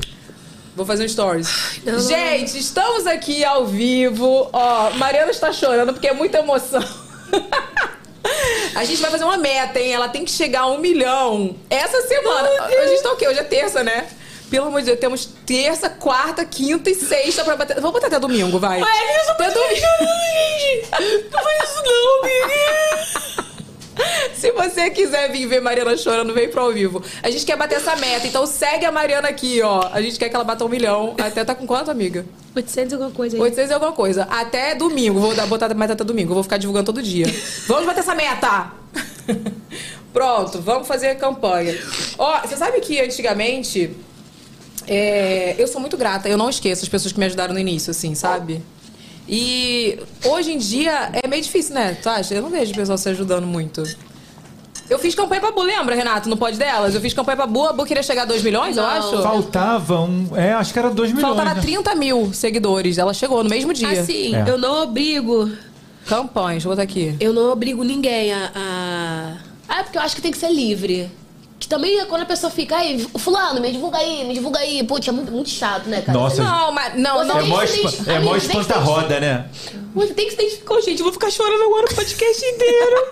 Speaker 8: Vou fazer um stories.
Speaker 10: não, não.
Speaker 8: Gente, estamos aqui ao vivo. Ó, Mariana está chorando porque é muita emoção. A gente vai fazer uma meta, hein? Ela tem que chegar a um milhão essa semana. A gente tá o quê? Hoje é terça, né? Pelo amor de Deus, temos terça, quarta, quinta e sexta pra bater. Vou botar até domingo, vai.
Speaker 15: Mas isso
Speaker 8: até domingo. Não faz isso não, se você quiser vir ver Mariana chorando, vem pro ao vivo. A gente quer bater essa meta, então segue a Mariana aqui, ó. A gente quer que ela bata um milhão. Até tá com quanto, amiga?
Speaker 10: 800 e alguma coisa aí.
Speaker 8: 800 e alguma coisa. Até domingo. Vou dar, botar a meta até domingo. Vou ficar divulgando todo dia. Vamos bater essa meta! Pronto, vamos fazer a campanha. Ó, você sabe que antigamente. é, eu sou muito grata, eu não esqueço as pessoas que me ajudaram no início, assim, sabe? E hoje em dia é meio difícil, né? Tu acha? Eu não vejo o pessoal se ajudando muito. Eu fiz campanha pra Bu, lembra, Renato? No pod delas? Eu fiz campanha pra Bu, a Bu queria chegar a 2 milhões, eu acho.
Speaker 2: Faltavam, é, acho que era 2 milhões.
Speaker 8: Faltava
Speaker 2: né?
Speaker 8: 30 mil seguidores. Ela chegou no mesmo dia.
Speaker 10: Assim, É. eu não obrigo.
Speaker 8: Campanhas, vou botar aqui.
Speaker 10: Eu não obrigo ninguém a, a- Ah, porque eu acho que tem que ser livre. Que também é quando a pessoa fica, aí, fulano, me divulga aí, me divulga aí. Pô, é muito, muito chato, né, cara?
Speaker 2: Nossa,
Speaker 10: não,
Speaker 8: mas
Speaker 2: é
Speaker 8: não,
Speaker 10: Você tem
Speaker 2: mó,
Speaker 10: que se
Speaker 2: espa-
Speaker 10: identi-
Speaker 2: é
Speaker 10: amigo,
Speaker 2: mó
Speaker 10: tem que se
Speaker 2: espanta-roda, né?
Speaker 10: Você tem que se identificar, gente. Eu vou ficar chorando agora o podcast inteiro.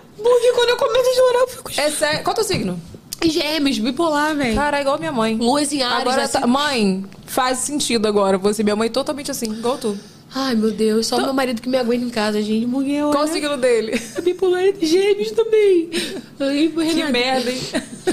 Speaker 8: Porque quando eu começo a chorar, eu fico chorando. É sério. Qual é o teu signo?
Speaker 10: Gêmeos, bipolar, velho.
Speaker 8: Cara, é igual minha mãe.
Speaker 10: Luas em Ares,
Speaker 8: Agora,
Speaker 10: assim.
Speaker 8: tá- mãe, faz sentido agora. Você, minha mãe, é totalmente assim, igual tu.
Speaker 10: Ai, meu Deus, só meu marido que me aguenta em casa, gente. Mulher,
Speaker 8: Qual o
Speaker 10: olha.
Speaker 8: signo dele?
Speaker 10: É bipolar e gêmeos também. Ai, Renato.
Speaker 8: merda, hein?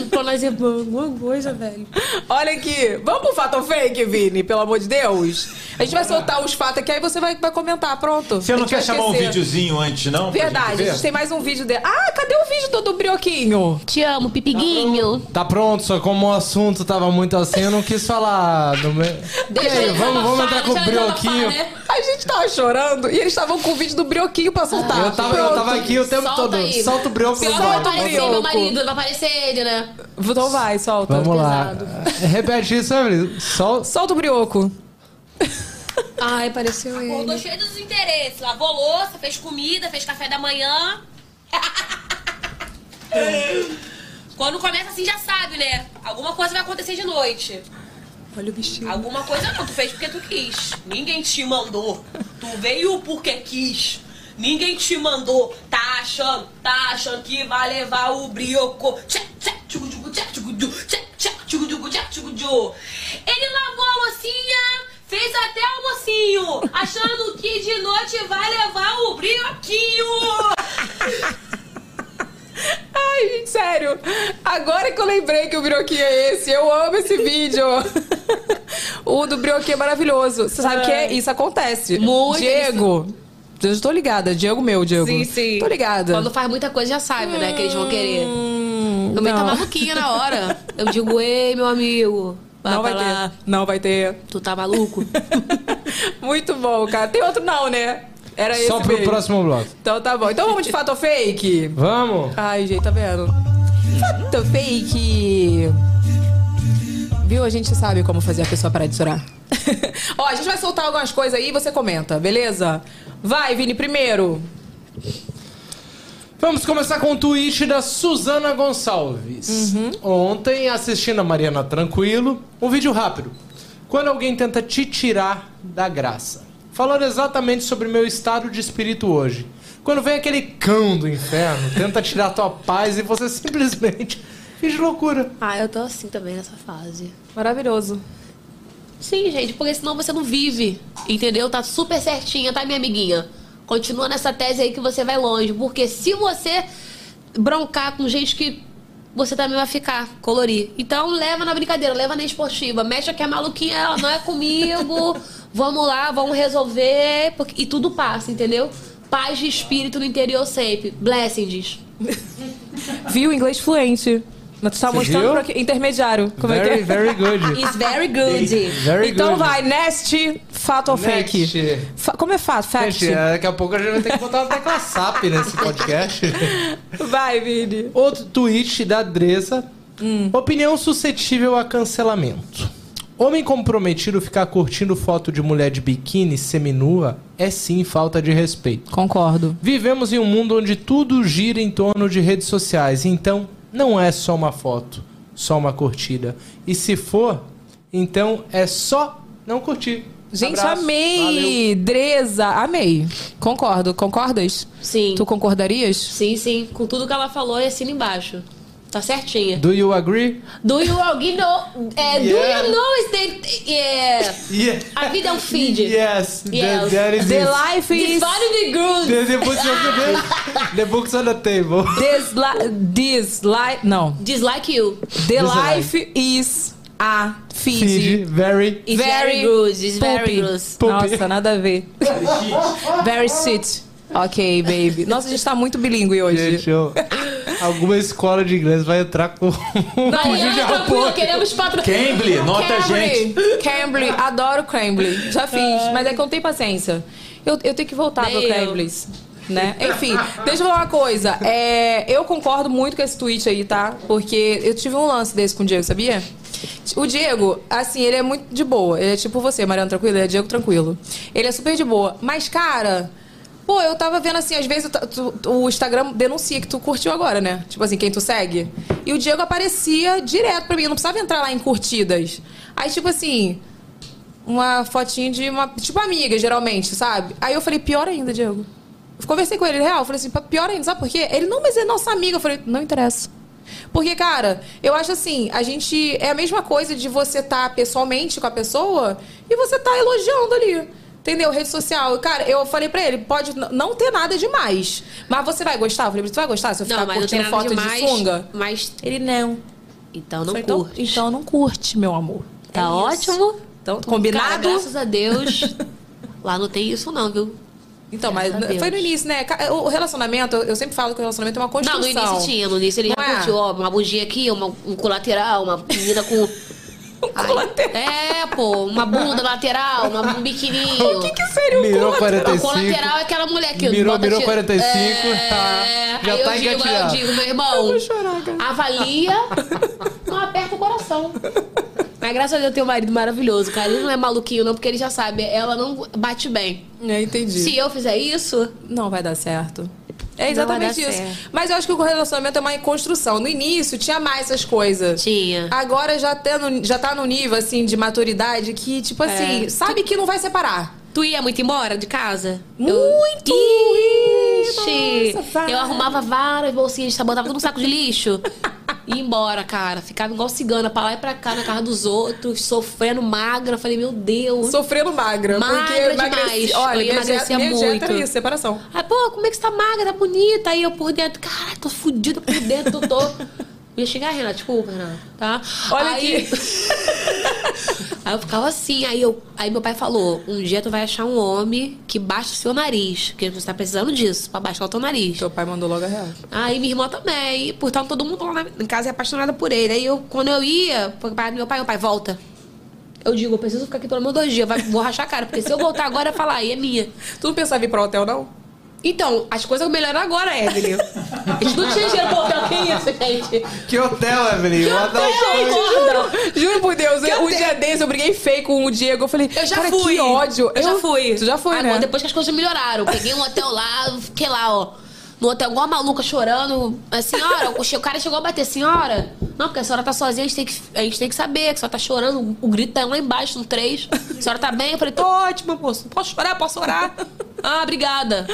Speaker 10: Pra nós é bom, alguma coisa, velho.
Speaker 8: Olha aqui, vamos pro fato ou fake, Vini, pelo amor de Deus. A gente vai soltar os fatos aqui, aí você vai, vai comentar, pronto.
Speaker 2: Você
Speaker 8: A
Speaker 2: não
Speaker 8: gente
Speaker 2: quer
Speaker 8: vai
Speaker 2: chamar um
Speaker 8: esquecer.
Speaker 2: videozinho antes, não? pra
Speaker 8: Verdade,
Speaker 2: ver?
Speaker 8: a gente tem mais um vídeo dele. Ah, cadê o vídeo do, do Brioquinho?
Speaker 10: Te amo, pipiguinho.
Speaker 11: Tá pronto, só como o assunto tava muito assim, eu não quis falar. Do meu...
Speaker 10: Deixa
Speaker 11: E aí,
Speaker 10: ele
Speaker 11: vamos, vamos
Speaker 10: desabafar,
Speaker 11: entrar com
Speaker 10: deixa
Speaker 11: o
Speaker 10: ele desabafar,
Speaker 11: brioquinho.
Speaker 10: né?
Speaker 8: A gente tava chorando e eles estavam com o vídeo do Brioquinho pra soltar.
Speaker 11: Eu tava- eu
Speaker 8: Pronto.
Speaker 11: tava aqui o tempo Solta todo. aí. Solta o brioco,
Speaker 10: Pior que vai
Speaker 11: vambora,
Speaker 10: aparecer
Speaker 11: vambora.
Speaker 10: meu marido, vai aparecer ele, né?
Speaker 8: Então vai, solta.
Speaker 11: Vamos lá. Repete isso, Abril. Sol...
Speaker 8: Solta o brioco.
Speaker 10: Ai, apareceu ele.
Speaker 13: Acordou cheio dos interesses. Lavou louça, fez comida, fez café da manhã. Quando começa assim, já sabe, né? Alguma coisa vai acontecer de noite.
Speaker 10: Olha o bichinho.
Speaker 13: Alguma coisa não, tu fez porque tu quis. Ninguém te mandou. Tu veio porque quis. Ninguém te mandou. Tá achando, tá achando que vai levar o brioco. Tchá, tchá, tchugu, tchugu, tchá, tchugu, tchu, tchá, tchá, tchugu, tchugu, tchá, tchugu, tchu. Ele lavou a mocinha, fez até o mocinho, achando que de noite vai levar o brioquinho.
Speaker 8: Ai, gente, sério. Agora que eu lembrei que o brioquinho é esse, eu amo esse vídeo. o do brioquinho é maravilhoso. Você sabe que é- isso acontece.
Speaker 10: Muito
Speaker 8: Diego. Eu já tô ligada. Diego meu, Diego.
Speaker 10: Sim, sim.
Speaker 8: Tô ligada.
Speaker 10: Quando faz muita coisa, já sabe, né? Que eles vão querer. Também tá
Speaker 8: não.
Speaker 10: maluquinha na hora. Eu digo, ei, meu amigo. Vai
Speaker 8: Não
Speaker 10: pra
Speaker 8: vai
Speaker 10: lá.
Speaker 8: ter. Não vai ter.
Speaker 10: Tu tá maluco?
Speaker 8: Muito bom, cara. Tem outro não, né? Era esse
Speaker 11: Só pro
Speaker 8: mesmo.
Speaker 11: próximo bloco.
Speaker 8: Então tá bom. Então vamos de fato ou fake?
Speaker 11: Vamos?
Speaker 8: Ai, gente, tá vendo? Fato ou fake? Viu? A gente sabe como fazer a pessoa parar de chorar. Ó, a gente vai soltar algumas coisas aí e você comenta, beleza? Vai, Vini, primeiro.
Speaker 11: Vamos começar com o tweet da Suzana Gonçalves.
Speaker 8: Uhum.
Speaker 11: Ontem, assistindo a Mariana Tranquilo, um vídeo rápido. Quando alguém tenta te tirar da graça. Falando exatamente sobre meu estado de espírito hoje. Quando vem aquele cão do inferno, tenta tirar tua paz e você simplesmente finge loucura.
Speaker 10: Ah, eu tô assim também nessa fase.
Speaker 8: Maravilhoso.
Speaker 10: Sim, gente, porque senão você não vive. Entendeu? Tá super certinha, tá, minha amiguinha? Continua nessa tese aí que você vai longe. Porque se você broncar com gente que você também vai ficar, colorir. Então leva na brincadeira, leva na esportiva. Mexe que é maluquinha, ela não é comigo. vamos lá, vamos resolver. porque- E tudo passa, entendeu? Paz de espírito no interior sempre. Blessings.
Speaker 8: Viu? Inglês fluente. Mas tu tá
Speaker 11: Você
Speaker 8: mostrando
Speaker 11: viu?
Speaker 8: pra que- intermediário. Como é que
Speaker 11: Very,
Speaker 8: é?
Speaker 11: very good.
Speaker 8: It's very good.
Speaker 11: Very
Speaker 8: então
Speaker 11: good.
Speaker 8: vai, next, fato ou fake?
Speaker 11: Next.
Speaker 8: Fa- como é fato? Fact?
Speaker 11: Gente, daqui a pouco a gente vai ter que botar uma tecla SAP nesse podcast. é.
Speaker 8: Vai, Vini.
Speaker 11: Outro tweet da Dressa. Hum. Opinião suscetível a cancelamento. Homem comprometido ficar curtindo foto de mulher de biquíni seminua é sim falta de respeito.
Speaker 8: Concordo.
Speaker 11: Vivemos em um mundo onde tudo gira em torno de redes sociais, então não é só uma foto, só uma curtida. E se for, então é só não curtir.
Speaker 8: Gente,
Speaker 11: Abraço,
Speaker 8: amei! Dresa, amei. Concordo. Concordas?
Speaker 10: Sim.
Speaker 8: Tu concordarias?
Speaker 10: Sim, sim. Com tudo que ela falou e assina embaixo. Tá certinha.
Speaker 11: Do you agree?
Speaker 10: Do you alguém know? É,
Speaker 11: Yeah.
Speaker 10: Do you know is the, yeah.
Speaker 11: Yeah.
Speaker 10: A vida é um feed.
Speaker 11: Yes, that- that is
Speaker 8: The
Speaker 11: it.
Speaker 8: life
Speaker 10: This
Speaker 8: is...
Speaker 10: body the good.
Speaker 11: The, the books on the- the books on the table.
Speaker 8: This, li- this li- Não.
Speaker 10: Dislike you.
Speaker 8: The
Speaker 11: This
Speaker 8: life is a
Speaker 11: Fiji,
Speaker 8: feed.
Speaker 11: very.
Speaker 10: It's very good, it's very
Speaker 8: poopy.
Speaker 10: good.
Speaker 8: Nossa, nada a ver. very shit. Ok, baby. Nossa, a gente tá muito bilíngue hoje.
Speaker 11: Gente, eu- Alguma escola de inglês vai entrar com.
Speaker 8: Mariana
Speaker 11: Julia
Speaker 8: Tranquilo,
Speaker 11: Roberto.
Speaker 8: queremos patrocínio.
Speaker 11: Cambly, nota a gente.
Speaker 8: Cambly, adoro Cambly. Já fiz, mas é que eu não tenho paciência. Eu, eu tenho que voltar pro Cambly's. Né? Enfim, deixa eu falar uma coisa. É, eu concordo muito com esse tweet aí, tá? Porque eu tive um lance desse com o Diego, sabia? O Diego, assim, ele é muito de boa. Ele é tipo você, Mariana Tranquilo, ele é Diego Tranquilo. Ele é super de boa. Mas, cara, Pô, eu tava vendo assim, às vezes eu ta- tu- tu- o Instagram denuncia que tu curtiu agora, né? Tipo assim, quem tu segue. E o Diego aparecia direto pra mim, eu não precisava entrar lá em curtidas. Aí, tipo assim, uma fotinha de uma. Tipo amiga, geralmente, sabe? Aí eu falei, pior ainda, Diego. Eu conversei com ele, real, eu falei assim, pior ainda, sabe por quê? Ele, não, mas é nossa amiga. Eu falei, não interessa. Porque, cara, eu acho assim, a gente. É a mesma coisa de você estar pessoalmente com a pessoa e você tá elogiando ali. Entendeu? Rede social. Cara, eu falei pra ele, pode n- não ter nada demais. Mas você vai gostar? Eu falei, você vai gostar se eu ficar
Speaker 10: mas não tem
Speaker 8: curtindo
Speaker 10: nada
Speaker 8: foto
Speaker 10: demais,
Speaker 8: de sunga?
Speaker 10: Mas
Speaker 8: ele não.
Speaker 10: Então não
Speaker 8: Falei, então-
Speaker 10: curte.
Speaker 8: Então não curte, meu amor.
Speaker 10: Tá ótimo.
Speaker 8: Então,
Speaker 10: Cara,
Speaker 8: combinado?
Speaker 10: graças a Deus. Lá não tem isso, não, viu?
Speaker 8: Então, mas
Speaker 10: Graças a É, Deus.
Speaker 8: foi no início, né? Ca- O relacionamento, eu sempre falo que o relacionamento é uma construção.
Speaker 10: Não, no início tinha, no início ele
Speaker 8: Não
Speaker 10: já
Speaker 8: é?
Speaker 10: curtiu, ó, uma bundinha aqui, uma- um colateral, uma menina com. um colateral? É, pô, uma bunda lateral, uma, um biquininho. O
Speaker 8: é
Speaker 10: que,
Speaker 11: seria
Speaker 10: um
Speaker 11: Mirou
Speaker 10: colateral?
Speaker 11: 45.
Speaker 10: O colateral é aquela mulher que.
Speaker 11: Mirou,
Speaker 10: bota
Speaker 11: mirou
Speaker 10: tiro-
Speaker 11: 45,
Speaker 10: É,
Speaker 11: tá. Já
Speaker 10: aí eu
Speaker 11: tá
Speaker 10: digo, aí eu
Speaker 11: engatilhado.
Speaker 10: digo, meu irmão, avalia, não aperta o coração. Mas graças a Deus eu tenho um marido maravilhoso, cara. Ele não é maluquinho, não, porque ele já sabe, ela não bate bem.
Speaker 8: É, entendi.
Speaker 10: Se eu fizer isso.
Speaker 8: Não vai dar certo. É
Speaker 10: Não
Speaker 8: exatamente
Speaker 10: vai dar
Speaker 8: isso.
Speaker 10: certo.
Speaker 8: Mas eu acho que o relacionamento é uma construção. No início tinha mais essas coisas.
Speaker 10: Tinha.
Speaker 8: Agora já, tá no- já tá no nível, assim, de maturidade que, tipo assim,
Speaker 10: É.
Speaker 8: sabe que não vai separar.
Speaker 10: Tu ia muito embora de casa?
Speaker 8: Muito!
Speaker 10: Ixi, eu arrumava várias bolsinhas de sabão, tava tudo num saco de lixo. E ia embora, cara. Ficava igual cigana, pra lá e pra cá, na casa dos outros, sofrendo magra. Eu Falei, meu Deus.
Speaker 8: Sofrendo magra. porque eu
Speaker 10: Magra demais.
Speaker 8: emagreci. Olha,
Speaker 10: eu
Speaker 8: minha
Speaker 10: emagrecia
Speaker 8: dieta, minha dieta
Speaker 10: muito.
Speaker 8: era isso, separação.
Speaker 10: Aí, pô, como é que você tá magra, tá bonita? Aí eu por dentro, caralho, tô fudida por dentro, tô... Ia chegar, Renata, desculpa, Renata, tá?
Speaker 8: Olha
Speaker 10: aí... aí eu ficava assim, aí, eu... aí meu pai falou, um dia tu vai achar um homem que baixa o seu nariz, porque você tá precisando disso, pra baixar o teu nariz.
Speaker 8: Teu pai mandou logo a real.
Speaker 10: Aí minha irmã também, e, portanto todo mundo lá na- em casa é apaixonada por ele. Aí eu, quando eu ia, pro pai do meu pai, meu pai, volta. Eu digo, eu preciso ficar aqui pelo menos dois dias, vai- vou rachar a cara, porque se eu voltar agora, eu ia falar, aí é minha.
Speaker 8: Tu não pensava em ir pra hotel, não?
Speaker 10: Então, as coisas melhoraram agora, Evelyn. A gente não tinha dinheiro pra hotel, que isso, gente?
Speaker 11: Que hotel, Evelyn? Que
Speaker 8: Juro, juro por Deus,
Speaker 10: tá Que
Speaker 8: eu- um
Speaker 10: hotel?
Speaker 8: dia desse eu briguei feio com o Diego. Eu falei,
Speaker 10: Eu já
Speaker 8: cara,
Speaker 10: fui.
Speaker 8: que ódio.
Speaker 10: Eu, já fui. Ah,
Speaker 8: Tu já foi,
Speaker 10: Agora,
Speaker 8: né?
Speaker 10: Depois que as coisas melhoraram. eu Peguei um hotel lá, eu fiquei lá, ó. No hotel, igual a maluca, chorando. A senhora, o che- o cara chegou a bater. Senhora, não, porque a senhora tá sozinha, a gente tem que, a gente tem que saber que a senhora tá chorando. O grito tá lá embaixo, no 3. A senhora tá bem? Eu falei, tô ótima, moço. Posso chorar? Posso orar? Ah, obrigada.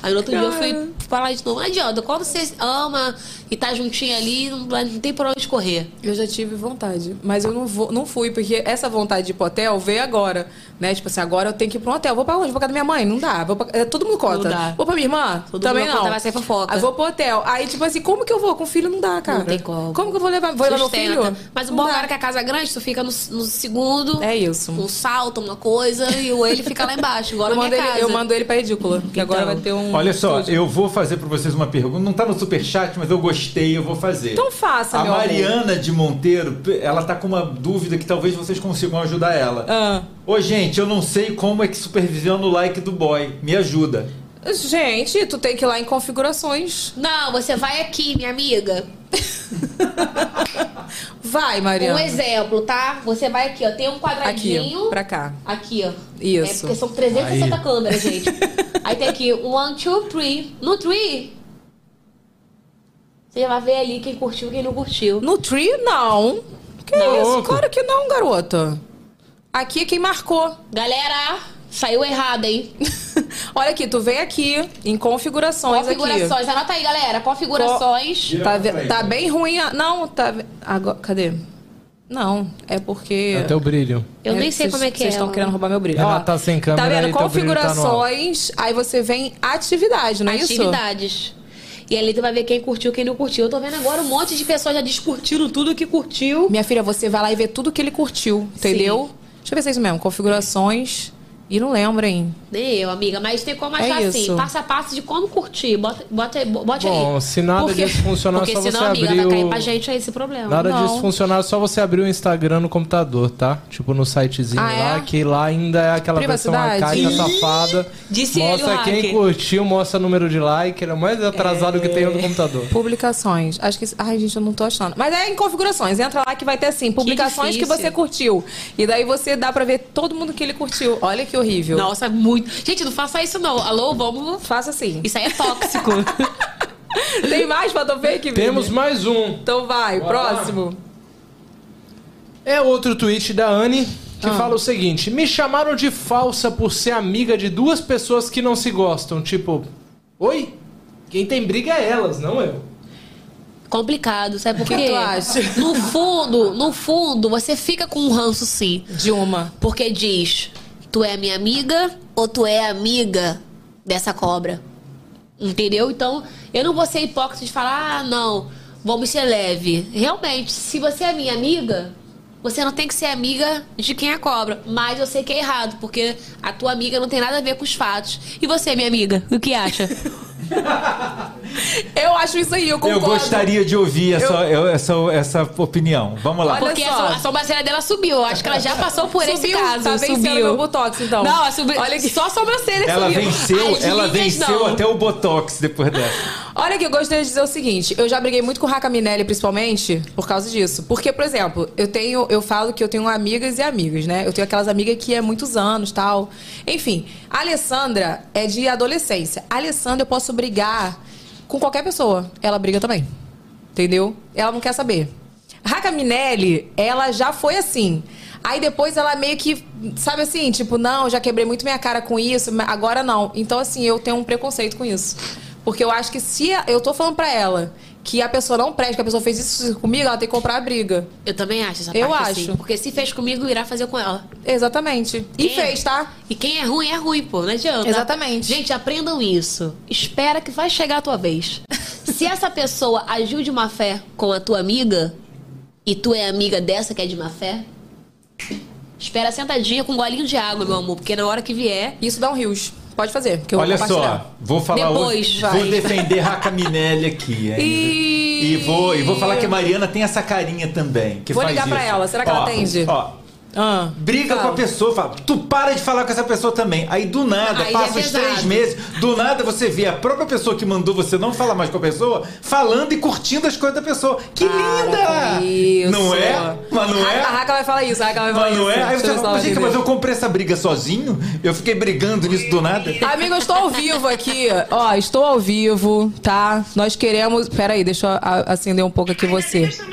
Speaker 10: Aí no outro dia eu fui falar de novo. Não adianta, quando você ama e tá juntinho ali, não, não tem por onde correr.
Speaker 8: Eu já tive vontade, mas eu não, vou, não fui, porque essa vontade de ir pro hotel veio agora, né? Tipo assim, agora eu tenho que ir pra um hotel. Vou pra onde? Vou pra casa da minha mãe? Não dá. Vou pra- é, todo mundo conta.
Speaker 10: dá.
Speaker 8: Vou pra minha irmã?
Speaker 10: Todo
Speaker 8: Também
Speaker 10: mundo
Speaker 8: não.
Speaker 10: conta, vai sair fofoca.
Speaker 8: Aí vou pro hotel. Aí, tipo assim, como que eu vou? Com filho não dá, cara.
Speaker 10: Não tem como.
Speaker 8: que eu vou levar? Vou levar meu filho?
Speaker 10: Sustenta. Mas o bom agora é que a casa é grande, tu fica no, no segundo.
Speaker 8: É isso.
Speaker 10: Um salto, uma coisa, e o ele fica lá embaixo. Igual
Speaker 8: eu,
Speaker 10: na
Speaker 8: mando
Speaker 10: minha
Speaker 8: ele,
Speaker 10: casa.
Speaker 8: eu mando ele pra ridícula, que agora
Speaker 10: Então.
Speaker 8: vai ter um.
Speaker 2: Olha só, eu vou fazer pra vocês uma pergunta. Não tá no superchat, mas eu gostei, eu vou fazer.
Speaker 8: Então faça,
Speaker 2: A
Speaker 8: meu amor.
Speaker 2: Mariana de Monteiro, ela tá com uma dúvida que talvez vocês consigam ajudar ela.
Speaker 8: Ah.
Speaker 2: Ô, gente, eu não sei como é que supervisiona o like do boy. Me ajuda.
Speaker 8: Gente, tu tem que ir lá em configurações.
Speaker 10: Não, você vai aqui, minha amiga.
Speaker 8: Vai, Mariana.
Speaker 10: Um exemplo, tá? Você vai aqui, ó. Tem um
Speaker 8: Aqui,
Speaker 10: quadradinho.
Speaker 8: pra cá.
Speaker 10: Aqui, ó. É
Speaker 8: Isso.
Speaker 10: porque são 360
Speaker 8: Aí.
Speaker 10: câmeras, gente. Aí tem aqui, one, two, three. No three, você vai ver ali quem curtiu e quem não curtiu.
Speaker 8: No tree, não. Que
Speaker 11: Tá
Speaker 10: Não.
Speaker 8: isso? Claro que não, garota. Aqui é quem marcou.
Speaker 10: Galera, saiu errado, hein?
Speaker 8: Olha aqui, tu vem aqui em configurações aqui.
Speaker 10: Configurações. Anota aí, galera. Configurações.
Speaker 8: Tá, ve- tá
Speaker 11: né?
Speaker 8: bem ruim. a- Não, tá. ve- Agora, cadê? Não, é porque.
Speaker 11: Até o brilho.
Speaker 10: Eu nem sei como é que é
Speaker 8: Vocês estão
Speaker 10: ela.
Speaker 8: querendo roubar meu brilho.
Speaker 11: então, Ela
Speaker 8: Ó,
Speaker 11: tá sem câmera
Speaker 8: Tá vendo?
Speaker 11: aí, teu brilho tá no alto.
Speaker 8: Configurações, aí você vem atividade, não é isso?
Speaker 10: Atividades. E ali tu vai ver quem curtiu, quem não curtiu. Eu tô vendo agora um monte de pessoas já descurtiram tudo que curtiu.
Speaker 8: Minha filha, você vai lá e vê tudo que ele curtiu, entendeu? Deixa eu ver se é isso mesmo. Configurações. E não lembro, hein?
Speaker 10: Nem eu, amiga. Mas tem como achar
Speaker 8: É isso.
Speaker 10: assim, passo a passo de como curtir. Bota, bota, aí- bote
Speaker 11: Bom,
Speaker 10: aí.
Speaker 11: se nada
Speaker 10: Porque-
Speaker 11: disso funcionar,
Speaker 10: porque
Speaker 11: é só
Speaker 10: senão,
Speaker 11: você
Speaker 10: amiga,
Speaker 11: abrir
Speaker 10: vai cair
Speaker 11: o-
Speaker 10: pra gente aí esse problema.
Speaker 11: Nada
Speaker 10: não.
Speaker 11: disso funcionar, é só você abrir o Instagram no computador, tá? Tipo no sitezinho
Speaker 10: Ah, é?
Speaker 11: lá, que lá ainda é aquela versão
Speaker 8: Privacidade?
Speaker 11: arcaica,
Speaker 8: Ih!
Speaker 11: safada.
Speaker 8: Disse
Speaker 11: mostra
Speaker 8: ele, o
Speaker 11: quem
Speaker 8: hacker.
Speaker 11: curtiu, mostra o número de like, ele é o mais atrasado que tem
Speaker 10: É.
Speaker 11: no computador.
Speaker 8: Publicações. Acho que. Ai, gente, eu não tô achando. Mas é em configurações. Entra lá que vai ter assim, publicações que,
Speaker 10: difícil.
Speaker 8: você curtiu. E daí você dá pra ver todo mundo que ele curtiu. Olha que horrível.
Speaker 10: Nossa, muito. Gente, não faça isso não. Alô, vamos.
Speaker 8: Faça assim.
Speaker 10: Isso aí é tóxico.
Speaker 8: Tem mais pra fake,
Speaker 11: Temos mais um.
Speaker 8: Então vai,
Speaker 11: Bora lá.
Speaker 8: próximo.
Speaker 11: É outro tweet da Anne que
Speaker 8: Ah.
Speaker 11: fala o seguinte: Me chamaram de falsa por ser amiga de duas pessoas que não se gostam. Tipo, oi? Quem tem briga é elas, não eu.
Speaker 10: Complicado, sabe por
Speaker 11: Que
Speaker 10: quê?
Speaker 11: tu acha?
Speaker 10: No fundo, no fundo, você fica com um ranço sim.
Speaker 8: De uma.
Speaker 10: Porque diz, tu é minha amiga ou tu é amiga dessa cobra. Entendeu? Então, eu não vou ser hipócrita de falar, ah, não, vamos ser leve. Realmente, se você é minha amiga, você não tem que ser amiga de quem é cobra. Mas eu sei que é errado, porque a tua amiga não tem nada a ver com os fatos. E você, minha amiga, o que acha?
Speaker 8: eu acho isso aí, eu
Speaker 10: concordo.
Speaker 2: Eu gostaria de ouvir essa, eu- essa, essa opinião. Vamos lá.
Speaker 10: Porque a, so- a sobrancelha dela subiu. Eu Acho que ela já passou por esse
Speaker 8: Subiu?
Speaker 10: caso.
Speaker 8: Tá vencendo
Speaker 10: subiu.
Speaker 8: meu botox, então.
Speaker 10: Não, a sobrancelha.
Speaker 8: Olha aqui. Só a sobrancelha
Speaker 2: Ela
Speaker 8: subiu.
Speaker 2: venceu,
Speaker 8: As
Speaker 2: ela
Speaker 8: linhas,
Speaker 2: venceu
Speaker 8: é não.
Speaker 2: até o Botox depois dessa.
Speaker 8: Olha aqui, eu gostaria de dizer o seguinte: eu já briguei muito com o Raca Minelli, principalmente, por causa disso. Porque, por exemplo, eu tenho, eu falo que eu tenho amigas e amigos, né? Eu tenho aquelas amigas que é muitos anos tal. Enfim, a Alessandra é de adolescência. A Alessandra, eu posso brigar com qualquer pessoa. Ela briga também. Entendeu? Ela não quer saber. Raca Minelli, ela já foi assim. Aí depois ela meio que, sabe assim, tipo, não, já quebrei muito minha cara com isso, mas agora não. Então, assim, eu tenho um preconceito com isso. Porque eu acho que se a- eu tô falando pra ela que a pessoa não presta, que a pessoa fez isso comigo, ela tem que comprar a briga.
Speaker 10: Eu também acho essa
Speaker 8: Eu
Speaker 10: parte,
Speaker 8: acho.
Speaker 10: assim. porque se fez comigo, irá fazer com ela.
Speaker 8: Exatamente. E fez, tá?
Speaker 10: E quem é ruim, é ruim, pô. Não adianta.
Speaker 8: Exatamente.
Speaker 10: Gente, aprendam isso. Espera que vai chegar a tua vez. se essa pessoa agiu de má fé com a tua amiga, e tu é amiga dessa que é de má fé, espera sentadinha com um golinho de água, meu amor. Porque na hora que vier...
Speaker 8: Isso dá um rios. Pode fazer, que eu
Speaker 2: Olha
Speaker 8: vou compartilhar.
Speaker 2: só, vou falar
Speaker 8: Depois,
Speaker 2: hoje.
Speaker 8: vai.
Speaker 2: Vou defender Raca Minelli aqui ainda.
Speaker 8: E...
Speaker 2: E vou, e vou falar que a Mariana tem essa carinha também. Que
Speaker 8: Vou
Speaker 2: faz
Speaker 8: ligar
Speaker 2: isso.
Speaker 8: pra ela, será que
Speaker 2: Ó,
Speaker 8: ela atende?
Speaker 2: Ó.
Speaker 8: Ah.
Speaker 2: Briga com a pessoa, fala, tu para de falar com essa pessoa também. Aí do nada,
Speaker 10: Aí
Speaker 2: passa
Speaker 10: é
Speaker 2: uns
Speaker 10: pesado.
Speaker 2: três meses, do nada você vê a própria pessoa que mandou você não falar mais com a pessoa, falando e curtindo as coisas da pessoa. Que linda! Não é? Mas não é?
Speaker 8: A Raca vai falar isso, a Raca vai falar
Speaker 2: Mas não
Speaker 8: isso.
Speaker 2: é? Aí
Speaker 8: Deixa
Speaker 2: você
Speaker 8: eu ver se
Speaker 2: fala,
Speaker 8: ela
Speaker 2: gente,
Speaker 8: vai
Speaker 2: mas eu
Speaker 8: entender.
Speaker 2: comprei essa briga sozinho? Eu fiquei brigando nisso do nada?
Speaker 8: Amigo, eu estou ao vivo aqui. Ó, estou ao vivo, tá? Nós queremos. Peraí, deixa eu a- acender um pouco aqui você.
Speaker 13: Tá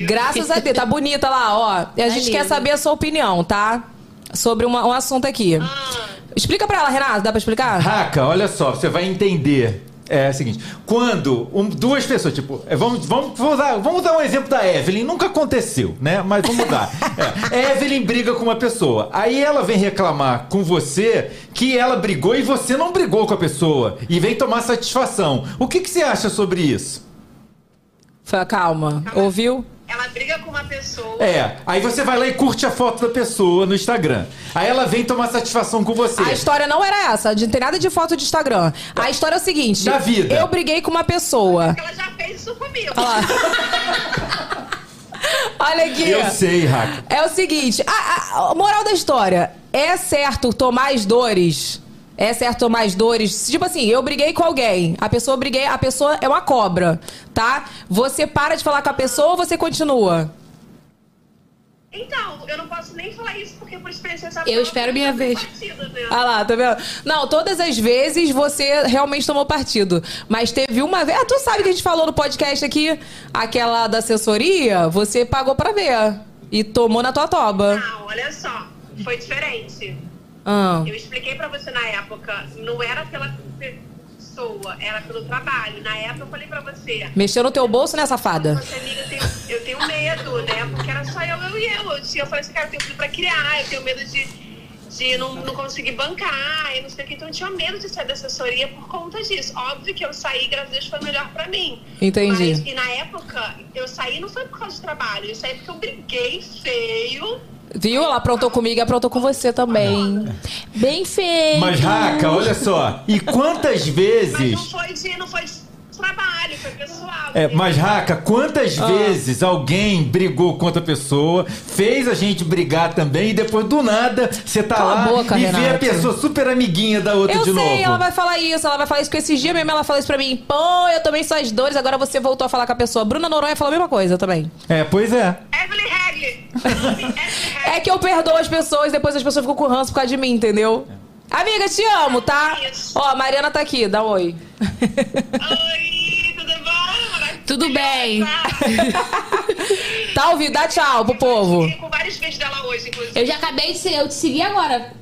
Speaker 8: Graças a Deus, tá bonita lá, ó. E a
Speaker 10: Tá
Speaker 8: gente
Speaker 10: linda.
Speaker 8: quer saber a sua opinião, tá? Sobre uma- um assunto aqui. Explica pra ela, Renato, dá pra explicar?
Speaker 2: Raca, olha só, você vai entender. É o seguinte, quando um- duas pessoas, tipo, é, vamos, vamos, vamos, usar, vamos dar um exemplo da Evelyn, nunca aconteceu, né? Mas vamos dar. É, Evelyn briga com uma pessoa, aí ela vem reclamar com você que ela brigou e você não brigou com a pessoa, e vem tomar satisfação. O que, que você acha sobre isso?
Speaker 8: Fa- Calma, ouviu?
Speaker 2: É, aí você vai lá e curte a foto da pessoa no Instagram, aí ela vem tomar satisfação com você.
Speaker 8: A história não era essa, não tem nada de foto de Instagram. A história é o seguinte:
Speaker 2: Da vida.
Speaker 8: Eu briguei com uma pessoa.
Speaker 13: Ela já fez isso comigo.
Speaker 8: Olha aqui.
Speaker 2: Eu sei, Raca.
Speaker 8: É o seguinte, a, a- a moral da história. É certo tomar as dores. É certo tomar as dores. Tipo assim, eu briguei com alguém. A pessoa briguei, a pessoa é uma cobra, tá? Você para de falar com a pessoa ou você continua?
Speaker 13: Então, eu não posso nem falar isso porque por experiência essa
Speaker 10: Eu espero minha vez.
Speaker 8: Ah lá, tá vendo? Não, todas as vezes você realmente tomou partido. Mas teve uma vez. Ah, tu sabe que a gente falou no podcast aqui? Aquela da assessoria, você pagou pra ver. E tomou na tua toba.
Speaker 13: Não, Ah, olha só, foi diferente.
Speaker 8: Ah.
Speaker 13: Eu expliquei pra você na época, não era pela pessoa, era pelo trabalho. Na época eu falei pra você,
Speaker 8: Mexeu no teu bolso, né, safada?
Speaker 13: você amiga, eu tenho, eu tenho medo, né? Porque era só eu, eu e eu. Eu tinha- eu falei assim, cara, eu tenho filho pra criar, eu tenho medo de, de não, não conseguir bancar, e não sei o que. Então eu tinha medo de sair da assessoria por conta disso. Óbvio que eu saí, graças a Deus, foi melhor pra mim.
Speaker 8: Entendi.
Speaker 13: Mas, e na época, eu saí não foi por causa do trabalho, eu saí porque eu briguei feio.
Speaker 8: Viu? Ela aprontou comigo e aprontou com você também. Bem feio.
Speaker 2: Mas, Raca, olha só. E quantas
Speaker 7: Não
Speaker 2: vezes.
Speaker 7: foi de, não foi de trabalho, foi pessoal.
Speaker 2: É, mas, Raca, quantas
Speaker 8: Ah.
Speaker 2: vezes alguém brigou com outra pessoa, fez a gente brigar também, e depois do nada você tá
Speaker 8: Cala
Speaker 2: lá
Speaker 8: a boca,
Speaker 2: e vê a
Speaker 8: Renato.
Speaker 2: pessoa super amiguinha da outra
Speaker 8: Eu
Speaker 2: de
Speaker 8: sei,
Speaker 2: novo.
Speaker 8: ela vai falar isso, ela vai falar isso, porque esses dias mesmo ela falou isso pra mim. Pô, eu tomei suas dores, agora você voltou a falar com a pessoa. Bruna Noronha falou a mesma coisa também.
Speaker 2: É, pois é.
Speaker 8: É que eu perdoo as pessoas, depois as pessoas ficam com ranço por causa de mim, entendeu? Amiga, te amo, tá? Ó, a Mariana tá aqui, dá um oi.
Speaker 10: Tudo bem.
Speaker 8: Tá ouvindo? Dá tchau pro povo.
Speaker 7: Com vários beijos dela hoje, inclusive.
Speaker 10: Eu já acabei de ser, eu te segui agora.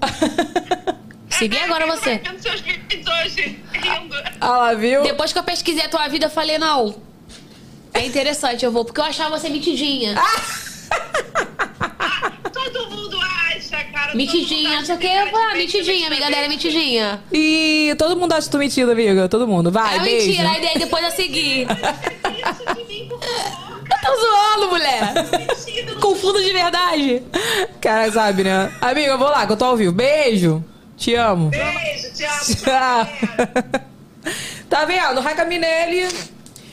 Speaker 10: segui agora você.
Speaker 7: Vendo seus vídeos hoje, rindo.
Speaker 8: Ela viu?
Speaker 10: Depois que eu pesquisei a tua vida, eu falei, não. É interessante, eu vou, porque eu achava você metidinha.
Speaker 7: Todo mundo acha, cara.
Speaker 10: Metidinha, não sei o que. Eu falei, ah, metidinha,
Speaker 7: né,
Speaker 10: minha galera é metidinha.
Speaker 8: E todo mundo acha tu metida, amiga. Todo mundo. Vai,
Speaker 10: É
Speaker 8: beijo.
Speaker 10: mentira, aí daí depois eu segui. Eu tô zoando, mulher.
Speaker 8: Confundo de verdade. Cara, sabe, né? Amiga, eu vou lá, que eu tô ao vivo. Beijo. Te amo.
Speaker 7: Beijo, te amo.
Speaker 8: Tchau. tá vendo? Raca Minelli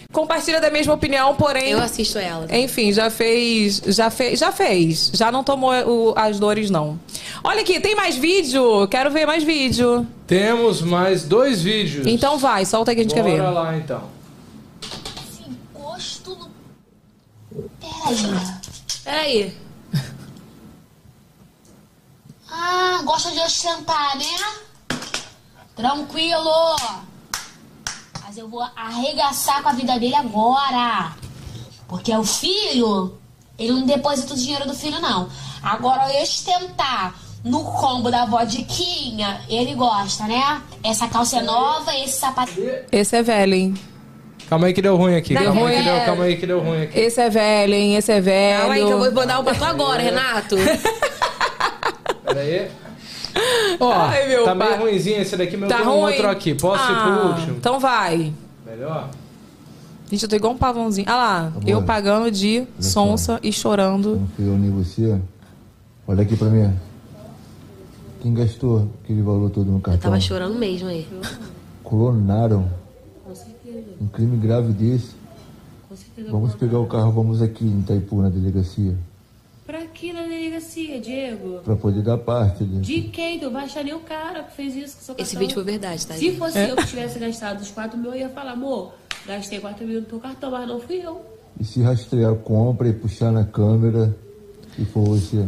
Speaker 8: compartilha da mesma opinião, porém.
Speaker 10: Eu assisto ela.
Speaker 8: Enfim, já fez. Já fez. Já fez. Já não tomou o- as dores, não. Olha aqui, tem mais vídeo? Quero ver mais vídeo.
Speaker 11: Temos mais dois vídeos.
Speaker 8: Então vai, solta aí que a gente
Speaker 11: Bora
Speaker 8: quer ver.
Speaker 11: lá, então.
Speaker 10: Gosto no. Peraí. Peraí.
Speaker 13: Ah, gosta de ostentar, né? Tranquilo. Mas eu vou arregaçar com a vida dele agora. Porque o filho, ele não deposita o dinheiro do filho, não. Agora, eu ostentar no combo da vodiquinha, ele gosta, né? Essa calça é nova, esse sapato...
Speaker 8: Esse é velho, hein?
Speaker 11: Calma aí que deu ruim aqui.
Speaker 8: Dá
Speaker 11: calma, Aí
Speaker 8: ruim.
Speaker 11: que deu, calma aí que deu ruim aqui.
Speaker 8: Esse é velho, hein? Esse é velho.
Speaker 10: Calma aí que eu vou mandar um pra tu agora, Renato.
Speaker 11: Pera aí. Ó,
Speaker 8: Ai, meu
Speaker 11: tá meio
Speaker 8: pai.
Speaker 11: ruimzinho esse daqui, mas
Speaker 8: Tá
Speaker 11: eu tenho um
Speaker 8: ruim?
Speaker 11: outro aqui. Posso ir pro
Speaker 8: Ah,
Speaker 11: último?
Speaker 8: Então vai.
Speaker 11: Melhor?
Speaker 8: Gente, eu tô igual um pavãozinho. Ah lá, eu pagando de sonsa e chorando.
Speaker 3: Fui unir você. Olha aqui pra mim. Quem gastou aquele valor todo no cartão?
Speaker 10: Tava chorando mesmo aí.
Speaker 3: Clonaram.
Speaker 10: Com certeza.
Speaker 3: Um crime grave desse. Vamos pegar o carro, vamos aqui em Itaipu, na delegacia.
Speaker 10: Pra que na delegacia, Diego?
Speaker 3: Pra poder dar parte. né?
Speaker 10: De quem? Tu baixa nem o cara que fez isso com seu
Speaker 3: Esse
Speaker 10: cartão.
Speaker 3: vídeo foi
Speaker 10: verdade,
Speaker 3: tá?
Speaker 10: Se fosse
Speaker 3: É.
Speaker 10: eu que tivesse gastado os 4 mil, eu ia falar, amor, gastei 4 mil no teu cartão, mas não fui eu.
Speaker 3: E se rastrear a compra e puxar na câmera e for você.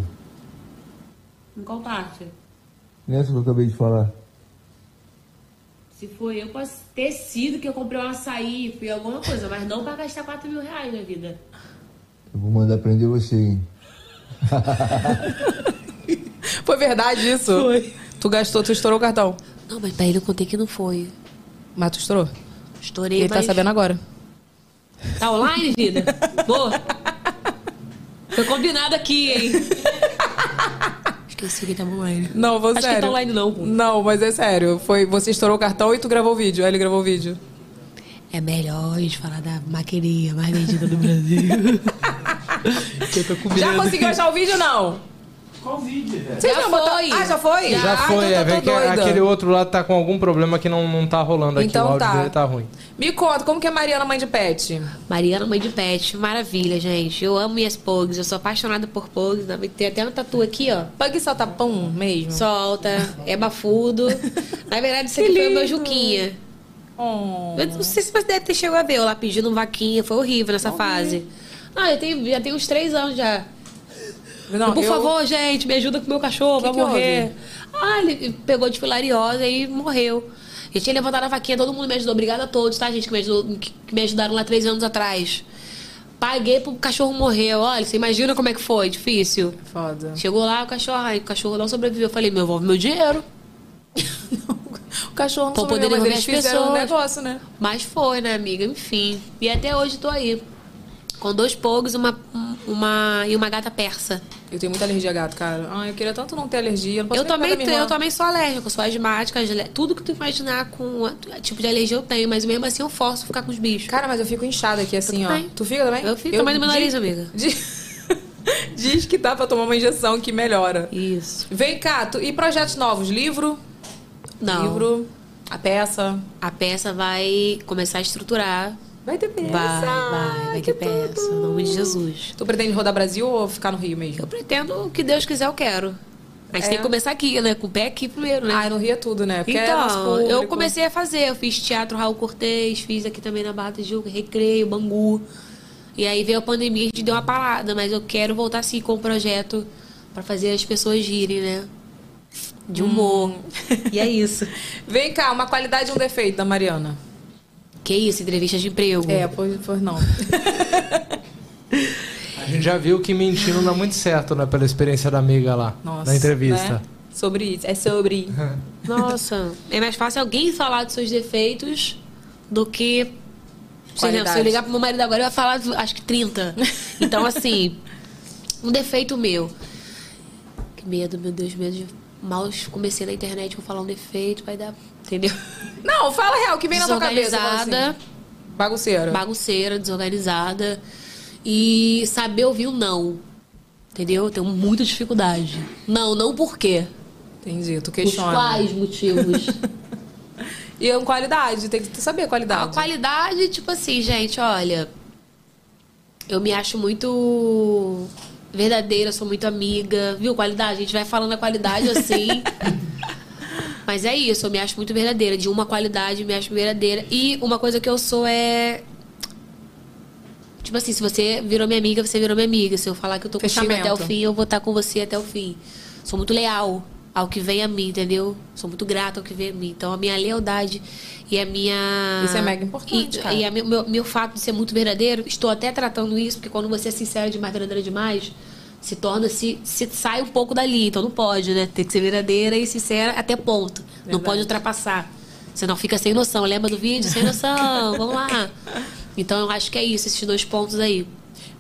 Speaker 10: Em qual parte?
Speaker 3: Nessa que eu acabei de falar.
Speaker 10: Se foi eu, pode ter sido que eu comprei um açaí, fui alguma coisa, mas não pra gastar 4 mil reais na vida.
Speaker 3: Eu vou mandar prender você, hein?
Speaker 8: Foi verdade isso? Foi. Tu gastou, tu estourou o cartão.
Speaker 10: Não, mas pra ele eu contei que não foi.
Speaker 8: Mas tu estourou?
Speaker 10: Estourei,
Speaker 8: Ele tá sabendo agora.
Speaker 10: Tá online, vida? Boa. Foi combinado aqui, hein? Esqueci que tá tava online.
Speaker 8: Não, vou
Speaker 10: Acho
Speaker 8: sério.
Speaker 10: que tá online não.
Speaker 8: Não, mas é sério. Foi, você estourou o cartão e tu gravou o vídeo. Aí ele gravou o vídeo.
Speaker 10: É melhor a gente falar da maquininha mais vendida do Brasil. que eu tô com
Speaker 8: Já conseguiu achar o vídeo, não?
Speaker 2: Qual vídeo, velho?
Speaker 8: Vocês não botaram? Ah, já foi?
Speaker 11: Já
Speaker 8: Ah,
Speaker 11: foi,
Speaker 8: então
Speaker 11: é,
Speaker 8: tá
Speaker 11: vem
Speaker 8: tô
Speaker 11: que
Speaker 8: doida.
Speaker 11: aquele outro lá tá com algum problema que não, não tá rolando aqui.
Speaker 8: Então
Speaker 11: o áudio
Speaker 8: tá.
Speaker 11: dele tá ruim.
Speaker 8: Me conta, como que é Mariana, mãe de pet?
Speaker 10: Mariana, mãe de pet, maravilha, gente. Eu amo minhas pugs, eu sou apaixonada por pugs. né? Tem até uma tatu aqui, ó.
Speaker 8: Pug solta pão mesmo?
Speaker 10: Solta, é bafudo. Na verdade, isso aqui foi o meu Juquinha.
Speaker 8: Oh.
Speaker 10: Eu não sei se você deve ter chegado a ver, eu lá pedindo um vaquinha, foi horrível nessa fase. Ah, eu tenho, já tenho uns três anos já.
Speaker 8: Não,
Speaker 10: Por
Speaker 8: eu-
Speaker 10: favor, gente, me ajuda com o meu cachorro, vai
Speaker 8: que
Speaker 10: morrer. Ah, ele pegou de filariosa e morreu. Eu tinha levantado a vaquinha, todo mundo me ajudou. Obrigada a todos, tá, gente, que me, ajudou- que- que me ajudaram lá três anos atrás. Paguei pro cachorro morrer. Olha, você imagina como é que foi? Difícil.
Speaker 8: Foda.
Speaker 10: Chegou lá, o cachorro, ai, o cachorro não sobreviveu. Eu falei, meu, envolve meu dinheiro.
Speaker 8: O cachorro não
Speaker 10: Pra
Speaker 8: sobreviveu,
Speaker 10: poder
Speaker 8: mas
Speaker 10: devolver
Speaker 8: eles
Speaker 10: as
Speaker 8: fizeram um
Speaker 10: pessoas.
Speaker 8: negócio, né?
Speaker 10: Mas foi, né, amiga? Enfim. E até hoje tô aí. Com dois pogos uma, uma, e uma gata persa.
Speaker 8: Eu tenho muita alergia a gato, cara. Ai, eu queria tanto não ter alergia. Eu, não posso
Speaker 10: Eu
Speaker 8: nem
Speaker 10: também,
Speaker 8: cuidar da minha
Speaker 10: tenho- eu
Speaker 8: irmã.
Speaker 10: também sou alérgica, eu sou asmática, asle- tudo que tu imaginar com a- tipo de alergia eu tenho, mas mesmo assim eu forço ficar com os bichos.
Speaker 8: Cara, mas eu fico inchada aqui assim, ó.
Speaker 10: também.
Speaker 8: Tu fica também?
Speaker 10: Eu fico também no meu
Speaker 8: de-
Speaker 10: nariz, amiga.
Speaker 8: De... Diz que dá pra tomar uma injeção que melhora.
Speaker 10: Isso.
Speaker 8: Vem cá, tu- e projetos novos? Livro?
Speaker 10: Não.
Speaker 8: Livro? A peça?
Speaker 10: A peça vai começar a estruturar.
Speaker 8: Vai ter peça.
Speaker 10: Vai, vai, vai ter peça. Em nome de Jesus.
Speaker 8: Tu pretende rodar Brasil ou ficar no Rio mesmo?
Speaker 10: Eu pretendo o que Deus quiser, eu quero. Mas
Speaker 8: É.
Speaker 10: tem que começar aqui, né? Com o pé aqui primeiro, né?
Speaker 8: Ah, no Rio é tudo, né? Porque é nosso
Speaker 10: então,
Speaker 8: público.
Speaker 10: eu comecei a fazer. Eu fiz teatro Raul Cortez, fiz aqui também na Barra do Juca, Recreio, Bangu. E aí veio a pandemia, a gente deu uma parada. Mas eu quero voltar, assim, com o projeto pra fazer as pessoas rirem, né? De humor. E é isso.
Speaker 8: Vem cá, uma qualidade e um defeito da Mariana.
Speaker 10: Que isso, entrevista de
Speaker 11: Hum.
Speaker 10: emprego.
Speaker 8: É, pois, pois não.
Speaker 11: A gente já viu que mentir não dá muito certo, né? Pela experiência da amiga lá,
Speaker 10: Nossa,
Speaker 11: na entrevista.
Speaker 10: né?
Speaker 8: Sobre isso. É sobre.
Speaker 10: Nossa, é mais fácil alguém falar dos seus defeitos do que. Por exemplo,
Speaker 8: Qualidade.
Speaker 10: se eu ligar pro meu marido agora, ele vai falar, acho que 30. Então, assim, um defeito meu. Que medo, meu Deus, medo de. Mal comecei na internet, vou falar um defeito, vai dar. Entendeu?
Speaker 8: Não, fala real, o que vem na tua cabeça. fala assim.
Speaker 10: Desorganizada.
Speaker 8: Bagunceira.
Speaker 10: Bagunceira, desorganizada. E saber ouvir o não. Entendeu? Eu Tenho muita dificuldade. Não, não por quê?
Speaker 8: Entendi, tu questiona.
Speaker 10: Os quais motivos?
Speaker 8: E é uma qualidade, tem que saber a qualidade.
Speaker 10: A qualidade, tipo assim, gente, olha. Eu me acho muito verdadeira, sou muito amiga. Viu? Qualidade, a gente vai falando a qualidade assim. Mas é isso, eu me acho muito verdadeira. De uma qualidade, eu me acho verdadeira. E uma coisa que eu sou é. Tipo assim, se você virou minha amiga, você virou minha amiga. Se eu falar que eu tô contigo
Speaker 8: Fechamento.
Speaker 10: até o fim, eu vou estar com você até o fim. Sou muito leal ao que vem a mim, entendeu? Sou muito grata ao que vem a mim. Então a minha lealdade e a minha.
Speaker 8: Isso é mega importante,
Speaker 10: Ah, E,
Speaker 8: cara.
Speaker 10: e a meu, meu, meu fato de ser muito verdadeiro, estou até tratando isso, porque quando você é sincera demais, verdadeira demais, se torna, se, se sai um pouco dali. Então não pode, né? Tem que ser verdadeira e sincera até ponto. Não
Speaker 8: Verdade.
Speaker 10: pode ultrapassar. Senão fica sem noção. Lembra do vídeo? Sem noção, vamos lá. Então eu acho que é isso, esses dois pontos aí.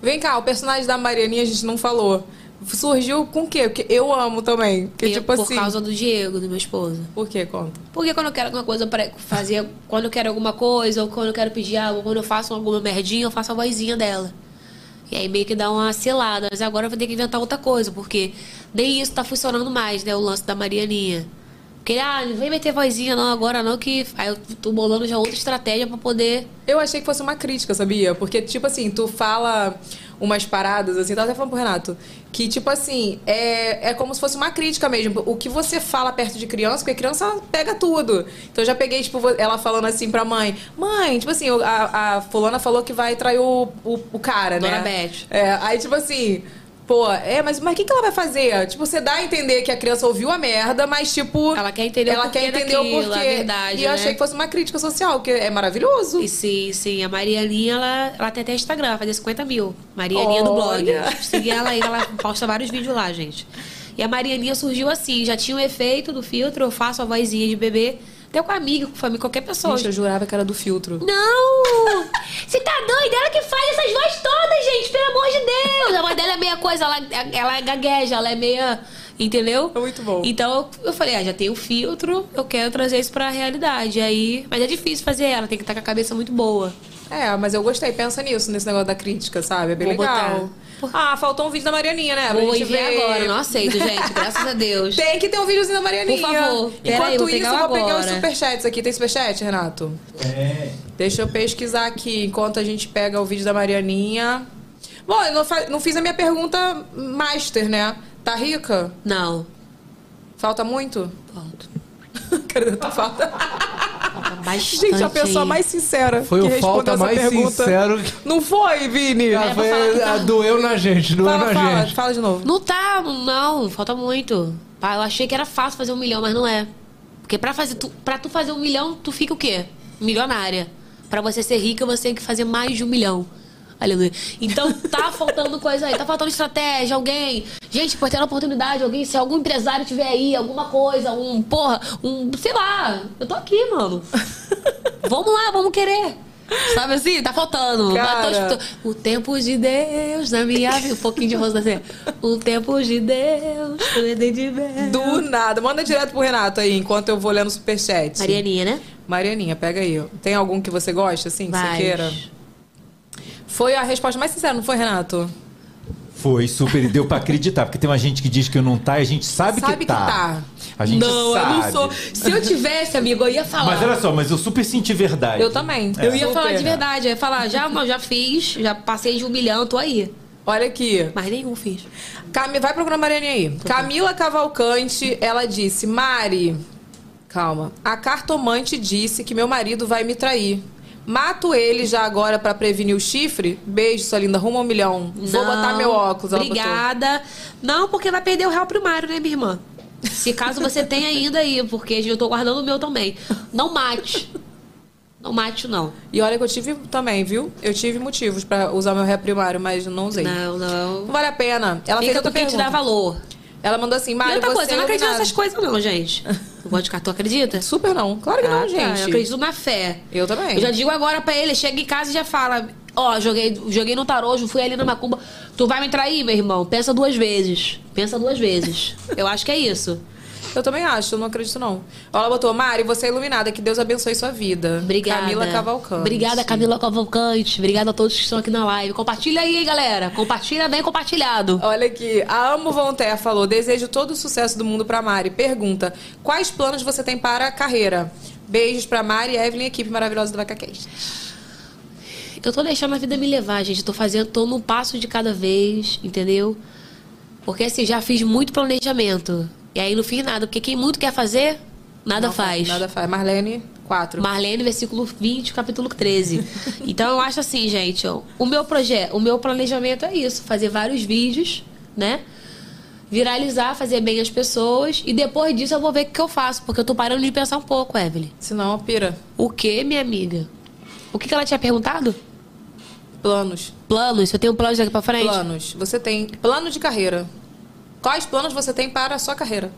Speaker 8: Vem cá, o personagem da Marianinha a gente não falou. Surgiu com o quê? Porque eu amo também. Porque,
Speaker 10: Eu-
Speaker 8: tipo
Speaker 10: por
Speaker 8: assim.
Speaker 10: causa do Diego, do meu esposo.
Speaker 8: Por quê? Conta.
Speaker 10: Porque quando eu quero alguma coisa para fazer, quando eu quero alguma coisa, ou quando eu quero pedir algo, quando eu faço alguma merdinha, eu faço a vozinha dela. E aí meio que dá uma selada. Mas agora eu vou ter que inventar outra coisa, porque nem isso tá funcionando mais, né? O lance da Marianinha. Porque, ah, não vem meter vozinha não agora não, que aí eu tô bolando já outra estratégia pra poder...
Speaker 8: Eu achei que fosse uma crítica, sabia? Porque, tipo assim, tu fala umas paradas, assim, tava até falando pro Renato, que, tipo assim, é, é como se fosse uma crítica mesmo. O que você fala perto de criança, porque criança pega tudo. Então eu já peguei, tipo, vo- ela falando assim pra mãe, mãe, tipo assim, o- a, a fulana falou que vai trair o, o, o cara, né?
Speaker 10: Dona Beth.
Speaker 8: É, aí, tipo assim... Pô, é, mas o mas o que, que ela vai fazer? Tipo, você dá a entender que a criança ouviu a merda, mas, tipo.
Speaker 10: Ela quer entender o
Speaker 8: ela
Speaker 10: porquê
Speaker 8: quer entender o
Speaker 10: daquilo, a
Speaker 8: porquê.
Speaker 10: verdade,
Speaker 8: E eu
Speaker 10: né?
Speaker 8: achei que fosse uma crítica social, que é maravilhoso.
Speaker 10: E sim, sim, a Marianinha, ela, ela tem até Instagram, ela faz 50 mil. Marianinha do blog.
Speaker 8: Olha.
Speaker 10: Segui ela aí, ela posta vários vídeos lá, gente. E a Marianinha surgiu assim, já tinha o efeito do filtro, eu faço a vozinha de bebê. Até com amigo, com família, qualquer pessoa.
Speaker 8: Gente, eu jurava que era do filtro.
Speaker 10: Não! Você tá doida? Ela que faz essas vozes todas, gente, pelo amor de Deus! A voz dela é meia coisa, ela, ela gagueja, ela é meia. Entendeu? É muito bom. Então eu falei, ah, já tem o filtro, eu quero trazer isso pra realidade. Aí. Mas é difícil fazer ela, tem que estar com a cabeça muito boa.
Speaker 8: É, mas eu gostei. Pensa nisso, nesse negócio da crítica, sabe? É bem
Speaker 10: Vou
Speaker 8: legal. Ah, faltou um vídeo da Marianinha, né? Pra
Speaker 10: Vou
Speaker 8: gente
Speaker 10: e ver agora, não aceito, gente, graças a Deus.
Speaker 8: Tem que ter um videozinho da Marianinha.
Speaker 10: Por favor, pera aí,
Speaker 8: Enquanto
Speaker 10: vou
Speaker 8: isso,
Speaker 10: pegar
Speaker 8: eu vou pegar os
Speaker 10: agora.
Speaker 8: superchats aqui. Tem superchat, Renato?
Speaker 11: É.
Speaker 8: Deixa eu pesquisar aqui enquanto a gente pega o vídeo da Marianinha. Bom, eu não, fa- não fiz a minha pergunta master, né? Tá rica?
Speaker 10: Não.
Speaker 8: Falta muito?
Speaker 10: Falta.
Speaker 8: Cadê tua falta?
Speaker 10: tá Bastante
Speaker 8: Gente, a pessoa
Speaker 10: aí.
Speaker 8: mais sincera
Speaker 11: Foi
Speaker 8: que
Speaker 11: o
Speaker 8: respondeu
Speaker 11: falta
Speaker 8: essa
Speaker 11: mais
Speaker 8: pergunta.
Speaker 11: sincero.
Speaker 8: Não foi, Vini?
Speaker 10: É,
Speaker 11: Ah, foi-
Speaker 10: tá
Speaker 11: ah, doeu na gente, doeu
Speaker 8: tá- Fala,
Speaker 11: na
Speaker 8: fala,
Speaker 11: gente.
Speaker 8: fala de novo.
Speaker 10: Não tá, não, falta muito. Pá, eu achei que era fácil fazer um milhão, mas não é. Porque pra, fazer, tu, pra tu fazer um milhão, tu fica o quê? Milionária. Pra você ser rica, você tem que fazer mais de um milhão. Aleluia. Então tá faltando coisa aí, tá faltando estratégia, alguém. Gente, por ter uma oportunidade, alguém, se algum empresário tiver aí, alguma coisa, um, porra, um, sei lá, eu tô aqui, mano. vamos lá, vamos querer. Sabe assim? Tá faltando.
Speaker 8: Cara.
Speaker 10: Mas tô- tô- O tempo de Deus na minha vida. Um pouquinho de rosa assim. O tempo de Deus, o Éden de Mel.
Speaker 8: Do nada. Manda direto pro Renato aí, enquanto eu vou lendo o superchat.
Speaker 10: Marianinha, né?
Speaker 8: Marianinha, pega aí. Tem algum que você gosta, assim, que você
Speaker 10: Vários.
Speaker 8: queira? Foi a resposta mais sincera, não foi, Renato?
Speaker 2: Foi super, e deu pra acreditar, porque tem uma gente que diz que não tá e a gente sabe,
Speaker 8: Sabe que
Speaker 2: que tá.
Speaker 8: tá.
Speaker 2: A gente
Speaker 8: não,
Speaker 2: sabe.
Speaker 8: eu não sou. Se eu tivesse, amigo, eu ia falar.
Speaker 2: Mas olha só, mas eu super senti verdade.
Speaker 10: Eu também.
Speaker 2: É.
Speaker 10: Eu ia
Speaker 2: Super.
Speaker 10: falar de verdade. Eu ia falar, já, mas já fiz, já passei de um milhão, tô aí.
Speaker 8: Olha aqui.
Speaker 10: Mas nenhum fiz.
Speaker 8: Cami... Vai procurar a Mariane aí. Camila Cavalcante, ela disse: Mari, calma. A cartomante disse que meu marido vai me trair. Mato ele já agora pra prevenir o chifre? Beijo, sua linda. Rumo um milhão. Vou
Speaker 10: Não,
Speaker 8: botar meu óculos. ela botou.
Speaker 10: Obrigada. Não, porque vai perder o real primário, né, minha irmã? Se caso você tenha ainda aí, porque eu tô guardando o meu também. Não mate. Não mate, não.
Speaker 8: E olha que eu tive também, viu? Eu tive motivos pra usar meu ré primário, mas não usei.
Speaker 10: Não, não.
Speaker 8: Não vale a pena. Ela fez
Speaker 10: Fica
Speaker 8: outra
Speaker 10: com quem te
Speaker 8: pergunta.
Speaker 10: dá valor.
Speaker 8: Ela mandou assim,
Speaker 10: E
Speaker 8: Mário,
Speaker 10: outra
Speaker 8: você
Speaker 10: coisa, eu não
Speaker 8: é
Speaker 10: acredito
Speaker 8: iluminado."
Speaker 10: nessas coisas, não, gente. Eu gosto de cartão, acredita?
Speaker 8: Super não. Claro que não, gente.
Speaker 10: Ah, tá, Eu acredito na fé.
Speaker 8: Eu também.
Speaker 10: Eu já digo agora pra ele, chega em casa e já fala: Ó, joguei, joguei no tarô, hoje fui ali na macumba. Tu vai me trair, meu irmão? Pensa duas vezes. Pensa duas vezes. Eu acho que é isso.
Speaker 8: Eu também acho, eu não acredito não. Ela botou, Mari, você é iluminada, que Deus abençoe sua vida.
Speaker 10: Obrigada.
Speaker 8: Camila Cavalcante.
Speaker 10: Obrigada, Camila Cavalcante. Obrigada a todos que estão aqui na live. Compartilha aí, galera. Compartilha bem compartilhado.
Speaker 8: Olha aqui, a Amo Vonter falou, desejo todo o sucesso do mundo pra Mari. Pergunta, quais planos você tem para a carreira? Beijos pra Mari, Evelyn, equipe maravilhosa do VacaCast.
Speaker 10: Eu tô deixando a vida me levar, gente. Eu tô fazendo, tô num passo de cada vez, entendeu? Porque assim, já fiz muito planejamento. E aí não fiz nada. Porque quem muito quer fazer, nada
Speaker 8: Não,
Speaker 10: faz.
Speaker 8: Nada faz. Marlene, 4.
Speaker 10: Marlene, versículo 20, capítulo 13. então eu acho assim, gente, ó, o meu projeto, o meu planejamento é isso, fazer vários vídeos, né? Viralizar, fazer bem as pessoas e depois disso eu vou ver o que eu faço, porque eu tô parando de pensar um pouco, Evelyn.
Speaker 8: Senão, pira.
Speaker 10: O que, minha amiga? O que, que ela tinha perguntado?
Speaker 8: Planos.
Speaker 10: Planos? Eu tenho planos daqui pra frente?
Speaker 8: Planos. Você tem plano de carreira. Quais planos você tem para a sua carreira?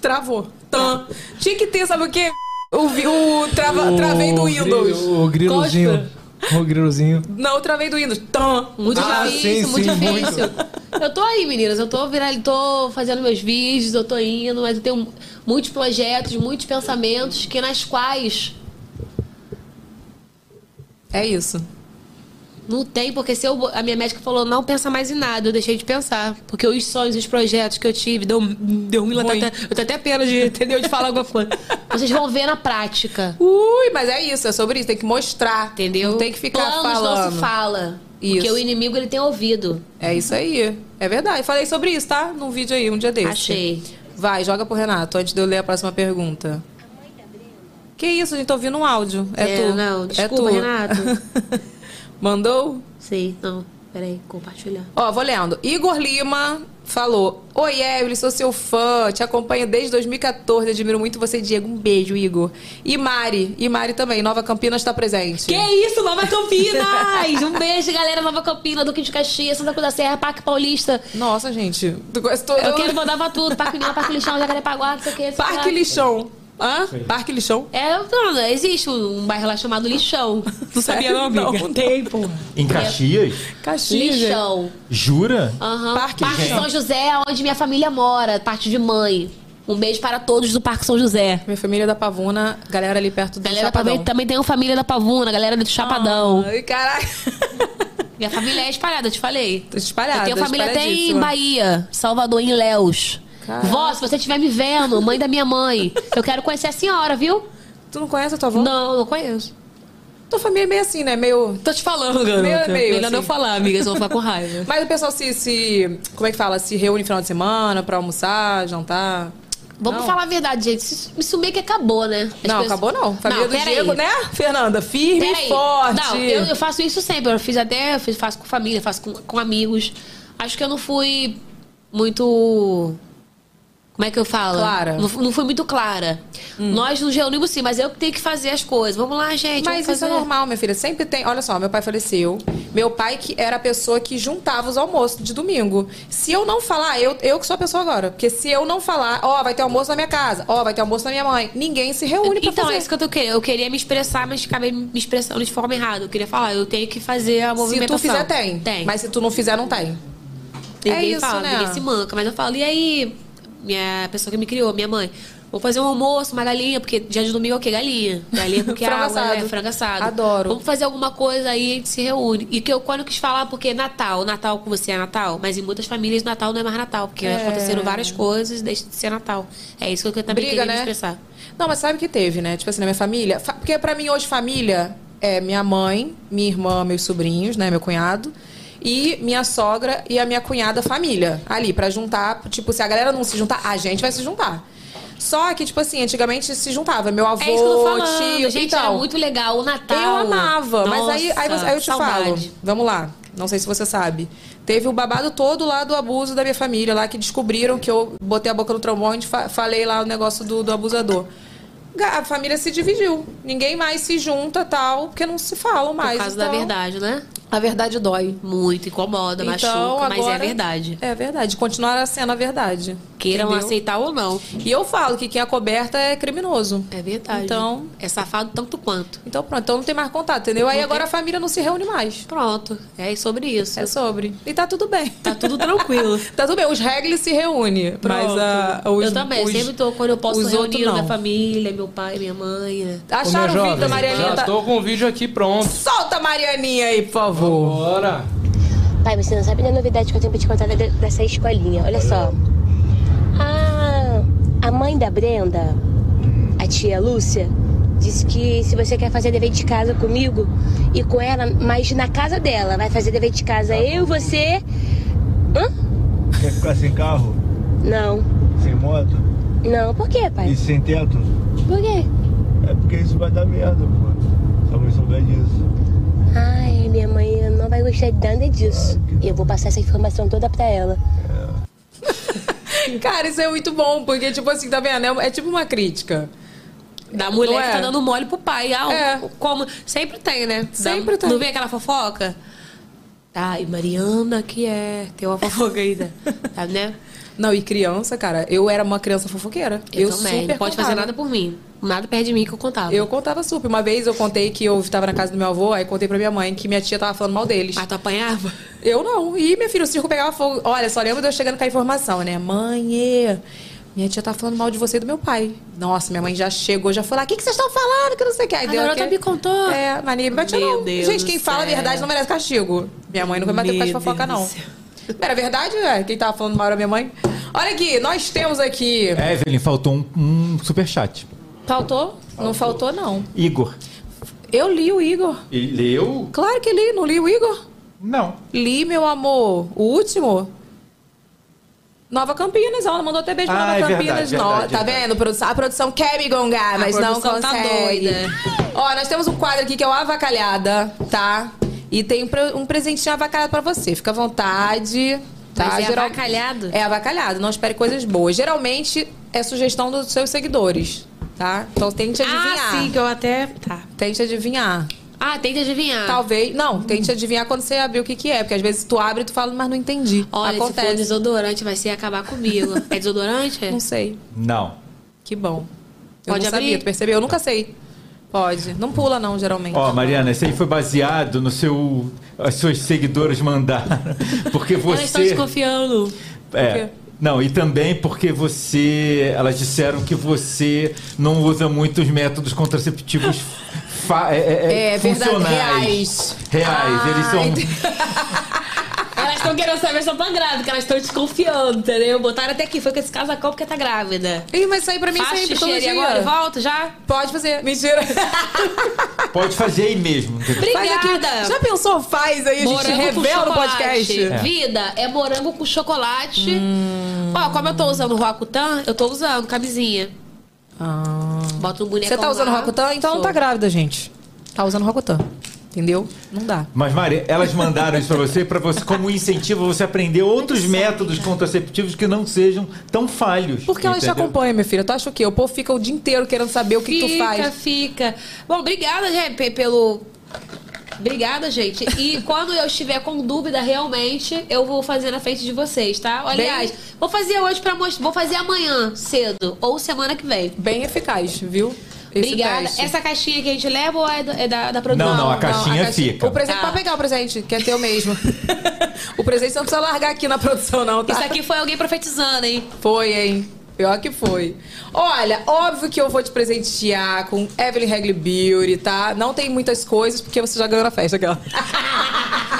Speaker 8: Travou. Tã. Tinha que ter, sabe o quê? O, vi- o trava, travei do Windows.
Speaker 3: O, grilozinho. O grilozinho.
Speaker 8: Não, eu travei do Windows. Tã.
Speaker 10: Muito
Speaker 3: Ah, sim,
Speaker 10: difícil, muito
Speaker 3: sim,
Speaker 10: difícil. Eu tô aí, meninas. Eu tô virando, tô fazendo meus vídeos, eu tô indo, mas eu tenho muitos projetos, muitos pensamentos, que nas quais
Speaker 8: É isso.
Speaker 10: não tem, porque se eu, a minha médica falou, não pensa mais em nada, eu deixei de pensar. Porque os sonhos, os projetos que eu tive, deu, deu ruim, eu tô até- eu tô até pena de, entendeu, de falar alguma coisa. Vocês vão ver na prática.
Speaker 8: Ui, mas é isso, é sobre isso. Tem que mostrar. Entendeu? Não tem que ficar
Speaker 10: Planos
Speaker 8: falando.
Speaker 10: não se fala. Porque
Speaker 8: Isso.
Speaker 10: o inimigo, ele tem ouvido.
Speaker 8: É isso aí. É verdade. Falei sobre isso, tá? Num vídeo aí, um dia desse.
Speaker 10: Achei.
Speaker 8: Vai, joga pro Renato, antes de eu ler a próxima pergunta. Que isso, a gente tá ouvindo um áudio. É,
Speaker 10: É,
Speaker 8: tu.
Speaker 10: não, desculpa,
Speaker 8: é tu.
Speaker 10: Renato.
Speaker 8: Mandou?
Speaker 10: Sei, não. Peraí, compartilhar.
Speaker 8: Ó, vou lendo. Igor Lima falou: Oi, Evelyn, sou seu fã, te acompanho desde 2014, admiro muito você, Diego. Um beijo, Igor. E Mari, e Mari também, Nova Campinas tá presente.
Speaker 10: Que isso, Nova Campinas! um beijo, galera, Nova Campinas, Duque de Caxias, Santa Cruz da Serra, Parque Paulista.
Speaker 8: Nossa, gente, tu conhece todo
Speaker 10: Eu quero mandar pra tudo. Parque União, Parque Lixão, Jacarepaguá, não sei o que.
Speaker 8: Parque Lixão. Hã? Parque Lixão?
Speaker 10: É, não, não, existe um bairro lá chamado Lixão. É. Não sabia não, amiga? Não, tem, pô.
Speaker 2: Em Caxias?
Speaker 8: Caxias.
Speaker 10: Lixão.
Speaker 2: Jura?
Speaker 8: Ah.
Speaker 10: Aham.
Speaker 8: Parque
Speaker 10: Parque,
Speaker 2: Lixão.
Speaker 10: São José, é onde minha família mora, parte de mãe. Um beijo para todos do Parque São José.
Speaker 8: Minha família é da Pavuna, galera ali perto do
Speaker 10: Galera
Speaker 8: Chapadão.
Speaker 10: também, também tem uma família da Pavuna, galera do Chapadão.
Speaker 8: Ai, caralho.
Speaker 10: Minha família é espalhada, eu te falei.
Speaker 8: Espalhada,
Speaker 10: Eu tenho família até em
Speaker 8: espalhadíssima.
Speaker 10: Bahia, Salvador, em Léus.
Speaker 8: Caraca.
Speaker 10: Vó, se você estiver me vendo, mãe da minha mãe, eu quero conhecer a senhora, viu?
Speaker 8: Tu não conhece a tua avó?
Speaker 10: Não, não conheço.
Speaker 8: Tua família é meio assim, né? Meio.
Speaker 10: Tô te falando, garota.
Speaker 8: Meio, é meio,
Speaker 10: Melhor
Speaker 8: assim.
Speaker 10: não falar, amiga, senão eu vou ficar com raiva.
Speaker 8: Mas o pessoal se, se. Como é que fala? Se reúne no final de semana pra almoçar, jantar.
Speaker 10: Vamos
Speaker 8: Não?
Speaker 10: falar a verdade, gente. Isso, isso meio que acabou, né? As
Speaker 8: Não,
Speaker 10: pessoas-
Speaker 8: acabou não. Família do
Speaker 10: peraí.
Speaker 8: Diego, né, Fernanda? Firme e
Speaker 10: Peraí.
Speaker 8: forte.
Speaker 10: Não, eu, eu faço isso sempre. Eu fiz até, eu fiz- faço com família, faço com, com amigos. Acho que eu não fui muito. Como é que eu falo?
Speaker 8: Clara. Hum.
Speaker 10: Não, fu- não fui muito clara. Nós nos reunimos sim, mas eu que tenho que fazer as coisas. Vamos lá, gente.
Speaker 8: Mas
Speaker 10: vamos
Speaker 8: isso é
Speaker 10: fazer.
Speaker 8: normal, minha filha. Sempre tem. Olha só, meu pai faleceu. Meu pai que era a pessoa que juntava os almoços de domingo. Se eu não falar, eu, eu que sou a pessoa agora. Porque se eu não falar, ó, vai ter almoço na minha casa, ó, vai ter almoço na minha mãe. Ninguém se reúne pra
Speaker 10: Então,
Speaker 8: fazer.
Speaker 10: é isso que eu tô querendo. Eu queria me expressar, mas acabei me expressando de forma errada. Eu queria falar, eu tenho que fazer a
Speaker 8: Se
Speaker 10: movimentação.
Speaker 8: tu fizer, tem. Mas se tu não fizer, não tem.
Speaker 10: Ninguém
Speaker 8: é isso,
Speaker 10: fala,
Speaker 8: né?
Speaker 10: ninguém se manca. Mas eu falo, e aí, minha a pessoa que me criou, minha mãe. Vou fazer um almoço, uma galinha, porque dia de domingo é o quê? Galinha. Galinha porque
Speaker 8: Frango
Speaker 10: água, né?
Speaker 8: assado.
Speaker 10: Frango assado.
Speaker 8: Adoro.
Speaker 10: Vamos fazer alguma coisa aí, a gente se reúne. E que eu, quando eu quis falar, porque Natal, Natal com você é Natal, mas em muitas famílias Natal não é mais Natal, porque
Speaker 8: É.
Speaker 10: aconteceram várias coisas e deixa de ser Natal. É isso que eu também
Speaker 8: Briga,
Speaker 10: queria me
Speaker 8: né?
Speaker 10: expressar.
Speaker 8: Não, mas sabe que teve, né? Tipo assim, na minha família. fa- Porque pra mim hoje família é minha mãe, minha irmã, meus sobrinhos, né? Meu cunhado. E minha sogra e a minha cunhada família. Ali, pra juntar. Tipo, se a galera não se juntar, a gente vai se juntar. Só que, tipo assim, antigamente se juntava. Meu avô,
Speaker 10: É isso que eu tô falando,
Speaker 8: tio.
Speaker 10: gente,
Speaker 8: então,
Speaker 10: era muito legal o Natal.
Speaker 8: eu amava, mas aí, aí,
Speaker 10: Nossa,
Speaker 8: você- aí eu te
Speaker 10: saudade.
Speaker 8: falo. Vamos lá. Não sei se você sabe. Teve o babado todo lá do abuso da minha família, lá que descobriram que eu botei a boca no trombone e fa- falei lá o negócio do, do abusador. Ga- A família se dividiu. Ninguém mais se junta, tal, porque não se falam mais.
Speaker 10: Por causa da
Speaker 8: então-
Speaker 10: verdade, né?
Speaker 8: A verdade dói. Então,
Speaker 10: Muito, incomoda, machuca, mas é
Speaker 8: agora-
Speaker 10: verdade.
Speaker 8: É verdade. Continuar sendo a verdade.
Speaker 10: Queiram assim. aceitar ou não.
Speaker 8: E eu falo que quem é coberta é criminoso.
Speaker 10: É verdade.
Speaker 8: Então.
Speaker 10: É safado tanto quanto.
Speaker 8: Então pronto, então não tem mais contato, entendeu? Aí
Speaker 10: Não
Speaker 8: agora
Speaker 10: tem-
Speaker 8: a família não se reúne mais.
Speaker 10: Pronto. É sobre isso.
Speaker 8: É sobre. E tá tudo bem.
Speaker 10: Tá tudo tranquilo.
Speaker 8: tá tudo bem. Os regles se reúnem. Mas a, os,
Speaker 10: eu também,
Speaker 8: os-
Speaker 10: sempre tô quando eu posso
Speaker 8: os outros
Speaker 10: reunir
Speaker 8: não.
Speaker 10: minha família, meu pai, minha mãe. né?
Speaker 8: Acharam o vídeo da Marianinha?
Speaker 11: Já
Speaker 8: Tá-
Speaker 11: tô com o vídeo aqui pronto.
Speaker 8: Solta a Marianinha aí, por favor.
Speaker 11: Bora.
Speaker 5: Pai, Tá, você não sabe da novidade que eu tenho pra te contar de- dessa escolinha. Olha só. A, a mãe da Brenda, a tia Lúcia, disse que se você quer fazer dever de casa comigo e com ela, mas na casa dela, vai fazer dever de casa
Speaker 16: Tá.
Speaker 5: eu, você. Hã?
Speaker 16: Quer ficar sem carro,
Speaker 5: Não.
Speaker 16: sem moto
Speaker 5: Não, por quê, pai?
Speaker 16: e sem teto?
Speaker 5: Por quê?
Speaker 16: É porque isso vai dar merda, pô. Se a mãe souber disso.
Speaker 5: Ai, minha mãe não vai gostar de nada disso. E eu vou passar essa informação toda pra ela.
Speaker 8: Cara, isso é muito bom, porque, tipo assim, tá vendo? É, é tipo uma crítica.
Speaker 10: Da mulher
Speaker 8: Não é?
Speaker 10: que tá dando mole pro pai. Ah, o- como... Sempre tem, né? Sempre tem. Não vem aquela fofoca? Tá, e Mariana que é. Tem uma fofoca ainda. tá, né?
Speaker 8: Não, e criança, cara, eu era uma criança fofoqueira.
Speaker 10: Eu,
Speaker 8: Eu,
Speaker 10: também.
Speaker 8: super
Speaker 10: Não pode
Speaker 8: contava.
Speaker 10: fazer nada por mim. Nada perto de mim que eu contava.
Speaker 8: Eu contava super. Uma vez eu contei que eu tava na casa do meu avô, aí contei pra minha mãe que minha tia tava falando mal deles. Mas
Speaker 10: tu apanhava?
Speaker 8: Eu não. E minha filha, o circo pegava fogo. Olha, só lembro de eu chegando com a informação, né? Mãe, ê, minha tia tá falando mal de você e do meu pai. Nossa, minha mãe já chegou, já foi lá. O que, que vocês estão falando? Que não sei o que. Aí
Speaker 10: A
Speaker 8: deu
Speaker 10: garota
Speaker 8: aquele-
Speaker 10: me contou.
Speaker 8: É, mas ninguém me bateu,
Speaker 10: Meu
Speaker 8: não.
Speaker 10: Deus
Speaker 8: Gente, quem
Speaker 10: do
Speaker 8: fala a
Speaker 10: céu.
Speaker 8: verdade não merece castigo. Minha mãe não foi bater por causa de
Speaker 10: Meu
Speaker 8: fofoca,
Speaker 10: Deus
Speaker 8: não.
Speaker 10: do
Speaker 8: Era verdade, é? Quem tava falando mal era minha mãe. Olha aqui, nós temos aqui.
Speaker 2: Evelyn, faltou um, um superchat.
Speaker 8: Faltou? Não faltou, não.
Speaker 2: Igor.
Speaker 8: Eu li o Igor.
Speaker 2: E leu?
Speaker 8: Claro que li, não li o Igor?
Speaker 2: Não.
Speaker 8: Li, meu amor. O último? Nova Campinas, ela mandou até beijo pra
Speaker 2: Ah,
Speaker 8: Nova
Speaker 2: é verdade,
Speaker 8: Campinas.
Speaker 2: verdade,
Speaker 8: Nó- tá
Speaker 2: verdade.
Speaker 8: vendo? Produção- A produção quer me gongar, mas
Speaker 10: A
Speaker 8: não
Speaker 10: produção tá
Speaker 8: consegue.
Speaker 10: doida.
Speaker 8: Ó, nós temos um quadro aqui que é o Avacalhada, tá? E tem um, pre- um presentinho avacalhado pra você. Fica à vontade. Tá?
Speaker 10: Mas é avacalhado?
Speaker 8: É avacalhado. Não espere coisas boas. Geralmente é sugestão dos seus seguidores, tá? Então tente adivinhar.
Speaker 10: Ah, sim, que eu até. Tá.
Speaker 8: Tente adivinhar.
Speaker 10: Ah, tente adivinhar.
Speaker 8: Talvez. Não, tente adivinhar quando você abrir o que, que é. Porque às vezes tu abre e tu fala, mas não entendi.
Speaker 10: Olha, se for desodorante, vai ser acabar comigo. É desodorante?
Speaker 8: Não sei.
Speaker 2: Não.
Speaker 8: Que bom. Eu
Speaker 10: Pode
Speaker 8: não
Speaker 10: abrir?
Speaker 8: sabia, tu percebeu? Eu nunca sei. Pode. Não pula, não, geralmente.
Speaker 2: Ó, Mariana, esse aí foi baseado no seu. As suas seguidoras mandaram. Porque
Speaker 10: Elas estão
Speaker 2: você.
Speaker 10: desconfiando.
Speaker 2: É. Não, e também porque você. Elas disseram que você não usa muito os métodos contraceptivos fa- é, é, é, funcionais.
Speaker 8: Reais.
Speaker 2: Reais. Eles são.
Speaker 10: Elas estão querendo saber se eu tô grávida, que elas estão desconfiando, entendeu? Botaram até aqui, foi com esse casacão porque tá grávida.
Speaker 8: Ih, mas isso aí pra mim
Speaker 10: Faço
Speaker 8: sempre,
Speaker 10: xixi
Speaker 8: todo
Speaker 10: ali
Speaker 8: dia.
Speaker 10: agora, volto já?
Speaker 8: Pode fazer. Mentira.
Speaker 2: Pode fazer aí mesmo. entendeu?
Speaker 8: Faz aqui.
Speaker 10: Obrigada.
Speaker 8: Já pensou? Faz aí, a gente revela no podcast.
Speaker 2: É.
Speaker 10: Vida, é morango com chocolate.
Speaker 8: Hum.
Speaker 10: Ó, como eu tô usando Roacutan, eu tô usando camisinha. Bota um boneco
Speaker 8: Ah. Você tá usando Rocutan? Então não tá grávida, gente. Tá usando Rocutan. Entendeu? Não dá.
Speaker 2: Mas, Mari, elas mandaram isso pra você, pra você, como incentivo, você aprender outros métodos contraceptivos que não sejam tão falhos.
Speaker 8: Porque ela te
Speaker 2: entendeu?
Speaker 8: acompanha, minha filha. Tu acha o quê? O povo fica o dia inteiro querendo saber o que, que tu
Speaker 10: Fica,
Speaker 8: faz.
Speaker 10: fica. Bom, obrigada, gente, pelo. Obrigada, gente. E quando eu estiver com dúvida, realmente, eu vou fazer na frente de vocês, tá? Aliás,
Speaker 8: Bem-
Speaker 10: vou fazer hoje pra mostrar. Vou fazer amanhã, cedo, ou semana que vem.
Speaker 8: Bem eficaz, viu? Esse
Speaker 10: Obrigada. É
Speaker 8: teste.
Speaker 10: Essa caixinha que a gente leva ou é da, é da, da produção?
Speaker 2: Não, não, a caixinha fica.
Speaker 8: O presente pra pegar o presente, que é teu mesmo. o presente você não precisa largar aqui na produção, não, tá?
Speaker 10: Isso aqui foi alguém profetizando, hein?
Speaker 8: Foi, hein? Pior que foi. Olha, óbvio que eu vou te presentear com Evelyn Regli Beauty, tá? Não tem muitas coisas, porque você já ganhou na festa, aquela.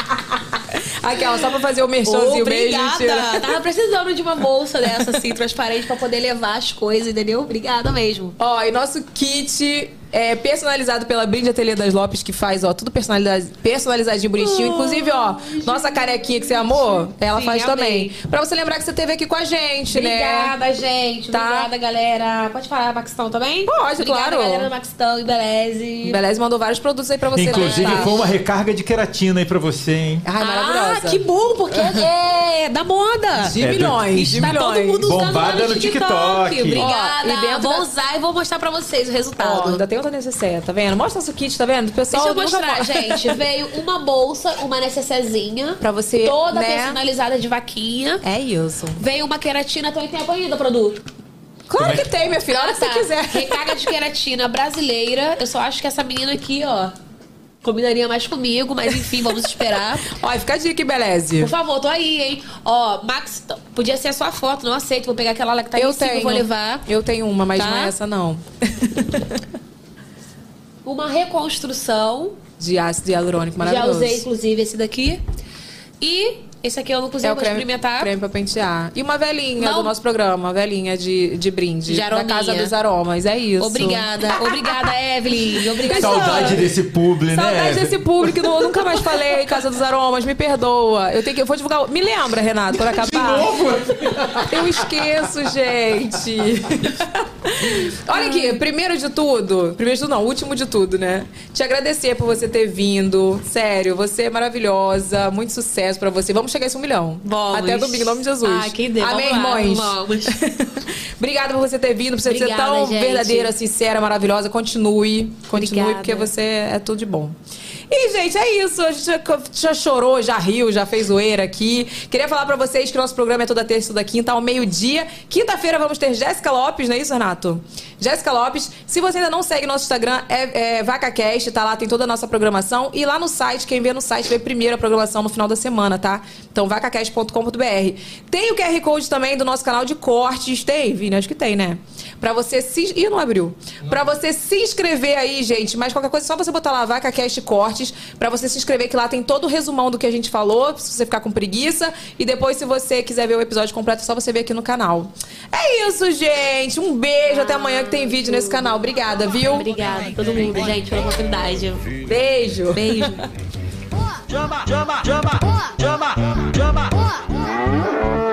Speaker 8: Aquela, só pra fazer o merchanzinho mesmo.
Speaker 10: Obrigada.
Speaker 8: mentira.
Speaker 10: Tava precisando de uma bolsa dessa, assim, transparente, pra poder levar as coisas, entendeu? Obrigada mesmo.
Speaker 8: Ó, e nosso kit é personalizado pela Brinde Ateliê das Lopes, que faz, ó, tudo personaliza- personalizadinho, bonitinho.
Speaker 10: Ai,
Speaker 8: Inclusive, ó, nossa carequinha que você amou, ela
Speaker 10: Sim,
Speaker 8: faz
Speaker 10: amei.
Speaker 8: também. Pra você lembrar que você teve aqui com a gente, né?
Speaker 10: Obrigada, gente.
Speaker 8: Tá.
Speaker 10: Obrigada, galera. Pode falar, Maxtão, também? Pode, Obrigada,
Speaker 8: claro.
Speaker 10: galera do Maxtão e Beleze.
Speaker 8: Beleza mandou vários produtos aí pra você. né?
Speaker 2: Inclusive,
Speaker 8: testar.
Speaker 2: foi uma recarga de queratina aí pra você, hein?
Speaker 8: Ai, maravilhosa.
Speaker 10: Ah, que bom, porque é da moda.
Speaker 2: De É do- milhões, de
Speaker 10: Tá todo
Speaker 2: milhões.
Speaker 10: mundo usando
Speaker 2: Bombada
Speaker 10: lá
Speaker 2: no TikTok.
Speaker 8: Ó,
Speaker 10: Obrigada.
Speaker 8: e dentro
Speaker 10: vou
Speaker 8: da-
Speaker 10: usar e vou mostrar pra vocês o resultado.
Speaker 8: Ó, ainda tem outra necessaire, tá vendo? Mostra nosso kit, tá vendo? O pessoal
Speaker 10: Deixa eu
Speaker 8: nunca
Speaker 10: mostrar,
Speaker 8: mostra.
Speaker 10: gente. Veio uma bolsa, uma necessezinha.
Speaker 8: Pra você,
Speaker 10: Toda
Speaker 8: né?
Speaker 10: personalizada de vaquinha.
Speaker 8: É isso.
Speaker 10: Veio uma queratina, então aí tem ainda, produto.
Speaker 8: Claro
Speaker 2: é
Speaker 8: que tem, minha filha.
Speaker 10: Ah,
Speaker 8: A hora que
Speaker 10: tá.
Speaker 8: você quiser.
Speaker 10: Recarga de queratina brasileira. Eu só acho que essa menina aqui, ó, combinaria mais comigo, mas enfim, vamos esperar.
Speaker 8: Ó, e fica a dica, hein, Beleze?
Speaker 10: Por favor, tô aí, hein? Ó, Max, t- podia ser a sua foto, não aceito. Vou pegar aquela lá que tá aí
Speaker 8: eu
Speaker 10: em cima,
Speaker 8: tenho.
Speaker 10: vou levar.
Speaker 8: Eu tenho uma, mas
Speaker 10: Tá?
Speaker 8: não é essa, não.
Speaker 10: Uma reconstrução.
Speaker 8: De ácido hialurônico
Speaker 10: Já
Speaker 8: maravilhoso.
Speaker 10: usei, inclusive, esse daqui. E esse aqui eu não usei,
Speaker 8: É o
Speaker 10: vou
Speaker 8: creme,
Speaker 10: experimentar.
Speaker 8: creme pra pentear. E uma velhinha
Speaker 10: Não.
Speaker 8: do nosso programa, uma velhinha de, de brinde.
Speaker 10: De
Speaker 8: da
Speaker 10: arominha.
Speaker 8: Casa dos Aromas, é isso.
Speaker 10: Obrigada, obrigada, Evelyn. Obrigada.
Speaker 2: Saudade desse publi, né?
Speaker 8: Saudade desse
Speaker 2: Evelyn?
Speaker 8: público, que eu nunca mais falei, Casa dos Aromas, me perdoa. Eu tenho que, eu vou divulgar. Me lembra, Renato, quando acabar.
Speaker 2: De novo?
Speaker 8: Eu esqueço, gente. Olha aqui, primeiro de tudo, primeiro de tudo não, último de tudo, né? Te agradecer por você ter vindo. Sério, você é maravilhosa, muito sucesso pra você. Vamos chegar a esse um milhão.
Speaker 10: Vamos.
Speaker 8: Até domingo, em nome de Jesus.
Speaker 10: Ah, que Deus.
Speaker 8: Amém,
Speaker 10: Vamos lá,
Speaker 8: irmãos.
Speaker 10: vamos.
Speaker 8: Obrigada por você ter vindo, por você ser
Speaker 10: Obrigada,
Speaker 8: tão
Speaker 10: gente.
Speaker 8: verdadeira, sincera, maravilhosa. Continue, continue,
Speaker 10: Obrigada.
Speaker 8: porque você é tudo de bom. E, gente, é isso. A gente já, já chorou, já riu, já fez zoeira aqui. Queria falar pra vocês que nosso programa é toda terça e toda quinta, ao meio-dia. Quinta-feira vamos ter Jéssica Lopes, não é isso, Renato? Jéssica Lopes. Se você ainda não segue nosso Instagram, é, é VacaCast, tá lá, tem toda a nossa programação. E lá no site, quem vê no site vê primeiro a programação no final da semana, tá? Então, vacacast.com.br. Tem o QR Code também do nosso canal de cortes. Tem, Vini? Acho que tem, né? Pra você se. Ih, não abriu. Pra você se inscrever aí, gente. Mas qualquer coisa, é só você botar lá VacaCast Cortes. Pra você se inscrever, que lá tem todo o resumão do que a gente falou. Se você ficar com preguiça. E depois, se você quiser ver o episódio completo, é só você ver aqui no canal. É isso, gente. Um beijo. Até amanhã que tem vídeo nesse canal. Obrigada, viu?
Speaker 10: Obrigada a todo mundo, gente, pela oportunidade.
Speaker 8: Beijo. Beijo.
Speaker 15: Chama, chama, chama, chama, chama.